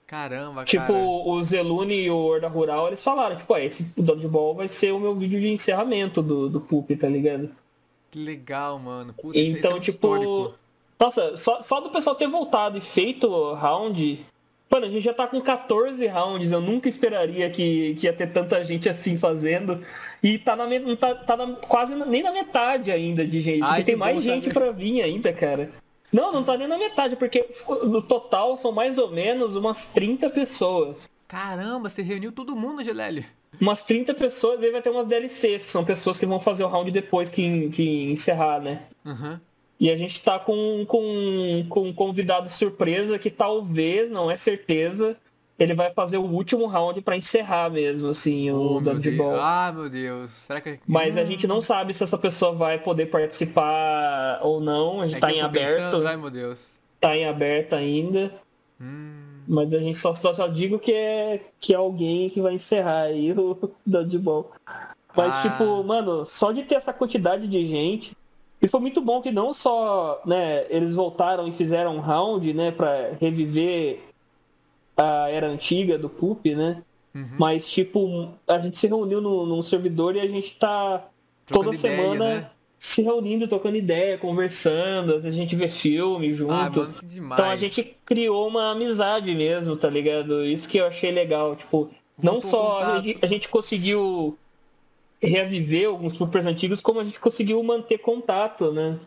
S1: Caramba,
S2: Tipo,
S1: cara.
S2: o Zelune e o Horda Rural, eles falaram, tipo, ah, esse dodgeball vai ser o meu vídeo de encerramento do, do Pup, tá ligado?
S1: Que legal, mano. Puta, isso- isso é
S2: Então,
S1: muito
S2: tipo.
S1: histórico.
S2: Nossa, só, só do pessoal ter voltado e feito round. Mano, a gente já tá com 14 rounds, eu nunca esperaria que, que ia ter tanta gente assim fazendo. E tá, na, me- tá, tá na- quase na- nem na metade ainda de gente.
S1: Ai,
S2: porque tem
S1: que
S2: mais
S1: bom
S2: gente
S1: saber.
S2: pra vir ainda, cara. Não, não tá nem na metade, porque no total são mais ou menos umas 30 pessoas.
S1: Caramba, você reuniu todo mundo, Angelelli.
S2: umas 30 pessoas, aí vai ter umas DLCs, que são pessoas que vão fazer o round depois que, que encerrar, né?
S1: Aham.
S2: E a gente tá com, com, com um convidado surpresa que talvez, não é certeza, ele vai fazer o último round pra encerrar mesmo, assim,
S1: Oh,
S2: o
S1: meu Deus.
S2: dodgeball.
S1: Ah, meu Deus. Será que.
S2: Mas a gente não sabe se essa pessoa vai poder participar ou não, a gente
S1: É
S2: tá
S1: que
S2: em
S1: eu tô pensando,
S2: aberto,
S1: Ai, meu Deus.
S2: tá em aberto ainda.
S1: Hum,
S2: Mas a gente só, só, só digo que é, que é alguém que vai encerrar aí o Dodgeball. Mas,
S1: Ah.
S2: tipo, mano, só de ter essa quantidade de gente. E foi muito bom que não só, né, eles voltaram e fizeram um round, né, pra reviver a era antiga do Pup, né?
S1: Uhum.
S2: Mas, tipo, a gente se reuniu num, num servidor e a gente tá
S1: trocando
S2: toda
S1: ideia,
S2: semana
S1: Né?
S2: se reunindo, tocando ideia, conversando, a gente vê filme junto.
S1: Ah, mano, que demais.
S2: Então a gente criou uma amizade mesmo, tá ligado? Isso que eu achei legal, tipo, não
S1: Voltou o
S2: só a
S1: contato.
S2: gente, a gente conseguiu reaviver alguns poopers antigos, como a gente conseguiu manter contato, né?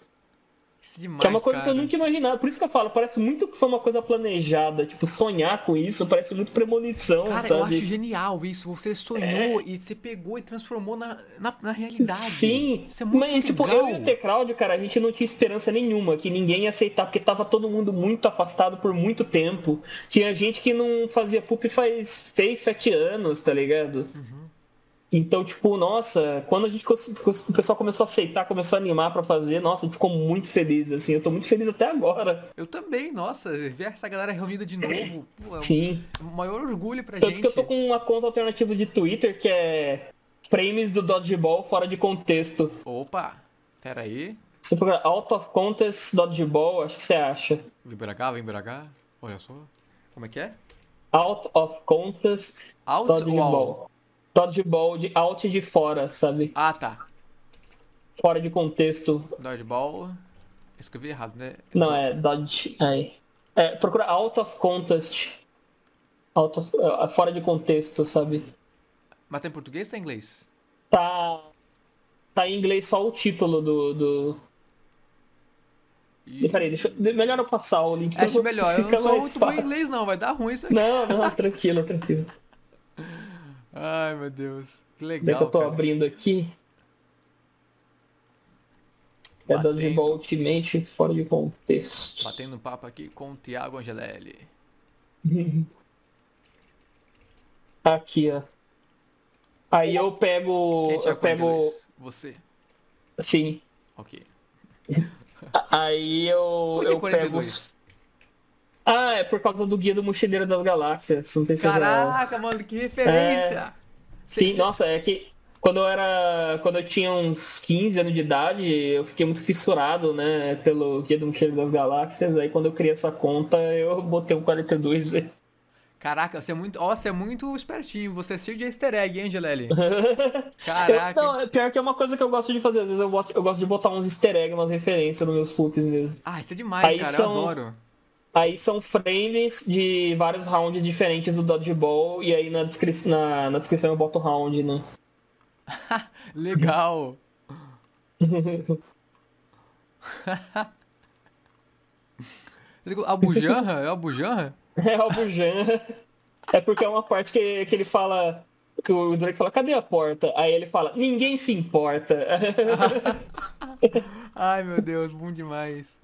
S1: Isso é demais,
S2: que é uma coisa
S1: cara.
S2: que eu nunca imaginava. Por isso que eu falo, parece muito que foi uma coisa planejada, tipo, sonhar com isso, parece muito premonição,
S1: Cara, eu acho
S2: sabe?
S1: genial isso. Você sonhou
S2: É.
S1: e você pegou e transformou na, na, na realidade.
S2: Sim,
S1: Isso é muito
S2: mas tipo,
S1: legal.
S2: eu e o T-Crowd, cara, a gente não tinha esperança nenhuma que ninguém ia aceitar, porque tava todo mundo muito afastado por muito tempo. Tinha gente que não fazia pup faz 6, 7 anos, tá ligado?
S1: Uhum.
S2: Então, tipo, nossa, quando a gente cons- cons- o pessoal começou a aceitar, começou a animar pra fazer, nossa, a gente ficou muito feliz, assim, eu tô muito feliz até agora.
S1: Eu também, nossa, ver essa galera reunida de novo, pô, é
S2: Sim.
S1: o maior orgulho pra
S2: Tanto
S1: gente.
S2: que eu tô com uma conta alternativa de Twitter que é Frames do Dodgeball fora de contexto.
S1: Opa, peraí.
S2: Se você procurar Out of Contest Dodgeball, acho que você acha.
S1: Vem pra cá, vem pra cá. Olha só. Como é que é?
S2: Out of Contest
S1: Out ou
S2: Dodgeball.
S1: out?
S2: Dodgeball de out de fora, sabe?
S1: Ah, tá.
S2: Fora de contexto.
S1: Dodgeball. Escrevi errado, né?
S2: Não, é dodge... Aí. É, procura Out of Contest. Out of- é, fora de contexto, sabe?
S1: Mas tem português ou tem inglês?
S2: Tá... Tá em inglês só o título do... do...
S1: E-
S2: Peraí, deixa eu... Melhor eu passar o link.
S1: Acho
S2: eu-
S1: melhor. Eu
S2: fica
S1: não sou
S2: mais
S1: muito bom em
S2: fácil.
S1: inglês, não. Vai dar ruim isso aqui.
S2: Não, não, tranquilo, tranquilo.
S1: Ai, meu Deus. Que
S2: Daí é que
S1: legal.
S2: eu tô
S1: cara.
S2: abrindo aqui. É
S1: Batendo.
S2: Dodgeball Ultimate fora de contexto.
S1: Batendo um papo aqui com o Thiago Angelelli.
S2: Aqui, ó. Aí eu pego.
S1: Quem é
S2: eu
S1: Thiago
S2: pego.
S1: Angelelli? Você.
S2: Sim.
S1: Ok.
S2: A- Aí eu.
S1: Por que
S2: eu
S1: 42?
S2: Pego... Ah, é por causa do Guia do Mochileiro das Galáxias. Não sei se você já...
S1: Caraca, mano, que referência!
S2: É.
S1: Cê-
S2: Sim,
S1: cê-
S2: nossa, é que quando eu era. Quando eu tinha uns 15 anos de idade, eu fiquei muito fissurado, né, pelo Guia do Mochileiro das Galáxias. Aí quando eu criei essa conta, eu botei um 42. aí.
S1: Caraca, você é muito. Ó, você é muito espertinho. Você é cheio de easter egg, hein, Angelelli? Caraca.
S2: Eu- não, é pior que é uma coisa que eu gosto de fazer. Às vezes eu, boto- eu gosto de botar uns easter eggs, umas referências nos meus poops mesmo.
S1: Ah, isso é demais,
S2: Aí
S1: cara. Eu
S2: são-
S1: adoro.
S2: Aí são frames de vários rounds diferentes do Dodgeball. E aí na, descri- na- na descrição eu boto round, né?
S1: Legal. A Bujanra? É a Bujanra?
S2: É o Bujan. É porque é uma parte que, que ele fala. Que o Drake fala, cadê a porta? Aí ele fala, ninguém se importa.
S1: Ai, meu Deus, bom demais.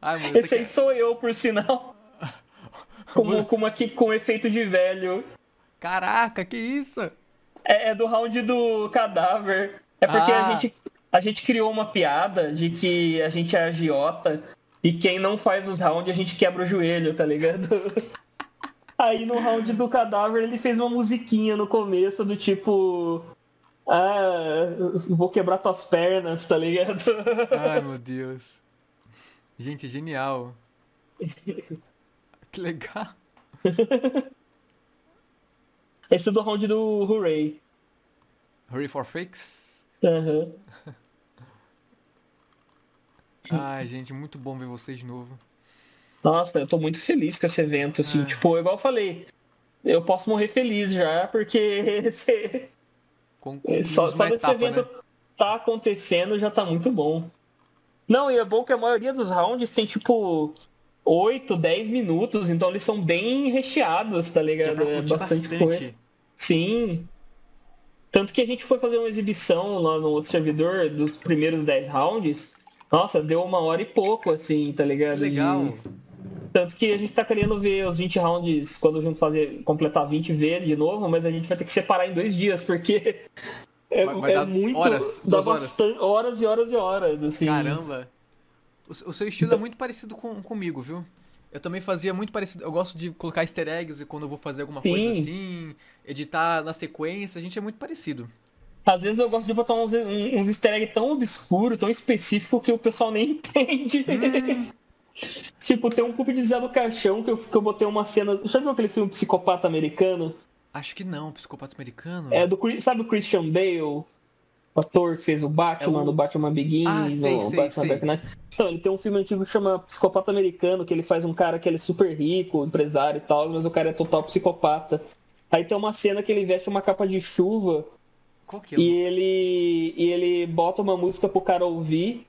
S1: Ai, mano,
S2: Esse
S1: você
S2: aí sou eu, por sinal. Com, com, uma, que- com efeito de velho.
S1: Caraca, que isso?
S2: É, é do round do cadáver. É porque
S1: Ah.
S2: a, gente, a gente criou uma piada de que a gente é agiota e quem não faz os rounds a gente quebra o joelho, tá ligado? Aí no round do cadáver ele fez uma musiquinha no começo do tipo. Ah, vou quebrar tuas pernas, tá ligado?
S1: Ai, meu Deus. Gente, genial. Que legal.
S2: Esse é do round do Hooray.
S1: Hurry for Fix.
S2: Aham.
S1: Ai, gente, muito bom ver vocês de novo.
S2: Nossa, eu tô muito feliz com esse evento, assim, tipo, igual eu falei, eu posso morrer feliz já, porque esse,
S1: Com,
S2: É, Só,
S1: concluímos
S2: só
S1: uma
S2: desse
S1: etapa,
S2: evento
S1: né?
S2: tá acontecendo já tá muito bom. Não, e é bom que a maioria dos rounds tem tipo 8, 10 minutos, então eles são bem recheados, tá
S1: Que é
S2: ligado?
S1: pra curtir bastante.
S2: coisa. Sim. Tanto que a gente foi fazer uma exibição lá no outro servidor dos primeiros 10 rounds. Nossa, deu uma hora e pouco, assim, tá
S1: Que
S2: ligado?
S1: legal.
S2: De- tanto que a gente tá querendo ver os 20 rounds quando junto fazer completar 20 ver de novo, mas a gente vai ter que separar em dois dias, porque é,
S1: Vai- vai
S2: é
S1: dar
S2: muito.
S1: horas,
S2: dá
S1: duas horas.
S2: bastan- horas e horas e horas, assim.
S1: Caramba. O, se- o seu estilo é muito parecido com, comigo, viu? Eu também fazia muito parecido. Eu gosto de colocar easter eggs quando eu vou fazer alguma coisa
S2: Sim.
S1: assim, editar na sequência. A gente é muito parecido.
S2: Às vezes eu gosto de botar uns, um- uns easter egg tão obscuro, tão específico que o pessoal nem entende.
S1: Hum.
S2: tipo, tem um cubo de Zé do Caixão que eu, que eu botei uma cena. Já viu aquele filme Psicopata Americano?
S1: Acho que não, Psicopata Americano.
S2: É do Chris- sabe o Christian Bale, o ator que fez o Batman,
S1: É o-
S2: do Batman Begins,
S1: Ah, sei,
S2: o
S1: sei,
S2: Batman
S1: sei.
S2: Dark Knight. Então, ele tem um filme antigo que chama Psicopata Americano, que ele faz um cara que ele é super rico, empresário e tal, mas o cara é total psicopata. Aí tem uma cena que ele veste uma capa de chuva
S1: Qual que é?
S2: e ele e ele bota uma música pro cara ouvir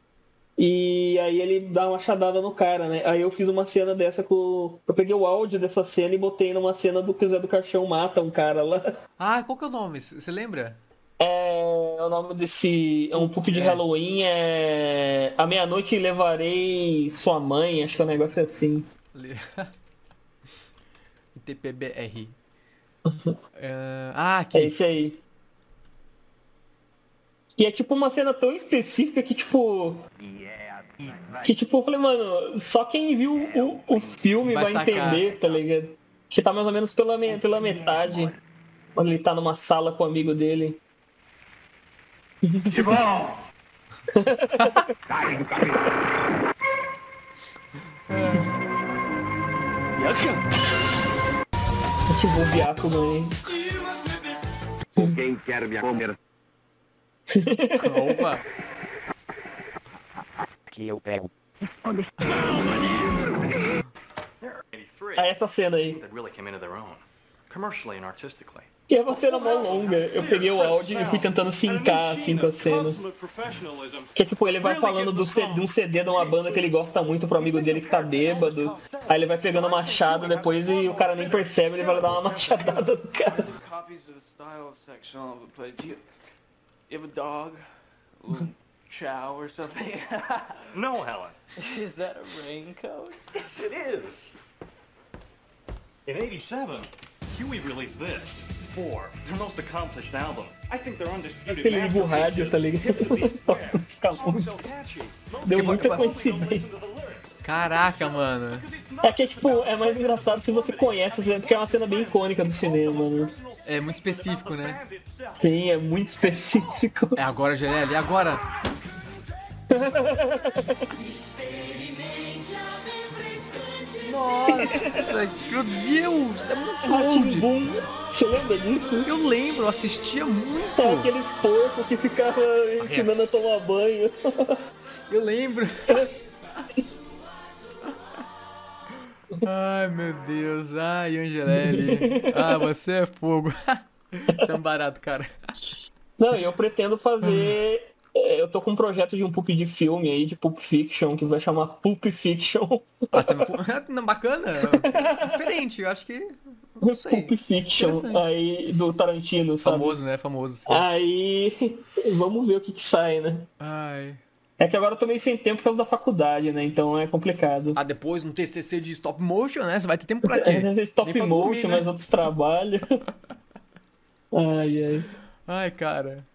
S2: e aí ele dá uma chadada no cara, né? Aí eu fiz uma cena dessa com eu peguei o áudio dessa cena e botei numa cena do que o Zé do Caixão mata um cara lá.
S1: Ah, qual que é o nome? C- Você lembra?
S2: É, o nome desse. É um pup de
S1: É.
S2: Halloween, é. A meia-noite levarei sua mãe, acho que é um negócio assim.
S1: Le- ITPBR. Ah, ah,
S2: É
S1: aqui.
S2: esse aí. E é tipo uma cena tão específica que tipo. Que tipo, eu falei, mano, só quem viu o, o filme
S1: Vai
S2: vai,
S1: sacar.
S2: entender, tá ligado? Que tá mais ou menos pela, me- pela metade. Quando ele tá numa sala com o amigo dele.
S5: Que bom! Sai do caminho!
S2: É. Ativou Tipo, o Byakuman aí.
S5: Quem quer me comer?
S1: Opa!
S5: Que eu pego.
S2: Ah, essa cena aí.
S10: that really came into their own, commercially and artistically.
S2: E é uma cena mó longa. Eu peguei o áudio e fui tentando sincar assim com a cena. Que é tipo, ele vai falando do C- de um CD de uma banda que ele gosta muito pro amigo dele que tá bêbado. Aí ele vai pegando a machada depois e o cara nem percebe, ele vai dar uma machadada no cara.
S11: copies of the style section on the play. Do you, you have a dog? A little chow or something?
S10: No, Helen.
S11: Is that a raincoat?
S10: Yes, it is. In 87, Huey released this. Four, their most accomplished album. I think they're undisputed
S2: Ele liga o rádio, tá ligado? Fica muito. Deu muita coincidência.
S1: Caraca, mano.
S11: um
S2: É que tipo, é mais engraçado se você conhece essa cena, porque é uma cena bem icônica do cinema, né?
S1: É muito específico, né?
S2: Sim, é muito específico.
S1: É agora, Gelele, é agora. Nossa, meu Deus, é
S2: Ah,
S1: muito old.
S2: Tim Boom, Tipo, um- você lembra disso?
S1: Eu lembro, eu assistia muito.
S2: É aqueles porcos que ficavam ensinando a tomar banho.
S1: Eu lembro. Ai, meu Deus. Ai, Angelelli. Ah, você é fogo. Você é um barato, cara.
S2: Não, e eu pretendo fazer. é, Eu tô com um projeto de um pulp de filme aí, de Pulp Fiction, que vai chamar Pulp Fiction.
S1: Nossa, mas fo- é não, bacana. Diferente, eu acho que... Não sei.
S2: Pulp Fiction,
S1: Interessante.
S2: aí do Tarantino, sabe?
S1: Famoso, né? Famoso. sim.
S2: Aí. Vamos ver o que que sai, né?
S1: Ai.
S2: É que agora eu tô meio sem tempo por causa da faculdade, né? Então é complicado.
S1: Ah, depois um TCC de stop motion, né? Você vai ter tempo pra quê?
S2: É,
S1: Nem
S2: Stop
S1: pra
S2: motion,
S1: dormir, né?
S2: mais outros trabalhos. Ai, ai.
S1: Ai, cara.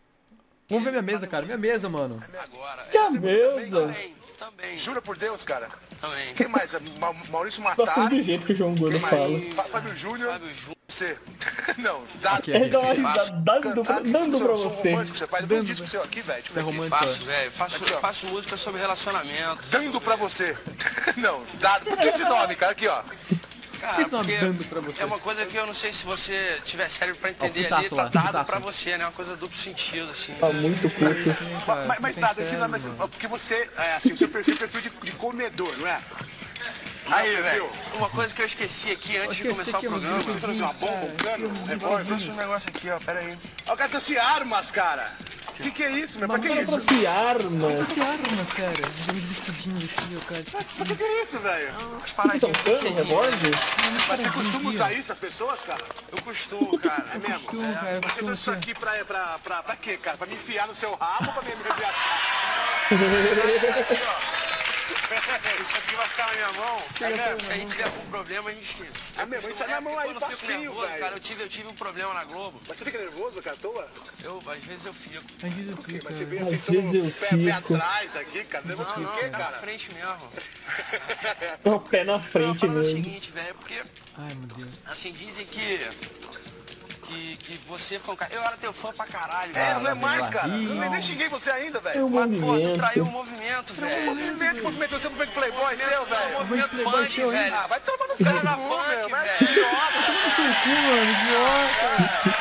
S1: Vamos ver minha mesa, cara. Minha mesa, mano.
S12: Agora.
S2: Que a mesa!
S12: Também, também. Jura por Deus, cara? Também. Quem mais? É Ma- Maurício Matar.
S2: Gosto do jeito que o João Gordo
S12: Quem
S2: fala.
S12: mais? Fá- Fábio Júnior. Fábio Júnior. Você. Não, dá.
S1: Aqui,
S2: Ele É dá uma
S1: aqui.
S2: risada, dando, pra- dando pra você.
S12: Você faz um disco seu aqui, velho.
S1: Você é romântico.
S12: Faço,
S1: ó.
S12: velho. Faço, faço música sobre relacionamento. Dando pra você. Não, dado. Por que esse nome, cara? Aqui, ó.
S1: Por que você não dando pra você?
S12: É uma coisa que eu não sei se você tiver cérebro pra
S1: entender
S12: entender
S1: putaço ali,
S12: ali,
S1: tá
S12: tá
S1: lá, dado
S12: dado
S1: putaço. pra
S12: pra você, né? Uma coisa duplo sentido, assim.
S2: Tá muito curto.
S1: Cara,
S12: mas, mas
S1: você
S12: nada,
S1: tem
S12: assim,
S1: cérebro,
S12: mas,
S1: mano.
S12: porque você, é, assim, o seu perfil é perfil de, de comedor, não é? Aí, velho. Uma coisa que eu esqueci aqui antes
S1: de começar o programa.
S12: Você trouxe uma bomba, um cano, um revólver? Eu trouxe um negócio aqui, ó, pera aí. Ó, o cara trouxe armas, cara. O que, que é isso, meu? Pra que
S2: Cara,
S12: isso?
S2: trouxe armas.
S1: Que armas, cara. Tem uns bicudinhos aqui, ó, assim, cara.
S12: Pra que, que é isso, velho? As
S2: Que são
S12: Então,
S2: cano, revólver?
S12: Mas você costuma usar isso das pessoas, cara? Eu costumo, cara. É mesmo?
S1: costumo,
S12: É.
S1: cara, eu
S12: Você
S1: costumo,
S12: trouxe isso
S1: cara.
S12: aqui pra, pra, pra, pra quê, cara? Pra me enfiar no seu rabo ou pra me me enfiar? Isso aqui vai ficar na minha mão. É mesmo? Se a gente tiver algum problema, a gente. É mesmo? Isso é na mão aí, facinho, velho. Cara, eu tive, eu tive um problema na Globo. Mas você fica nervoso, cara, à toa? Eu, às vezes eu fico.
S1: Ai, Jesus, cara.
S12: Mas você vem
S2: Às
S12: assim, todo
S2: vezes eu
S12: pé, pé
S2: fico.
S12: atrás aqui, cara. Não, não, não, cara. Tá Na frente mesmo.
S2: É o pé na
S12: Não,
S2: frente
S12: fala o
S2: mesmo.
S12: seguinte, velho, porque
S1: Ai, meu Deus.
S12: Assim, dizem que. Que, que você foi um cara. Eu era teu fã pra caralho. É, não é mais, cara. Eu nem, nem xinguei você ainda,
S2: É o
S12: velho. Mas, pô, tu traiu o
S2: movimento.
S12: movimento, velho. O movimento, movimento, você é um movimento playboy seu, velho. O movimento
S1: Playboy
S12: punk,
S1: seu, hein?
S12: velho. Ah, vai tomar no seu cu, velho. Vai idiota.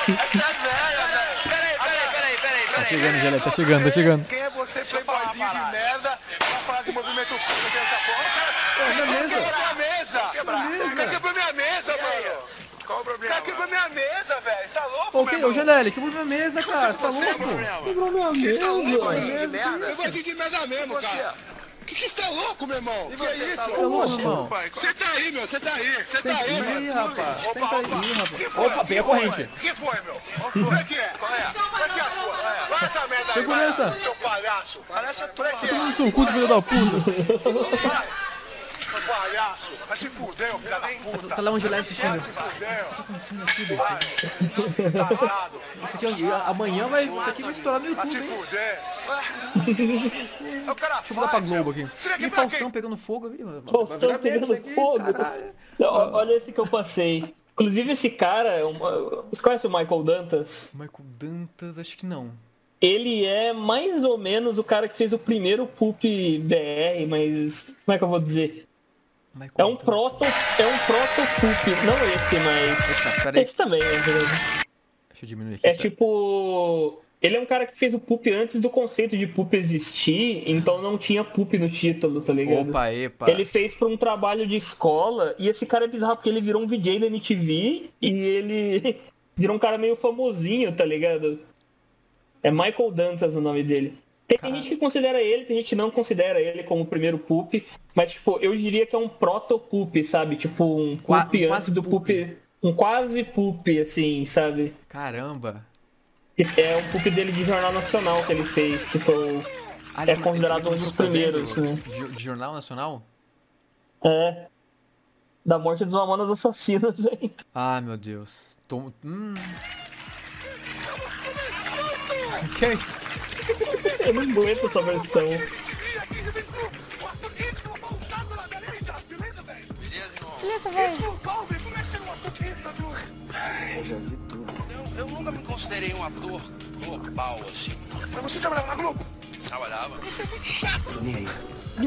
S12: Essa é velha, velho. Peraí, peraí, peraí, peraí. Tá
S1: chegando, Gelé, tá chegando, tá chegando.
S12: Quem é você, playboyzinho de merda, pra falar de movimento punk dessa porra? Cara, Quem quebrou minha mesa. O cara quebrou minha mesa, mano. Qual o problema? O cara quebrou minha mesa, velho. Você tá louco,
S1: Ô, é
S12: meu
S1: que,
S12: irmão?
S1: ô Gelele, que minha mesa, cara. Tá
S12: Você,
S1: louco?
S12: Gabriel?
S2: Quebrou minha mesa.
S12: de merda? Eu bati de merda mesmo, cara. O que que você tá louco, meu irmão? que é isso?
S1: Tá louco, irmão?
S12: Você tá aí, meu. Você tá aí. Você tá aí,
S1: Senta aí,
S12: meu.
S1: rapaz. Senta aí,
S12: Que
S1: rapaz.
S12: foi?
S1: Opa, pega a
S12: Que foi?
S1: corrente.
S12: Que foi, meu? Qual é que é? Qual é? Qual que é a sua? Qual é? Vai essa merda aí,
S1: Segurança.
S12: vai, Seu palhaço. Palhaço é tu, é que
S1: Tudo no
S12: é?
S1: seu cu, seu filho da puta.
S12: Vai. Seu palhaço. Vai se fuder, filho da puta.
S1: Tá lá um Gelele assistindo.
S12: Se fuder, ó.
S1: Isso
S12: tarado.
S1: aqui, é ó, amanhã vai, isso aqui vai estourar no
S12: Vai
S1: YouTube,
S12: se
S1: hein?
S12: fuder. É o cara
S1: Deixa eu mudar pra
S12: faz,
S1: Globo
S12: meu.
S1: aqui.
S12: Será que
S1: Ih,
S12: pra quem?
S1: Faustão pegando fogo. Ih, mano, vai
S2: Faustão
S1: virar meme isso
S2: pegando
S1: aqui,
S2: fogo.
S1: caralho.
S2: Não, ó- olha esse que eu passei. Inclusive esse cara, é uma... você conhece o Michael Dantas?
S1: Michael Dantas, acho que não.
S2: Ele é mais ou menos o cara que fez o primeiro Pulp BR, mas como é que eu vou dizer? Michael é um Dantas. proto, é um proto Pulp, não esse, mas Eita, esse também. É
S1: Tá, Deixa eu diminuir aqui. tá.
S2: É tipo, ele é um cara que fez o Pup antes do conceito de Pup existir, então não tinha Pup no título, tá ligado?
S1: Opa, epa.
S2: Ele fez pra um trabalho de escola, e esse cara é bizarro porque ele virou um VJ da MTV e ele virou um cara meio famosinho, tá ligado? É Michael Dantas o nome dele. Tem Caramba. gente que considera ele, tem gente que não considera ele como o primeiro Pup, mas tipo, eu diria que é um proto-Pup, sabe? Tipo um Pup antes quase do Pup. Um quase Pup, assim, sabe?
S1: Caramba!
S2: É um pup dele de Jornal Nacional que ele fez, que foi. Ah, é considerado um dos primeiros,
S1: fazendo, né? De Jornal Nacional?
S2: É. Da morte dos Mamonas Assassinas aí.
S1: Ah, meu Deus. Tom... Hum. que é isso?
S2: Eu não aguento essa versão.
S12: Beleza, velho. Como é ser um ator do... Eu já vi tudo. Eu nunca me considerei um ator global, assim.
S5: Mas você trabalhava na Globo?
S12: Trabalhava.
S5: Você é muito chato.
S12: Eu nem aí.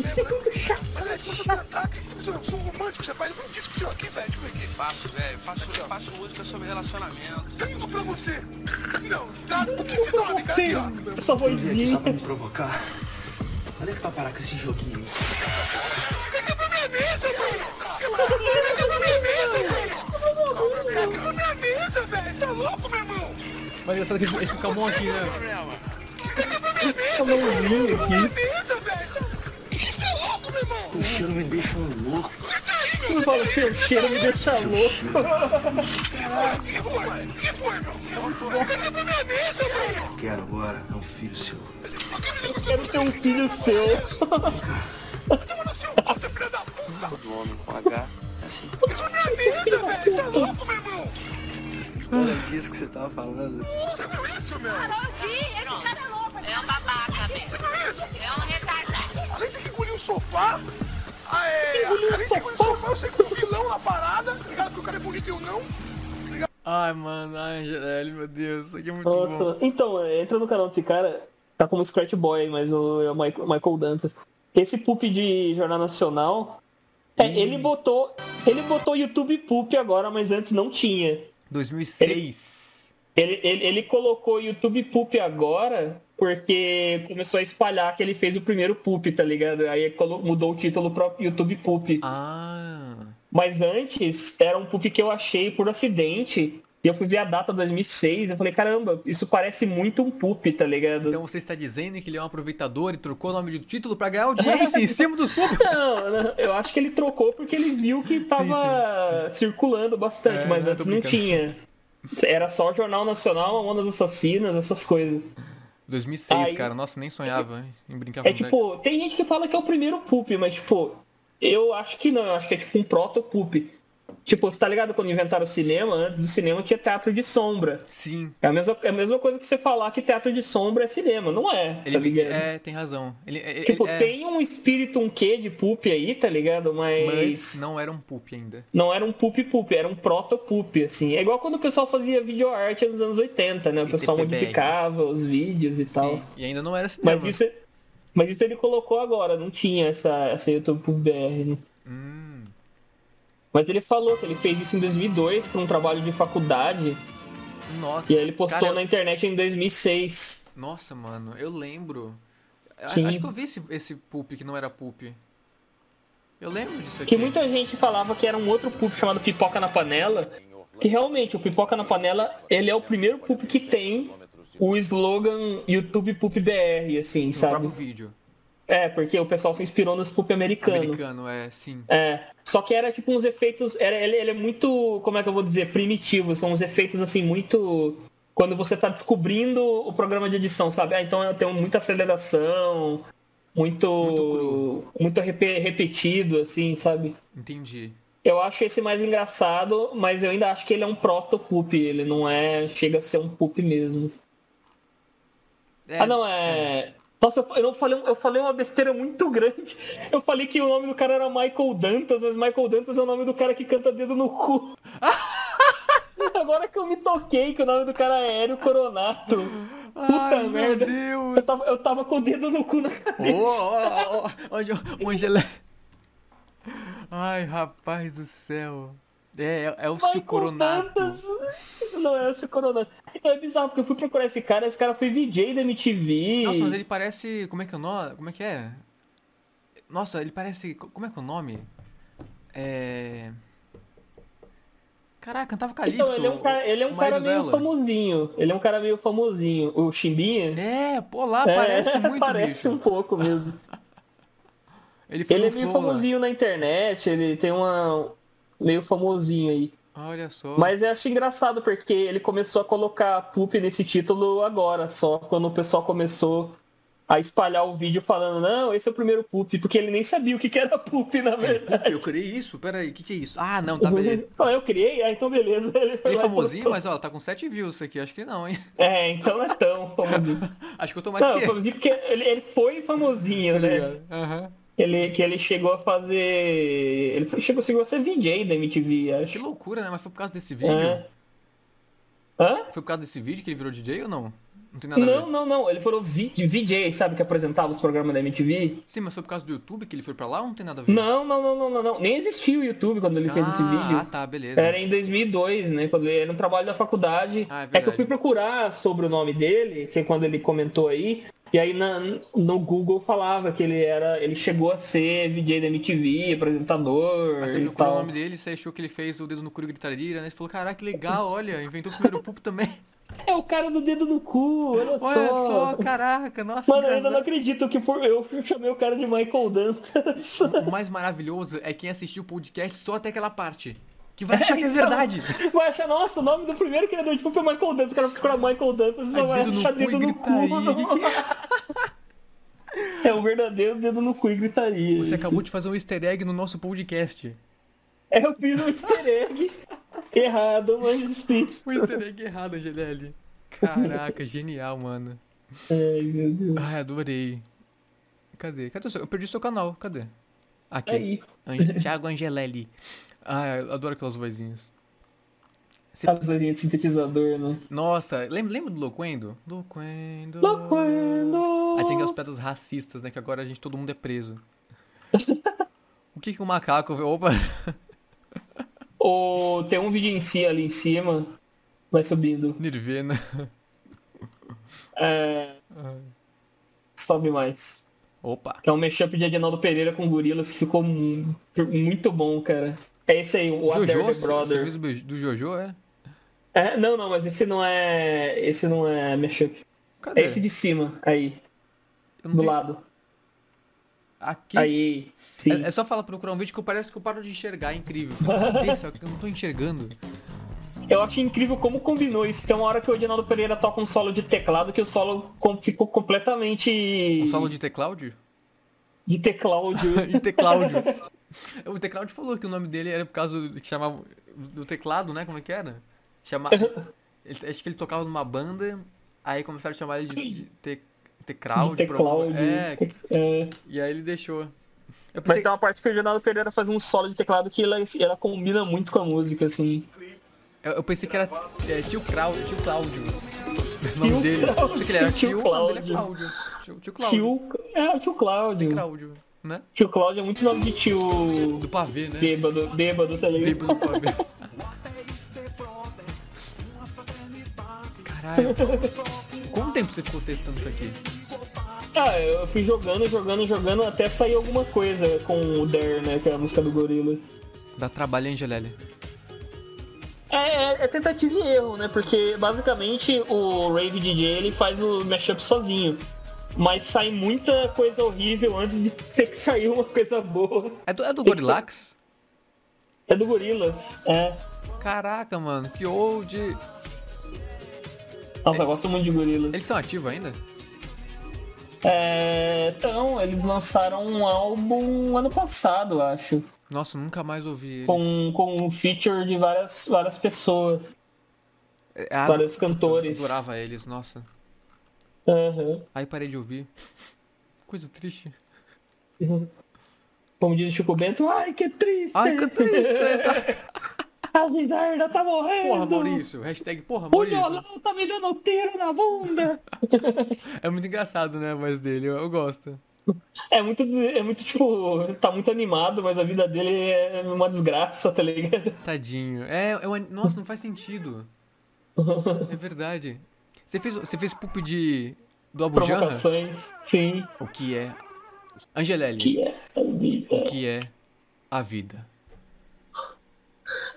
S2: Você é muito chato.
S5: Mas é de ataque, você é um romântico, você faz um disco seu aqui, velho. Tipo, aqui.
S12: Faço, velho. Faço, aqui, faço música sobre relacionamento.
S5: Pergunto pra você. Não, dá um pouquinho de nome, tá aqui, ó.
S2: Essa vozinha.
S12: Só pra me provocar. Olha que pra parar com esse joguinho.
S5: Fica pra minha mesa, velho. Fica pra minha mesa, velho. Tá minha mesa, velho! Você tá louco, meu irmão?
S1: Mas engraçado que eles ficam bom aqui, né?
S5: Fica pra minha mesa, velho! Fica pra minha mesa, velho! Você tá louco, meu irmão?
S12: O cheiro me deixa louco. Você
S5: tá aí, meu
S2: irmão? Fala que o cheiro me deixa louco.
S5: Que foi? Que foi, meu? Fica pra minha mesa, velho!
S12: Quero agora um filho seu.
S2: Eu quero ter um filho seu.
S5: Toma na sua puta, filha da puta!
S12: Todo homem com H é assim.
S5: Mesa, velho! Tá louco, meu irmão?
S12: Olha disso que você tava falando.
S5: Você viu isso, meu?
S13: Cara, eu vi! Esse cara é louco! É um babaca, velho! Você
S5: viu isso?
S13: É um retardado!
S5: Além de que engolir o sofá... Ah, é... Além de engolir o sofá, eu sei que o vilão na parada, tá ligado? Que o cara é bonito e eu não. Ligado?
S1: Ai, mano, ai, Angelelli, meu Deus, isso aqui é muito Nossa.
S2: bom. Então, entra no canal desse cara, tá como Scratch Boy, mas o, é o Michael, Michael Dantas. Esse pup de Jornal Nacional, é, ele botou, ele botou YouTube Poop agora, mas antes não tinha.
S1: 2006.
S2: Ele, ele, ele, ele colocou YouTube Poop agora porque começou a espalhar que ele fez o primeiro Poop, tá ligado? Aí mudou o título pro YouTube Poop.
S1: Ah.
S2: Mas antes era um Poop que eu achei por acidente. E eu fui ver a data 2006 eu falei, caramba, isso parece muito um poop, tá ligado?
S1: Então você está dizendo que ele é um aproveitador e trocou o nome do título para ganhar audiência em cima dos poop?
S2: Não, não, eu acho que ele trocou porque ele viu que tava sim, sim. circulando bastante, é, mas antes não tinha. Era só o Jornal Nacional, Mamonas Assassinas, essas coisas.
S1: 2006, Aí, cara, nossa, nem sonhava é, em brincar
S2: com É tipo, tem gente que fala que é o primeiro poop, mas tipo, eu acho que não, eu acho que é tipo um proto-poop. Tipo, você tá ligado quando inventaram o cinema, antes do cinema tinha teatro de sombra.
S1: Sim.
S2: É a mesma, é a mesma coisa que você falar que teatro de sombra é cinema, não é,
S1: ele,
S2: tá ligado?
S1: É, tem razão. Ele, ele,
S2: tipo,
S1: é...
S2: tem um espírito, um quê de poop aí, tá ligado? Mas...
S1: Mas não era um poop ainda.
S2: Não era um poop-poop, era um proto-poop, assim. É igual quando o pessoal fazia videoarte nos anos 80, né? O pessoal ITPBR. modificava os vídeos e tal.
S1: E ainda não era cinema.
S2: Mas isso, é, mas isso ele colocou agora, não tinha essa, essa YouTube BR, né?
S1: Hum.
S2: Mas ele falou que ele fez isso em 2002 para um trabalho de faculdade.
S1: Nossa.
S2: é- E aí ele postou cara, na internet em 2006.
S1: Nossa, mano, eu lembro. Sim. Acho que eu vi esse, esse poop que não era poop. Eu lembro disso aqui.
S2: Que muita gente falava que era um outro poop chamado Pipoca na Panela. Que realmente, o Pipoca na Panela, ele é o primeiro poop que tem o slogan YouTube Poop BR, assim, no sabe?
S1: No vídeo.
S2: É, porque o pessoal se inspirou nos poop americano.
S1: Americano, é, sim.
S2: É. Só que era tipo uns efeitos. Era, ele, ele, é muito. Como é que eu vou dizer? Primitivo. São uns efeitos assim, muito. Quando você tá descobrindo o programa de edição, sabe? Ah, então tem muita aceleração, muito. Muito, muito rep repetido, assim, sabe?
S1: Entendi.
S2: Eu acho esse mais engraçado, mas eu ainda acho que ele é um proto-poop. Ele não é. Chega a ser um poop mesmo. É, ah, não, é... é. Nossa, eu, não falei, um, eu falei uma besteira muito grande. Eu falei que o nome do cara era Michael Dantas, mas Michael Dantas é o nome do cara que canta dedo no cu. me toquei que o nome do cara é Hélio Coronato. Puta
S1: Ai, meu
S2: merda. Eu tava, eu tava com o dedo no cu na cabeça.
S1: Ô, ô, ô, onde o Angela. Ai, rapaz do céu. É, é, é o
S2: Vai
S1: Sil
S2: com
S1: Coronato.
S2: Não, é o seu Coronato. É bizarro, porque eu fui procurar esse cara, esse cara foi VJ da MTV.
S1: Nossa, mas ele parece. Como é que é o nome? Como é que é? Nossa, ele parece. co- Como é que é o nome? É. Caraca, cantava Calypso.
S2: Então, ele é um cara, ele é um
S1: o
S2: cara
S1: marido
S2: meio
S1: dela.
S2: famosinho. Ele é um cara meio famosinho. O Chimbinha?
S1: É, pô, lá parece muito,
S2: Parece
S1: bicho.
S2: um pouco mesmo.
S1: Ele, foi
S2: ele é
S1: no
S2: meio
S1: Flow né? lá.
S2: famosinho na internet, ele tem uma... Meio famosinho aí.
S1: Olha só.
S2: Mas eu acho engraçado porque ele começou a colocar poop nesse título agora, só quando o pessoal começou a espalhar o vídeo falando, não, esse é o primeiro poop, porque ele nem sabia o que que era poop, na verdade.
S1: Eu criei isso? Peraí, o que, que é isso? Ah, não, tá beleza.
S2: Não, é eu criei, ah, então beleza. Ele, foi
S1: Ele é
S2: lá e
S1: famosinho,
S2: postou.
S1: mas ó, tá com 7 views isso aqui, acho que não, hein?
S2: É, então não é tão famosinho.
S1: Acho que eu tô mais
S2: não,
S1: que. tá
S2: famosinho porque ele, ele foi famosinho, né? Ele, que ele chegou a fazer. Ele foi- chegou, chegou a ser VJ da MTV, acho.
S1: Que loucura, né? Mas foi por causa desse vídeo?
S2: É. Hã?
S1: Foi por causa desse vídeo que ele virou DJ ou não? Não tem nada a
S2: Não,
S1: ver.
S2: não, não. Ele falou vi- VJ, sabe, que apresentava os programas da MTV.
S1: Sim, mas foi por causa do YouTube que ele foi pra lá ou não tem nada a ver?
S2: Não, não, não, não, não, não. Nem existia o YouTube quando ele fez esse vídeo.
S1: Ah, tá, beleza. Ah,
S2: Era em 2002, né? Quando ele era um trabalho da faculdade. é, que eu fui procurar sobre o nome dele, que é quando ele comentou aí. E aí na- no Google falava que ele era, ele chegou a ser VJ da MTV, apresentador
S1: Mas você
S2: e
S1: procurou o
S2: tal.
S1: nome dele, você achou que ele fez o dedo no cu e gritaria, né? Você falou, caraca, que legal, olha, inventou o primeiro pulpo também.
S2: É o cara do dedo no cu, olha,
S1: Olha
S2: só.
S1: só, caraca, nossa.
S2: Mano, eu ainda
S1: engraçado.
S2: não acredito que por, eu chamei o cara de Michael Dantas.
S1: O mais maravilhoso é quem assistiu o podcast só até aquela parte. Que vai achar que é
S2: então.
S1: verdade.
S2: Vai achar, nossa, o nome do primeiro criador de pulpo é Michael Dantas. O cara procura Michael Dantas e só
S1: Ai,
S2: vai
S1: dedo no
S2: achar
S1: cu
S2: dedo
S1: e
S2: no cu. É o verdadeiro dedo no cu e gritaria.
S1: Você acabou de fazer um easter egg no nosso podcast.
S2: É, eu fiz um easter egg errado, mas fiz.
S1: Um easter egg errado, Angelelli. Caraca, genial, mano.
S2: Ai, meu Deus.
S1: Ai, adorei. Cadê? Cadê o seu? Eu perdi seu canal, cadê? Aqui.
S2: Aí.
S1: Ange- Thiago Angelelli. Ai, eu adoro aquelas vozinhas.
S2: As coisinhas de sintetizador, né?
S1: Nossa, lembra, lembra do Loquendo? Loquendo.
S2: Loquendo.
S1: Aí tem aquelas pedras racistas, né? Que agora a gente, todo mundo é preso. o que que o macaco... Opa...
S2: Ou tem um vídeo em si ali em cima. Vai subindo.
S1: Nirvana.
S2: É. Sobe mais.
S1: Opa.
S2: É um mashup de Adinaldo Pereira com gorilas que ficou mu- muito bom, cara. É esse aí, o What
S1: Jojo,
S2: Are the
S1: você- você
S2: Brother.
S1: fez o be- do Jojo, é?
S2: É, não, não, mas esse não é. Esse não é mashup.
S1: Cadê?
S2: É esse de cima, aí.
S1: Eu não
S2: Do
S1: vi.
S2: lado.
S1: Aqui.
S2: Aí. Sim.
S1: É, é só falar procurar um vídeo que eu parece que eu paro de enxergar, é incrível. Eu falo, "Cadê isso? Eu não tô enxergando.
S2: Eu acho incrível como combinou isso. Tem uma hora que o Adinaldo Pereira toca um solo de teclado que o solo com- ficou completamente.
S1: Um solo de teclaudio?
S2: De teclado.
S1: de teclaudio. O teclaudio falou que o nome dele era por causa do que chamava do teclado, né? Como é que era? Chama... ele- acho que ele tocava numa banda, aí começaram a chamar ele de, de te... teclaudio.
S2: De teclaudio.
S1: É,
S2: É.
S1: e aí ele deixou. Eu
S2: Mas
S1: pensei,
S2: tem uma parte que o Adinaldo Pereira faz um solo de teclado que ela, ela combina muito com a música, assim.
S1: eu, eu pensei que era é, tio, Crau, tio Cláudio. O nome dele. Eu pensei que ele era
S2: Tio
S1: tio, o nome dele é
S2: Cláudio.
S1: Cláudio. Tio, tio Cláudio.
S2: Tio. É, o tio Cláudio.
S1: Cláudio, né?
S2: Tio Cláudio é muito nome de tio.
S1: Do pavê, né?
S2: Bêbado, bêbado tá também.
S1: Bêbado do pavê. Caralho. Quanto tempo você ficou testando isso aqui?
S2: Ah, eu fui jogando, jogando, jogando até sair alguma coisa com o Dare, né? Que é a música do Gorillaz.
S1: Dá trabalho, hein, Angelelli?
S2: É, é, é tentativa e erro, né? Porque basicamente o Rave DJ ele faz o mashup sozinho. Mas sai muita coisa horrível antes de ter que sair uma coisa boa.
S1: É do, é do Gorillax?
S2: É do Gorillaz, é.
S1: Caraca, mano, que old.
S2: Nossa, eu gosto muito de Gorillaz.
S1: Eles são ativos ainda?
S2: É, então, eles lançaram um álbum ano passado, acho.
S1: Nossa, eu nunca mais ouvi eles.
S2: Com, com um feature de várias, várias pessoas.
S1: Ah,
S2: vários
S1: puta,
S2: cantores.
S1: Eu adorava eles, nossa.
S2: Aham.
S1: Aí parei de ouvir. Coisa triste.
S2: Como diz o Chico Bento, ai que triste!
S1: Ai, que triste!
S2: A Zizarda tá morrendo.
S1: tá. Porra, Maurício. Hashtag porra,
S2: O
S1: Maurício.
S2: violão tá me dando um tiro na bunda.
S1: É muito engraçado, né, a voz dele. Eu, eu gosto.
S2: É muito, des- é muito, tipo, tá muito animado, mas a vida dele é uma desgraça, tá ligado?
S1: Tadinho. É, é uma- nossa, não faz sentido. É verdade. Você fez, você fez pulp de... Do Abu Janra?
S2: Provocações, sim.
S1: O que é... Angelelli.
S2: Que é a vida.
S1: O que é a vida?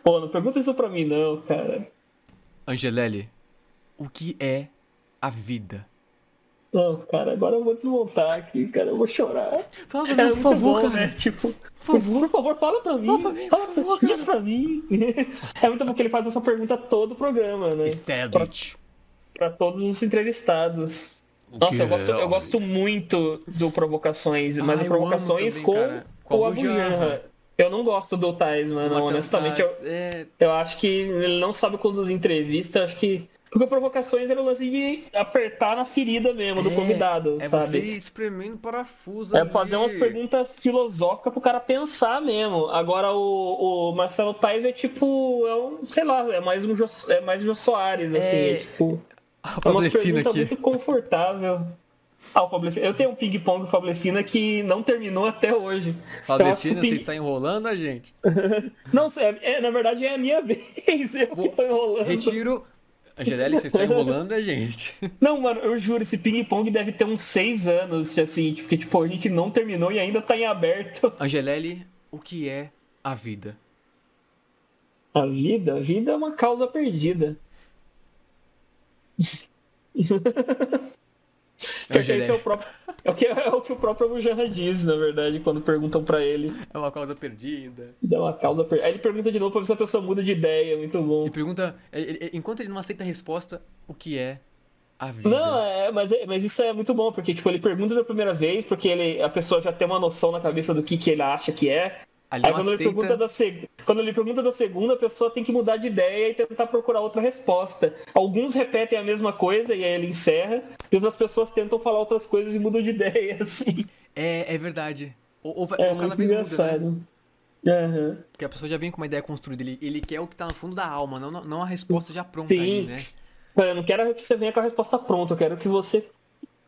S2: Pô, não pergunta isso pra mim não, cara.
S1: Angelelli, o que é a vida?
S2: Não, cara, agora eu vou desmontar aqui, cara, eu vou chorar.
S1: Fala,
S2: é
S1: não, por
S2: muito
S1: favor,
S2: bom,
S1: cara.
S2: Né? Tipo,
S1: por favor.
S2: fala pra mim. Fala pra mim, diz pra mim. É muito bom que ele faz essa pergunta todo o programa, né? Pra, pra todos os entrevistados.
S1: que
S2: Nossa, eu gosto,
S1: é a
S2: eu gosto muito do Provocações, mas
S1: Ah,
S2: o
S1: eu
S2: Provocações
S1: amo
S2: com,
S1: também, cara. Com
S2: o
S1: Abu
S2: Abu Janra.
S1: Janra. um
S2: Eu não gosto do Tais, mano,
S1: Marcelo
S2: honestamente.
S1: Tais,
S2: eu,
S1: é...
S2: eu acho que ele não sabe conduzir entrevista, acho que. Porque o provocações era o lance de apertar na ferida mesmo do
S1: É,
S2: convidado,
S1: é
S2: sabe?
S1: você espremendo parafuso
S2: É
S1: ali.
S2: fazer umas perguntas filosóficas pro cara pensar mesmo. Agora o, o Marcelo Tais é tipo, é um, sei lá, é mais um Jô, é mais um Jô Soares, assim, é,
S1: É,
S2: tipo.
S1: A
S2: É umas
S1: Fablecina
S2: perguntas
S1: aqui.
S2: muito confortável. Ah, o Fablecina. Eu tenho um ping-pong do Fablecina que não terminou até hoje. Eu acho que
S1: Fablecina,
S2: tem-
S1: você está enrolando a gente.
S2: Não, é, é, na verdade é a minha vez. Eu que tô enrolando.
S1: Retiro. Angelelli, você está enrolando a gente.
S2: Não, mano, eu juro, esse ping-pong deve ter uns seis anos, assim, porque, tipo, a gente não terminou e ainda tá em aberto.
S1: Angelelli, o que é a vida?
S2: A vida, a vida é uma causa perdida.
S1: É o
S2: Esse
S1: Angelelli.
S2: é, o próprio, é, o que, é o que o próprio Abu Janra diz, na verdade, quando perguntam pra ele.
S1: É uma causa perdida.
S2: Dá uma causa perdida. Aí ele pergunta de novo pra ver se a pessoa muda de ideia, muito bom.
S1: E pergunta, ele- ele- enquanto ele não aceita a resposta, o que é a vida?
S2: Não, é, mas, é- mas isso é muito bom, porque tipo, ele pergunta da primeira vez, porque ele, a pessoa já tem uma noção na cabeça do que, que ele acha que é.
S1: Aí
S2: Aí
S1: não
S2: quando ele,
S1: aceita.
S2: pergunta da seg... quando ele pergunta da segunda, a pessoa tem que mudar de ideia e tentar procurar outra resposta. Alguns repetem a mesma coisa e aí ele encerra, e outras pessoas tentam falar outras coisas e mudam de ideia, assim.
S1: É, é verdade. Ou, ou vai-
S2: É
S1: ou cada
S2: muito
S1: vez muda, né?
S2: engraçado. Aham.
S1: Porque a pessoa já vem com uma ideia construída. Ele, ele quer o que tá no fundo da alma, não, não a resposta já pronta ali, né?
S2: Mano, Eu não quero que você venha com a resposta pronta, eu quero que você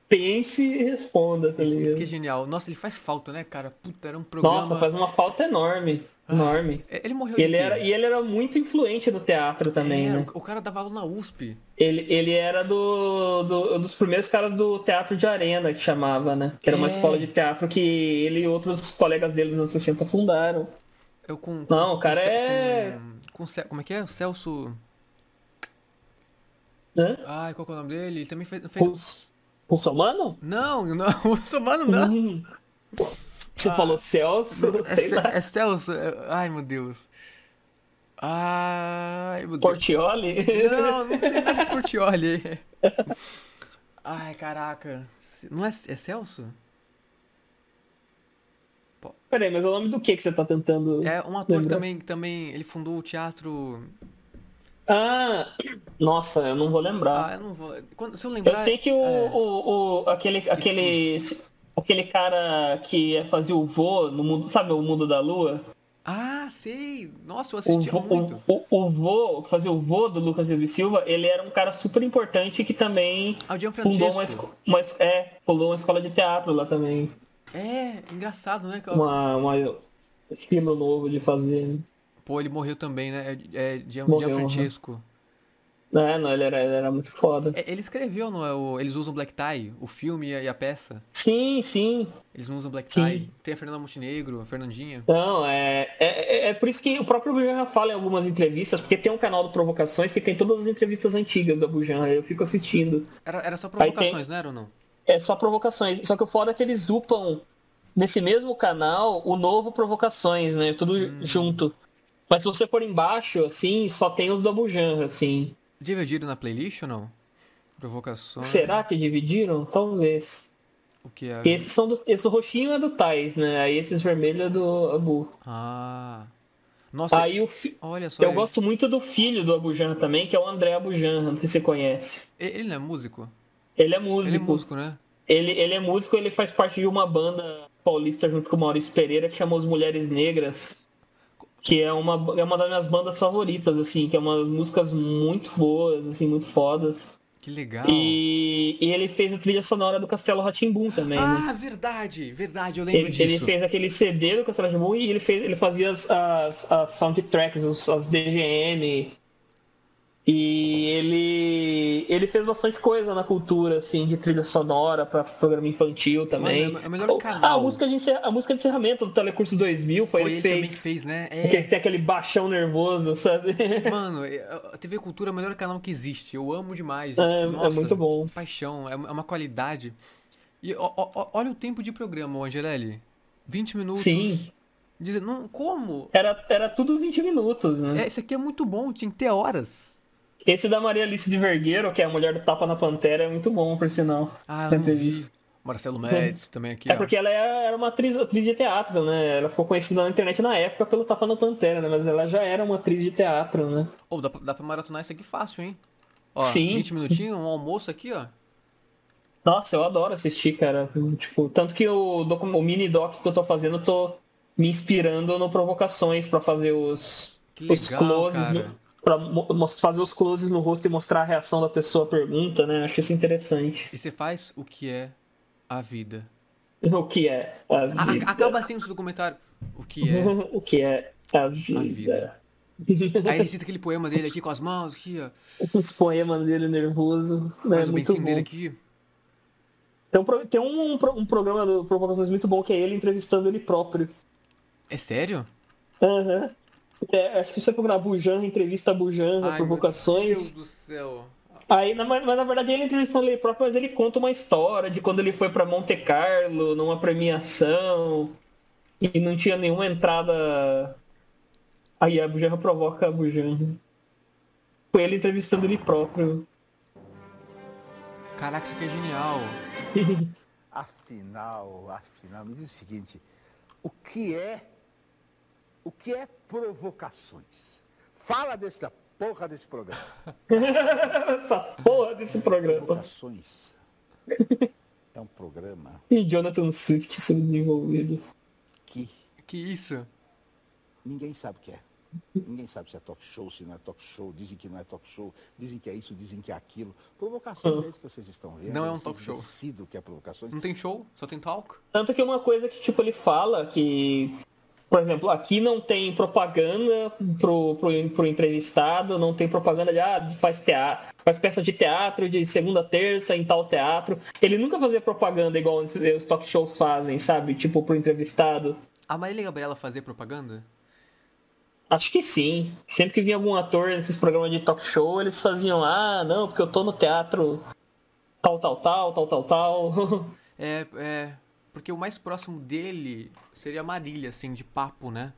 S2: pense e responda, tá
S1: Isso, isso
S2: ligado?
S1: que é genial. Nossa, ele faz falta, né, cara? Puta, era um programa. É,
S2: Nossa, faz uma falta enorme. Enorme.
S1: Ele morreu
S2: E
S1: de
S2: ele,
S1: quê?
S2: era, e ele era muito influente no teatro também,
S1: É,
S2: né?
S1: o, o cara dava aula na USP.
S2: Ele, ele era do, do- dos primeiros caras do teatro de arena, que chamava, né? Que era uma
S1: É.
S2: escola de teatro que ele e outros colegas dele nos anos 60 fundaram.
S1: Eu com, com-
S2: Não, o
S1: com-
S2: cara
S1: com-
S2: é...
S1: Com, com Cel- como é que é? O Celso.
S2: Hã?
S1: Ai, qual que é o nome dele? Ele também fez. fez...
S2: né? Russo- Russomano?
S1: Não, não, russomano não.
S2: Você
S1: Ah.
S2: falou Celso?
S1: É,
S2: sei
S1: Ce-
S2: lá.
S1: é Celso? É- Ai, meu Deus. Ai, meu Deus.
S2: Portioli?
S1: é- Não, não tem nada de Portioli. Ai, caraca. Ce- Não é, é Celso?
S2: Peraí, mas é o nome do que que você tá tentando
S1: É um ator que
S2: lembrar?
S1: também, também. Ele fundou o teatro.
S2: Ah, nossa, eu não vou lembrar.
S1: Ah, é. eu não vou. Quando, se eu
S2: Eu
S1: lembrar.
S2: sei que o, o, o- aquele, aquele, aquele cara que fazia o vô no mundo, sabe, o mundo da lua?
S1: Ah, sei. Nossa, eu
S2: O
S1: assisti
S2: vô,
S1: muito.
S2: o, o, o vô, que fazia o vô do Lucas Silva e Silva, ele era um cara super importante que também
S1: Ah, o
S2: fundou uma,
S1: Gianfrancesco.
S2: esco- uma, es- é, fundou uma escola de teatro lá também.
S1: É, engraçado, né? cara?
S2: Uma, uma estilo novo de fazer. né?
S1: Pô, ele morreu também, né? É, é Gian,
S2: Morreu,
S1: Gianfrancesco.
S2: Não, é, não, ele era, ele era muito foda.
S1: É, ele escreveu, não é? O, eles usam black tie, o filme e a, e a peça.
S2: Sim, sim.
S1: Eles não usam black
S2: Sim.
S1: tie. Tem a Fernanda Montenegro, a Fernandinha.
S2: Não, é, é, é- é por isso que o próprio Bujanra fala em algumas entrevistas, porque tem um canal do Provocações que tem todas as entrevistas antigas do Bujanra, eu fico assistindo.
S1: Era, era só
S2: Aí tem-
S1: provocações, não era ou não?
S2: É só provocações. Só que o foda é que eles upam nesse mesmo canal o novo Provocações, né? Tudo junto. Mas se você for embaixo, assim, só tem os do Abujanra, assim.
S1: Dividiram na playlist ou não? Provocações.
S2: Será que dividiram? Talvez.
S1: O que é?
S2: Porque Esses são do, esse roxinho é do Tais, né? Aí esses vermelhos é do Abu.
S1: Ah. Nossa,
S2: Aí o fi-
S1: olha só.
S2: Eu
S1: ele-
S2: gosto muito do filho do Abujanra também, que é o André Abujanra, não sei se você conhece.
S1: Ele não é músico?
S2: Ele é músico.
S1: Ele é músico, né?
S2: Ele, ele é músico, ele faz parte de uma banda paulista junto com o Maurício Pereira que chamou as Mulheres Negras. que é uma, é uma das minhas bandas favoritas, assim, que é umas músicas muito boas, assim, muito fodas.
S1: Que legal.
S2: E, e ele fez a trilha sonora do Castelo Ratimbum também,
S1: Ah,
S2: né?
S1: verdade, verdade, eu lembro
S2: Ele,
S1: disso.
S2: ele fez aquele CD do Castelo Ratimbum e ele, fez, ele fazia as, as, as soundtracks, os, as BGM. E ele, ele fez bastante coisa na cultura, assim, de trilha sonora pra programa infantil também.
S1: Mano, é o melhor
S2: Oh,
S1: canal.
S2: ah, a, música de encerra- a música de encerramento do Telecurso 2000 foi,
S1: Foi
S2: ele,
S1: ele também
S2: fez.
S1: que fez, né? É.
S2: Aquele- Tem aquele baixão nervoso, sabe?
S1: Mano, a TV Cultura é o melhor canal que existe. Eu amo demais.
S2: É, é
S1: Nossa,
S2: muito bom.
S1: Paixão, é uma é uma qualidade. E ó- ó- ó- olha o tempo de programa, ô Angelelli. 20 minutos.
S2: Sim.
S1: Dizer, não, como?
S2: Era, era tudo 20 minutos, né?
S1: É, isso aqui é muito bom, tinha que ter horas.
S2: Esse da Maria Alice de Vergueiro, que é a mulher do Tapa na Pantera, é muito bom, por sinal.
S1: Ah,
S2: Essa
S1: eu não vi.
S2: entrevista.
S1: Marcelo Médici também aqui,
S2: É
S1: ó.
S2: porque ela é- era uma atriz, atriz de teatro, né? Ela ficou conhecida na internet na época pelo Tapa na Pantera, né? Mas ela já era uma atriz de teatro, né?
S1: Ô, dá, pra- dá pra maratonar isso aqui fácil, hein? Ó,
S2: Sim.
S1: 20 minutinhos, um almoço aqui, ó.
S2: Nossa, eu adoro assistir, cara. Tipo, tanto que o, docu- o mini doc que eu tô fazendo, eu tô me inspirando no provocações pra fazer os,
S1: Que
S2: os
S1: legal,
S2: closes, né?
S1: cara.
S2: no, pra mo- mos- fazer os closes no rosto e mostrar a reação da pessoa à pergunta, né? Acho isso interessante.
S1: E você faz o que é a vida.
S2: O que é a
S1: A-
S2: vida?
S1: a- acaba assim o documentário. O que é
S2: O que é a vida?
S1: Aí recita aquele poema dele aqui com as mãos, aqui, ó.
S2: Os poemas dele nervoso, né?
S1: Faz o
S2: muito
S1: beicinho
S2: bom.
S1: dele aqui.
S2: Tem um, pro- tem um, pro- um programa do Provocações muito bom que é ele entrevistando ele próprio.
S1: É sério?
S2: Aham. É, acho que você procurar Bujan, entrevista Bujan,
S1: Ai, Meu
S2: né,
S1: Deus
S2: provocações.
S1: do céu.
S2: Aí, na, mas na verdade, ele entrevistando ele próprio, mas ele conta uma história de quando ele foi pra Monte Carlo, numa premiação, e não tinha nenhuma entrada. Aí a Bujan provoca a Bujan. Foi ele entrevistando ele próprio.
S1: Caraca, isso aqui é genial.
S14: Afinal, afinal, me diz o seguinte, o que é, o que é provocações? Fala dessa porra desse programa.
S2: Essa porra desse programa.
S14: Provocações é um programa
S2: E Jonathan Swift subdesenvolvido.
S14: que
S1: Que isso?
S14: ninguém sabe o que é. Ninguém sabe se é talk show, se não é talk show, dizem que não é talk show, dizem que é isso, dizem que é aquilo. Provocações é isso que vocês estão vendo.
S1: Não é um
S14: vocês
S1: talk show.
S14: decidam o que é provocações.
S1: Não tem show? Só tem talk?
S2: Tanto que uma coisa que, tipo, ele fala que, por exemplo, ah, aqui não tem propaganda pro, pro, pro entrevistado, não tem propaganda de, ah, faz teatro, faz peça de teatro de segunda a terça em tal teatro. Ele nunca fazia propaganda igual os, os talk shows fazem, sabe? Tipo, pro entrevistado.
S1: A Marília Gabriela fazer propaganda?
S2: Acho que sim. Sempre que vinha algum ator nesses programas de talk show, eles faziam, ah, não, porque eu tô no teatro tal, tal, tal, tal, tal, tal.
S1: É, é. Porque o mais próximo dele seria a Marília, assim, de papo, né?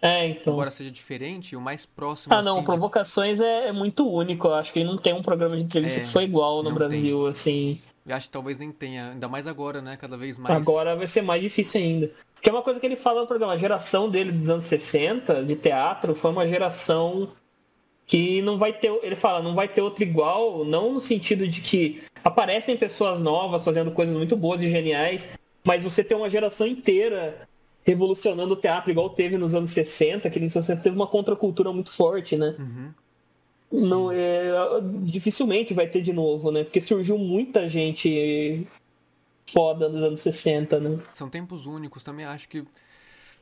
S2: É, então.
S1: Embora seja diferente, o mais próximo.
S2: Ah, não,
S1: assim, de-
S2: Provocações é, é muito único. Eu acho que não tem um programa de entrevista
S1: É,
S2: que foi igual no
S1: não
S2: Brasil, assim.
S1: Eu acho que talvez nem tenha, ainda mais agora, né? Cada vez mais.
S2: Agora vai ser mais difícil ainda. Porque é uma coisa que ele fala no programa, a geração dele dos anos 60, de teatro, foi uma geração que não vai ter, ele fala, não vai ter outro igual, não no sentido de que aparecem pessoas novas fazendo coisas muito boas e geniais, mas você tem uma geração inteira revolucionando o teatro igual teve nos anos 60, que nos anos 60 teve uma contracultura muito forte, né?
S1: Uhum.
S2: Não, é, dificilmente vai ter de novo, né? Porque surgiu muita gente foda nos anos 60, né?
S1: São tempos únicos, também acho que.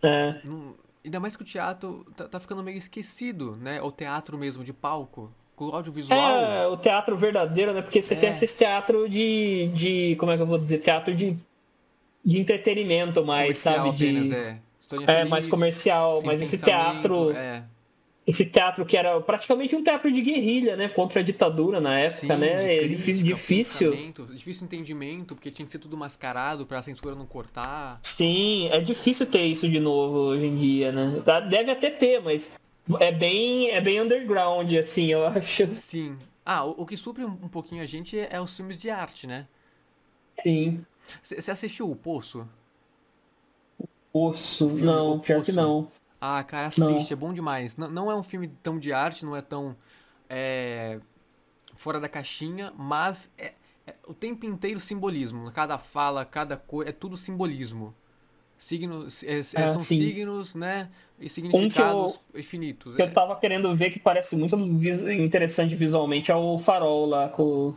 S2: É.
S1: Não- Ainda mais que o teatro tá, tá ficando meio esquecido, né? O teatro mesmo de palco. Com o audiovisual.
S2: É, o teatro verdadeiro, né? Porque você
S1: É.
S2: tem esse teatro de, de. Como é que eu vou dizer? Teatro de, de entretenimento mais,
S1: comercial
S2: sabe? De,
S1: apenas, é. História
S2: é,
S1: feliz,
S2: mais comercial,
S1: sem
S2: mas esse
S1: pensamento,
S2: teatro.
S1: É,
S2: Esse teatro que era praticamente um teatro de guerrilha, né? Contra a ditadura na
S1: sim,
S2: época, né?
S1: de
S2: é
S1: crítica, um
S2: difícil. difícil.
S1: pensamento, Difícil entendimento, porque tinha que ser tudo mascarado pra censura não cortar.
S2: Sim, é difícil ter isso de novo hoje em dia, né? Tá- Deve até ter, mas é bem, é bem underground, assim, eu acho.
S1: Sim. Ah, o, o que supre um, um pouquinho a gente é, é os filmes de arte, né?
S2: Sim.
S1: Você assistiu O Poço?
S2: Poço, não,
S1: O
S2: pior que
S1: Poço?
S2: não.
S1: Ah, cara,
S2: Não.
S1: assiste, é bom demais. Não, não é um filme tão de arte, não é tão é, fora da caixinha, mas é, é o tempo inteiro simbolismo. Cada fala, cada coisa, é tudo simbolismo. signos, é, é, são
S2: Ah, sim.
S1: signos, né? E
S2: Um que
S1: significados
S2: eu,
S1: infinitos.
S2: que
S1: é.
S2: eu tava querendo ver que parece muito vis- interessante visualmente é o farol lá com.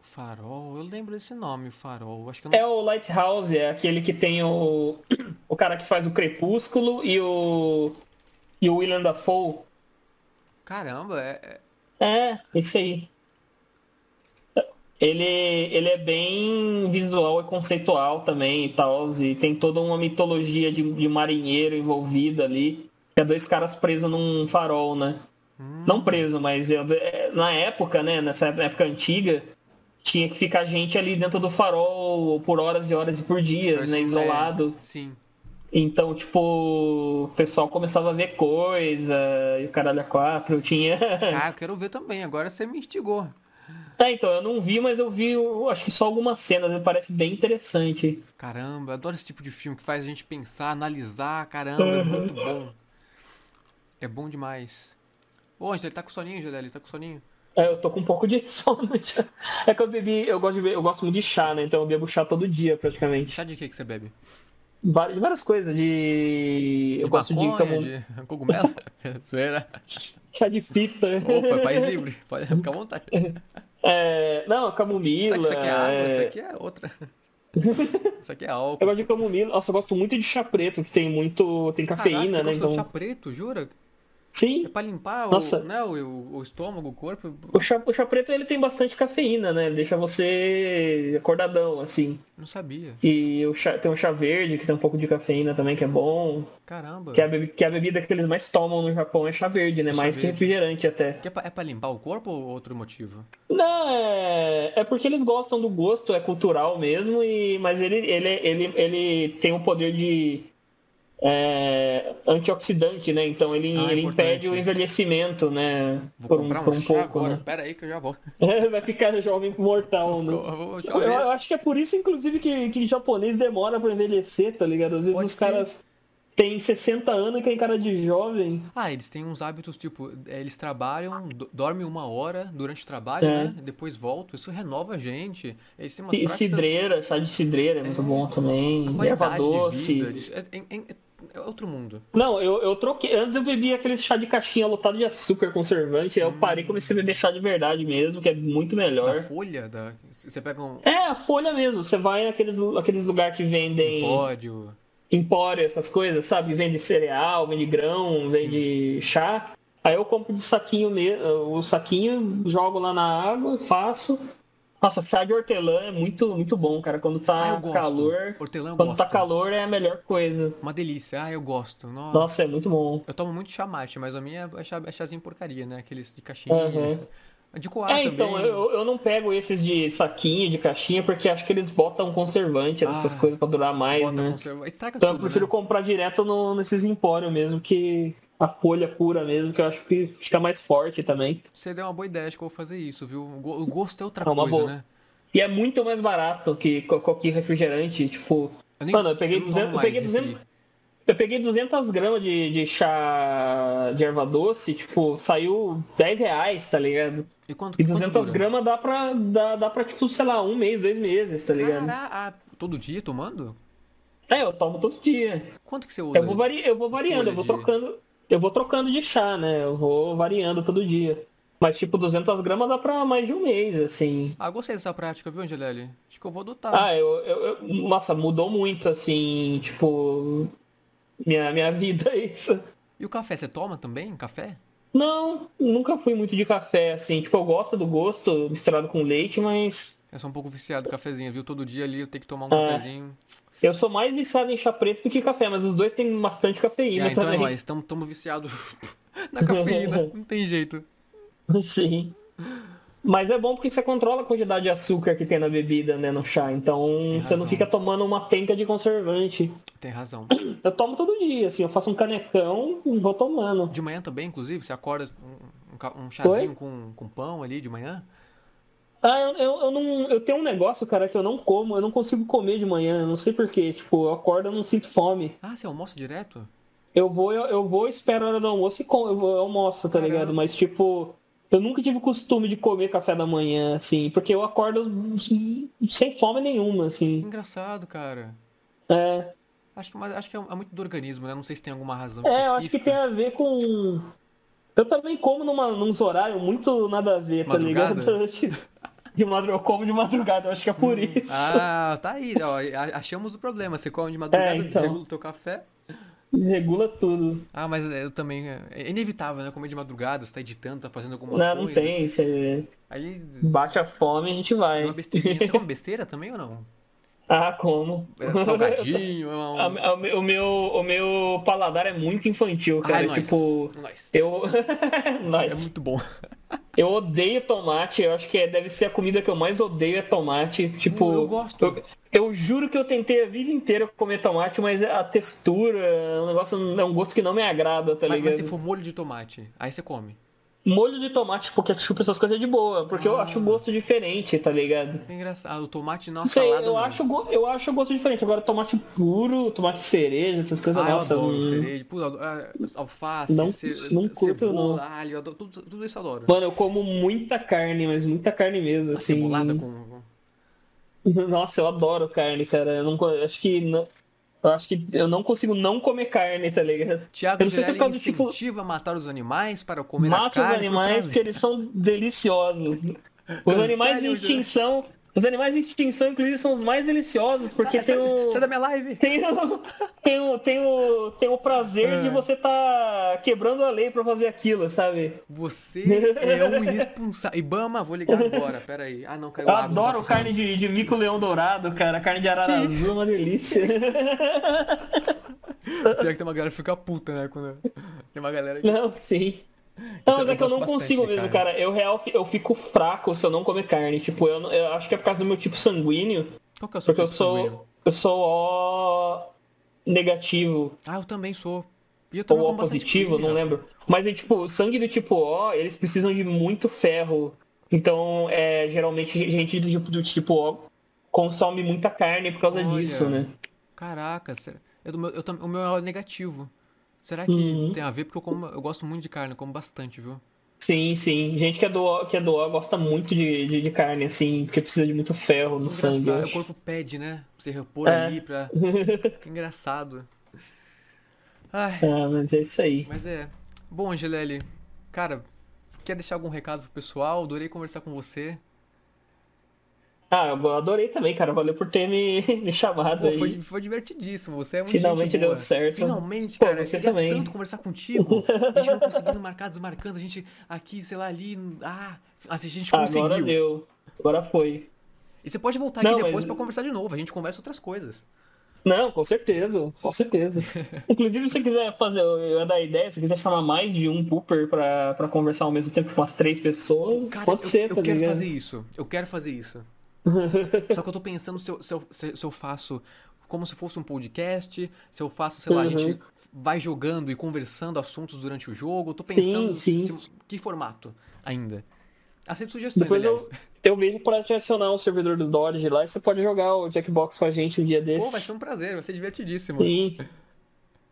S1: Farol, eu lembro desse nome, Farol. Acho que eu não...
S2: É o Lighthouse, é aquele que tem o. O cara que faz o Crepúsculo e o. E o William Dafoe.
S1: Caramba, é.
S2: É, esse aí. Ele, ele é bem visual e conceitual também e tal, e tem toda uma mitologia de, de marinheiro envolvida ali. Que é dois caras presos num farol, né? Não preso, mas é- é- na época, né? Nessa época antiga, tinha que ficar gente ali dentro do farol por horas e horas e por dias, né? Isolado.
S1: Sim.
S2: Então, tipo, o pessoal começava a ver coisa, e o caralho a quatro, tinha.
S1: Ah, eu quero ver também, agora você me instigou.
S2: É, então, eu não vi, mas eu vi, eu acho que só algumas cenas, né? parece bem interessante.
S1: Caramba, eu adoro esse tipo de filme que faz a gente pensar, analisar, caramba, é muito bom. É bom demais. Ô, Angela, ele tá com soninho, Angela, ele tá com soninho.
S2: É, eu tô com um pouco de sono já. É que eu bebi, eu gosto, de, be- eu gosto muito de chá, né? Então eu bebo chá todo dia, praticamente.
S1: Chá de que que você bebe?
S2: Va- De várias coisas, de... Eu gosto de,
S1: Maconha,
S2: camo-
S1: de cogumelo? Zoeira.
S2: chá de fita.
S1: Opa, é país livre, pode ficar à vontade.
S2: É, não,
S1: Será
S2: camomila.
S1: que isso aqui é água? Isso
S2: é-
S1: aqui é outra. Isso aqui é álcool.
S2: Eu gosto de camomila. Nossa, eu gosto muito de chá preto, que tem muito... Tem
S1: Caraca, você
S2: cafeína, né?
S1: gosta de
S2: Então...
S1: chá preto, jura?
S2: Sim.
S1: É pra limpar
S2: Nossa.
S1: o, né, o, o estômago, o corpo.
S2: O chá, o chá preto, ele tem bastante cafeína, né? Ele Deixa você acordadão, assim.
S1: Não sabia.
S2: E o chá- tem o chá verde, que tem um pouco de cafeína também, que é bom.
S1: Caramba.
S2: Que é a, bebi- que é a bebida que eles mais tomam no Japão é chá verde, né?
S1: É chá
S2: mais que
S1: verde.
S2: refrigerante até.
S1: Que é, pra, é pra limpar o corpo ou outro motivo?
S2: Não, é, é porque eles gostam do gosto, é cultural mesmo, e mas ele, ele, ele, ele tem um poder de é, antioxidante, né? Então ele,
S1: Ah, é
S2: ele
S1: importante.
S2: impede o envelhecimento, né?
S1: Vou
S2: por um,
S1: comprar um,
S2: por um
S1: chá
S2: pouco.
S1: agora.
S2: né?
S1: Pera aí que eu já volto.
S2: É, vai ficar jovem mortal, né?
S1: Vou- vou-
S2: Eu, eu acho que é por isso, inclusive, que, que japonês demora pra envelhecer, tá ligado? Às vezes os caras têm 60 anos e tem cara de jovem.
S1: Ah, eles têm uns hábitos, tipo, é, eles trabalham, do- dormem uma hora durante o trabalho,
S2: É.
S1: né? Depois voltam. Isso renova a gente. Eles têm umas
S2: E
S1: práticas...
S2: cidreira, chá de cidreira é muito bom também. Erva
S1: qualidade de vida,
S2: doce.
S1: isso É, é- é- é outro mundo.
S2: Não, eu, eu troquei. Antes eu bebia aquele chá de caixinha lotado de açúcar conservante. Aí eu parei e comecei a beber chá de verdade mesmo, que é muito
S1: Da
S2: melhor.
S1: folha, da... c- Você pega um
S2: É, a folha mesmo. Você vai naqueles, naqueles lugares que vendem.
S1: pódio...
S2: empório, essas coisas, sabe? Vende cereal, vende grão, vende chá. Aí eu compro de saquinho mesmo, o saquinho, jogo lá na água, faço. Nossa, chá de hortelã é muito, muito bom, cara. Quando
S1: Ah,
S2: tá
S1: eu gosto.
S2: calor.
S1: Hortelã eu
S2: quando tá
S1: gosto.
S2: calor é a melhor coisa.
S1: Uma delícia. Ah, eu gosto. Nossa.
S2: Nossa, é muito bom.
S1: Eu tomo muito chá mate, mas a minha é, chá, é chazinho porcaria, né? Aqueles de caixinha.
S2: Aham.
S1: De coar
S2: é,
S1: também.
S2: então, eu, eu não pego esses de saquinho, de caixinha, porque acho que eles botam um conservante, essas
S1: Ah,
S2: coisas pra durar mais, né?
S1: Conserva- Estraga
S2: Então eu
S1: tudo,
S2: prefiro
S1: né?
S2: comprar direto no- nesses empórios mesmo, que a folha pura mesmo, que eu acho que fica mais forte também.
S1: Você deu uma boa ideia, acho que eu vou fazer isso, viu? O go- o gosto é outra
S2: É uma
S1: coisa,
S2: boa.
S1: né?
S2: E é muito mais barato que qual- qualquer refrigerante, tipo...
S1: Eu nem-
S2: mano, eu peguei
S1: eu não tomo
S2: 200... Eu
S1: mais
S2: peguei,
S1: esse
S2: 200 eu peguei 200 gramas de, de chá de erva doce, tipo, saiu 10 reais, tá ligado?
S1: E, quanto,
S2: e
S1: quanto
S2: 200
S1: dura?
S2: gramas dá pra, dá, dá pra, tipo, sei lá, um mês, dois meses, tá ligado?
S1: Cará- ah, todo dia tomando?
S2: É, eu tomo todo dia.
S1: Quanto que você usa?
S2: Eu vou, vari... eu vou variando, eu vou
S1: Folha de-
S2: trocando. Eu vou trocando de chá, né? Eu vou variando todo dia. Mas tipo, 200 gramas dá pra mais de um mês, assim.
S1: Ah, gostei dessa prática, viu, Angelelli? Acho que eu vou adotar.
S2: Ah, eu, eu- eu- Nossa, mudou muito, assim, tipo. Minha, minha vida, é isso.
S1: E o café, você toma também? Café?
S2: Não, nunca fui muito de café, assim. Tipo, eu gosto do gosto misturado com leite, mas.
S1: Eu sou um pouco viciado em cafezinho, viu? Todo dia ali eu tenho que tomar um
S2: É.
S1: cafezinho.
S2: Eu sou mais viciado em chá preto do que café, mas os dois têm bastante cafeína
S1: ah, então é
S2: também.
S1: nóis, estamos viciados na cafeína, não tem jeito.
S2: Sim. Mas é bom porque você controla a quantidade de açúcar que tem na bebida, né, no chá. Então você não
S1: razão.
S2: fica tomando uma penca de conservante.
S1: Tem razão.
S2: Eu tomo todo dia, assim, eu faço um canecão e vou tomando.
S1: De manhã também, inclusive, você acorda um, um ca- um chazinho
S2: Oi?
S1: com, com pão ali de manhã?
S2: Ah, eu, eu, eu não. Eu tenho um negócio, cara, que eu não como, eu não consigo comer de manhã, eu não sei porquê. Tipo, eu acordo eu não sinto fome.
S1: Ah, você almoça direto?
S2: Eu vou, eu, eu vou, espero a hora do almoço e com, eu, vou- eu almoço, tá ligado? Mas tipo, eu nunca tive costume de comer café da manhã, assim, porque eu acordo assim, sem fome nenhuma, assim.
S1: Engraçado, cara.
S2: É.
S1: Acho que, mas acho que é, é muito do organismo, né? Não sei se tem alguma razão
S2: É, eu acho que tem a ver com. Eu também como numa, num horário muito nada a ver, tá
S1: Madrugada?
S2: ligado? De madru... Eu como de madrugada, eu acho que é por isso.
S1: Ah, tá aí, ó, a- achamos o problema. Você come de madrugada,
S2: É, então.
S1: desregula o teu café.
S2: Desregula tudo.
S1: Ah, mas eu também. É inevitável, né? Comer de madrugada, você tá editando, tá fazendo alguma
S2: não,
S1: coisa.
S2: não tem. é Você
S1: Aí
S2: bate a fome e a gente vai.
S1: é uma besteirinha. Você come besteira também ou não?
S2: ah, como?
S1: É, salgadinho, é um-
S2: A- a- o, Ah, meu, o meu paladar é muito infantil, cara.
S1: Ah, é nóis.
S2: tipo,
S1: Nóis.
S2: eu. Nóis.
S1: É muito bom.
S2: Eu odeio tomate, eu acho que é- deve ser a comida que eu mais odeio é tomate. Tipo, eu
S1: gosto.
S2: Eu, juro que eu tentei a vida inteira comer tomate, mas a textura, é um negócio, é um gosto que não me agrada, tá
S1: mas, mas se
S2: ligado?
S1: for molho de tomate, aí você come.
S2: Molho de tomate, tipo ketchup, essas coisas é de boa, porque
S1: Ah.
S2: eu acho o gosto diferente, tá ligado?
S1: É engraçado. Ah, o tomate na
S2: Não sei,
S1: salada.
S2: eu
S1: não.
S2: acho, o go- eu acho o gosto diferente. Agora, tomate puro, tomate cereja, essas coisas,
S1: Ah,
S2: nossa.
S1: eu adoro
S2: hum.
S1: cereja, puta, eu adoro- ah, alface,
S2: Não-
S1: ce-
S2: não curto,
S1: cebola,
S2: não.
S1: alho, eu adoro- tudo, tudo isso eu adoro.
S2: Mano, eu como muita carne, mas muita carne mesmo, assim.
S1: Cebolada com...
S2: Nossa, eu adoro carne, cara. Eu não, co- acho que não, eu acho que eu não consigo não comer carne, tá ligado?
S1: Tiago
S2: eu não sei se é por
S1: Gerelli
S2: causa do tipo
S1: incentiva a matar os animais para comer a
S2: mate os
S1: carne. por
S2: animais porque
S1: prazer.
S2: eles são deliciosos. Os
S1: Cancele
S2: animais em
S1: o Gerelli.
S2: extinção, os animais em extinção inclusive são os mais deliciosos porque
S1: Sai-
S2: tem um- o
S1: sai é da minha live.
S2: Tem o tem o, tem o, tem o prazer de
S1: É.
S2: você tá quebrando a lei pra fazer aquilo, sabe?
S1: Você é um irresponsável. Ibama, vou ligar agora, pera aí. Ah, não, caiu
S2: Eu
S1: a água. não tá
S2: adoro
S1: funcionando.
S2: carne de, de mico-leão dourado, cara. Carne de arara
S1: Que
S2: azul é uma delícia.
S1: Pior que tem uma galera que fica puta, né? Quando... Tem uma galera que...
S2: Não, sim. Não, mas
S1: Então,
S2: é que eu
S1: gosto
S2: não
S1: bastante
S2: consigo
S1: de
S2: mesmo,
S1: carne.
S2: cara. Eu real fi- eu fico fraco se eu não comer carne. Tipo, eu, não- eu acho que é por causa do meu tipo sanguíneo.
S1: Qual que é o seu
S2: Porque eu
S1: tipo
S2: sou.
S1: sanguíneo?
S2: Eu sou O negativo.
S1: Ah, eu também sou. E eu também
S2: Ou O
S1: como bastante
S2: positivo,
S1: comida.
S2: não lembro. Mas é tipo, o sangue do tipo O, eles precisam de muito ferro. Então, é, geralmente, gente do tipo, do tipo O consome muita carne por causa
S1: Olha.
S2: disso, né?
S1: Caraca, será... eu, do meu- eu tam- o meu é o negativo. Será que
S2: Uhum.
S1: tem a ver? Porque eu, como, eu gosto muito de carne, eu como bastante, viu?
S2: Sim, sim. Gente que é do O, que é do o gosta muito de, de, de carne, assim, porque precisa de muito ferro no sangue. eu
S1: Engraçado, o
S2: acho.
S1: corpo pede, né? Pra você repor
S2: É.
S1: ali, pra... Que engraçado. Ai,
S2: Ah, mas é isso aí.
S1: mas é... Bom, Angelelli, cara, quer deixar algum recado pro pessoal? Adorei conversar com você.
S2: Ah, eu adorei também, cara. Valeu por ter me, me chamado
S1: Pô,
S2: aí.
S1: foi, tipo foi divertidíssimo, você é muito
S2: Finalmente
S1: gente boa.
S2: deu certo.
S1: Finalmente,
S2: Pô,
S1: cara, eu
S2: você
S1: queria
S2: também.
S1: tanto conversar contigo. A gente não conseguindo marcar, desmarcando, a gente aqui, sei lá, ali, ah, assim, a gente conseguiu.
S2: Agora deu. Agora foi.
S1: E você pode voltar
S2: Não,
S1: aqui
S2: mas-
S1: depois pra conversar de novo, a gente conversa outras coisas.
S2: Não, com certeza, com certeza. Inclusive, se você quiser fazer, eu eu dar ideia, se quiser chamar mais de um pooper pra, pra conversar ao mesmo tempo com umas três pessoas,
S1: Cara,
S2: pode
S1: eu,
S2: ser,
S1: eu
S2: tá
S1: quero
S2: ligado?
S1: fazer isso, eu quero fazer isso. Só que eu tô pensando se eu, se eu- se- se eu faço como se fosse um podcast, se eu faço, sei lá, a
S2: Uhum.
S1: gente vai jogando e conversando assuntos durante o jogo. Eu tô pensando
S2: Sim,
S1: se- que formato ainda. Aceito sugestões,
S2: Depois eu,
S1: aliás.
S2: eu vejo pra te acionar o servidor do Dodge lá e você pode jogar o Jackbox com a gente um dia desse.
S1: Pô, vai ser um prazer, vai ser divertidíssimo.
S2: Sim.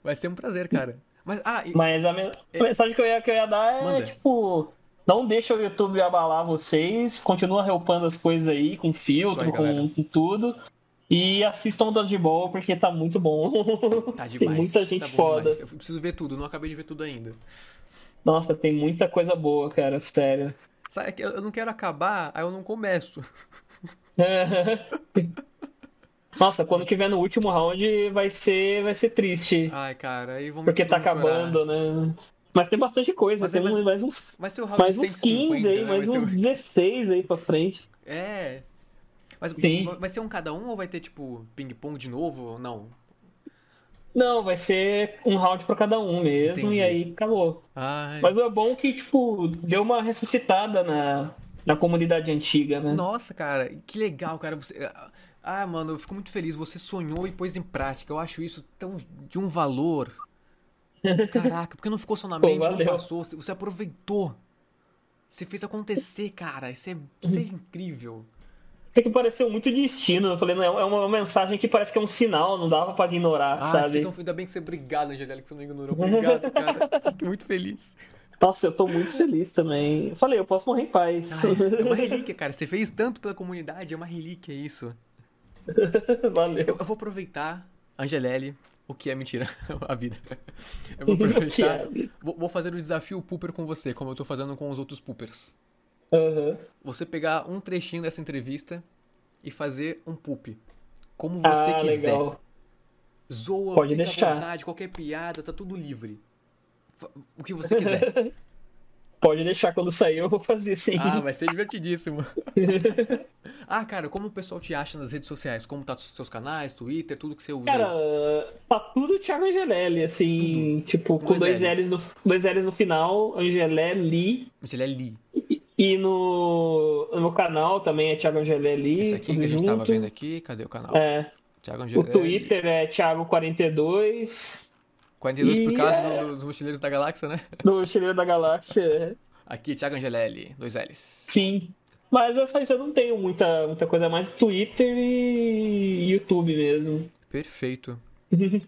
S1: Vai ser um prazer, cara. Mas, ah, e-
S2: Mas a, me- a mensagem que eu, ia, que eu ia dar é,
S1: Manda.
S2: tipo, não deixa o YouTube abalar vocês, continua reupando as coisas aí, com filtro,
S1: Isso aí, galera.
S2: com, com tudo. E assistam o Dodgeball, porque tá muito bom.
S1: tá demais.
S2: tem muita
S1: tá
S2: gente
S1: bom
S2: foda.
S1: demais. Eu preciso ver tudo, não acabei de ver tudo ainda.
S2: Nossa, tem muita coisa boa, cara, sério.
S1: Sabe, é que eu eu não quero acabar, aí eu não começo.
S2: Nossa, quando tiver no último round vai ser, vai ser triste.
S1: Ai, cara, aí vamos
S2: Porque tá
S1: vamos chorar.
S2: acabando, né? Mas tem bastante coisa,
S1: Mas é
S2: tem
S1: mais-
S2: um- mais uns,
S1: Mas seu round
S2: mais uns
S1: 150,
S2: 15 aí,
S1: né?
S2: mais
S1: vai
S2: uns
S1: ser...
S2: 16 aí pra frente.
S1: É. Mas
S2: Sim.
S1: vai ser um cada um ou vai ter, tipo, ping-pong de novo ou não?
S2: Não, vai ser um round pra cada um mesmo
S1: Entendi.
S2: e aí acabou.
S1: Ai.
S2: Mas é bom que, tipo, deu uma ressuscitada na, na comunidade antiga, né?
S1: Nossa, cara, que legal, cara. Você... Ah, mano, eu fico muito feliz. Você sonhou e pôs em prática. Eu acho isso tão de um valor. Caraca, porque não ficou só na
S2: Pô,
S1: mente, não
S2: valeu.
S1: passou. Você aproveitou. Você fez acontecer, cara. Isso é, isso
S2: Uhum.
S1: é incrível.
S2: É que pareceu muito destino. Eu falei, não, é uma mensagem que parece que é um sinal, não dava pra ignorar,
S1: Ah,
S2: sabe?
S1: então ainda bem que você... Obrigado, Angélica, que você não ignorou. Obrigado, cara. Fico muito feliz.
S2: Nossa, eu tô muito feliz também. Eu Falei, eu posso morrer em paz.
S1: É uma relíquia, cara. Você fez tanto pela comunidade, é uma relíquia isso.
S2: Valeu.
S1: Eu, eu vou aproveitar, Angelelli, O que é mentira? A vida. Eu vou
S2: é?
S1: aproveitar. Vou, vou fazer o desafio Pooper com você, como eu tô fazendo com os outros Poopers.
S2: Uhum.
S1: Você pegar um trechinho dessa entrevista e fazer um poop. Como você
S2: Ah,
S1: quiser.
S2: legal.
S1: Zoa,
S2: Pode
S1: fica à
S2: deixar.
S1: vontade, qualquer piada, tá tudo livre. Fa- O que você quiser.
S2: Pode deixar quando sair, eu vou fazer sim.
S1: Ah, vai ser divertidíssimo. ah, cara, como o pessoal te acha nas redes sociais? Como tá os seus canais, Twitter, tudo que você usa? aí?
S2: Cara, tá tudo Thiago Angelelli, assim, tipo, com
S1: Dois
S2: dois
S1: Ls.
S2: L's. no, dois L's no final, Angelelli.
S1: Angelelli.
S2: E no, no canal também é Thiago Angelelli.
S1: Esse aqui
S2: tudo
S1: que a gente
S2: junto.
S1: tava vendo aqui, cadê o canal?
S2: É.
S1: Thiago
S2: O
S1: Angelelli.
S2: Twitter é Thiago42.
S1: 42 por
S2: E
S1: causa
S2: é-
S1: do- dos mochileiros da galáxia, né?
S2: Do Mochileiro da Galáxia. é.
S1: Aqui, Thiago Angelelli, dois L's.
S2: Sim. Mas é só isso, eu não tenho muita, muita coisa mais. Twitter e YouTube mesmo.
S1: Perfeito.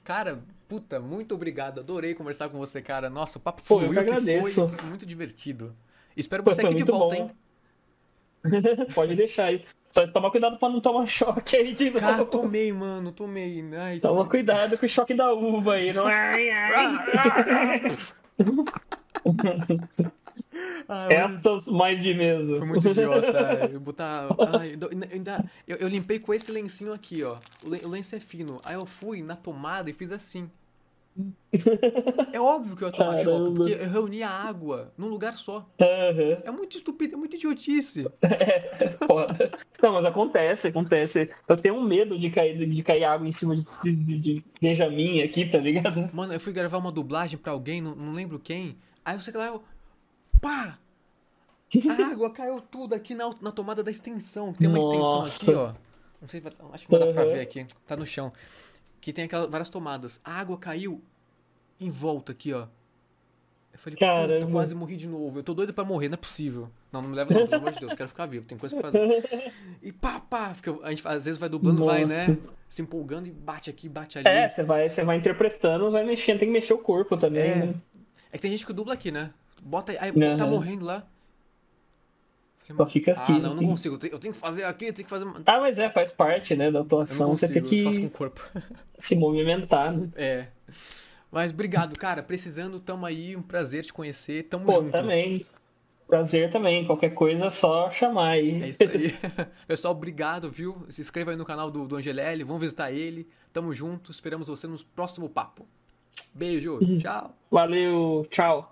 S1: Cara, puta, muito obrigado. Adorei conversar com você, cara. Nossa, o papo
S2: Pô,
S1: fluiu
S2: eu que agradeço.
S1: foi muito divertido. Espero
S2: Pô,
S1: você
S2: foi
S1: aqui de
S2: muito
S1: volta,
S2: bom.
S1: hein?
S2: Pode deixar aí. Só tomar cuidado pra não tomar choque aí de novo.
S1: Cara, tomei, mano, tomei. Ai,
S2: Toma cuidado com o choque da uva aí, não é? Ai, ai. Essa É mais de mesmo.
S1: Foi muito idiota. Eu botar. Ai, do- ainda, eu, eu limpei com esse lencinho aqui, ó. O, len- o lenço é fino. Aí eu fui na tomada e fiz assim. É óbvio que eu ia tomar choque,
S2: Caramba.
S1: porque eu reuni a água num lugar só.
S2: Aham.
S1: É muito estúpido, é muito idiotice.
S2: Não, mas acontece, acontece. Eu tenho um medo de cair, de cair água em cima de, de, de- de Benjamin aqui, tá ligado?
S1: Mano, eu fui gravar uma dublagem pra alguém, não, não lembro quem. Aí eu sei lá, eu. Pá! A água caiu tudo aqui na, na tomada da extensão. Tem uma
S2: Nossa.
S1: extensão aqui, ó. Não sei, vai- acho que não dá pra
S2: Uhum.
S1: ver aqui. Tá no chão. Que tem aquelas, várias tomadas. A água caiu em volta aqui, ó. Eu falei, puta,
S2: Caramba.
S1: quase morri de novo. Eu tô doido pra morrer, não é possível. Não, não me leva não, pelo amor de Deus, quero ficar vivo, tem coisa pra fazer. E pá, pá, porque a gente às vezes vai dublando, vai, né?
S2: Nossa.
S1: Se empolgando e bate aqui, bate ali.
S2: É, você vai, você vai interpretando, vai mexendo, tem que mexer o corpo também,
S1: É.
S2: né?
S1: É que tem gente que dubla aqui, né? Bota aí, aí
S2: Aham.
S1: tá morrendo lá.
S2: Só fica
S1: Ah,
S2: aqui.
S1: não, eu não
S2: assim.
S1: consigo. Eu tenho- Eu tenho que fazer aqui, eu tenho que fazer. Eu
S2: Ah, mas é, faz parte, né, da
S1: não
S2: atuação.
S1: consigo,
S2: Você tem que
S1: eu faço com o corpo.
S2: se movimentar, né?
S1: É. Mas obrigado, cara. Precisando, tamo aí. Um prazer te conhecer. Tamo
S2: Pô,
S1: junto.
S2: também. Prazer também. Qualquer coisa é só chamar aí.
S1: É isso aí. Pessoal, obrigado, viu? Se inscreva aí no canal do, do Angelelli. Vamos visitar ele.
S2: Uhum.
S1: Tamo junto. Esperamos você no próximo papo. Beijo. Tchau.
S2: Valeu, tchau.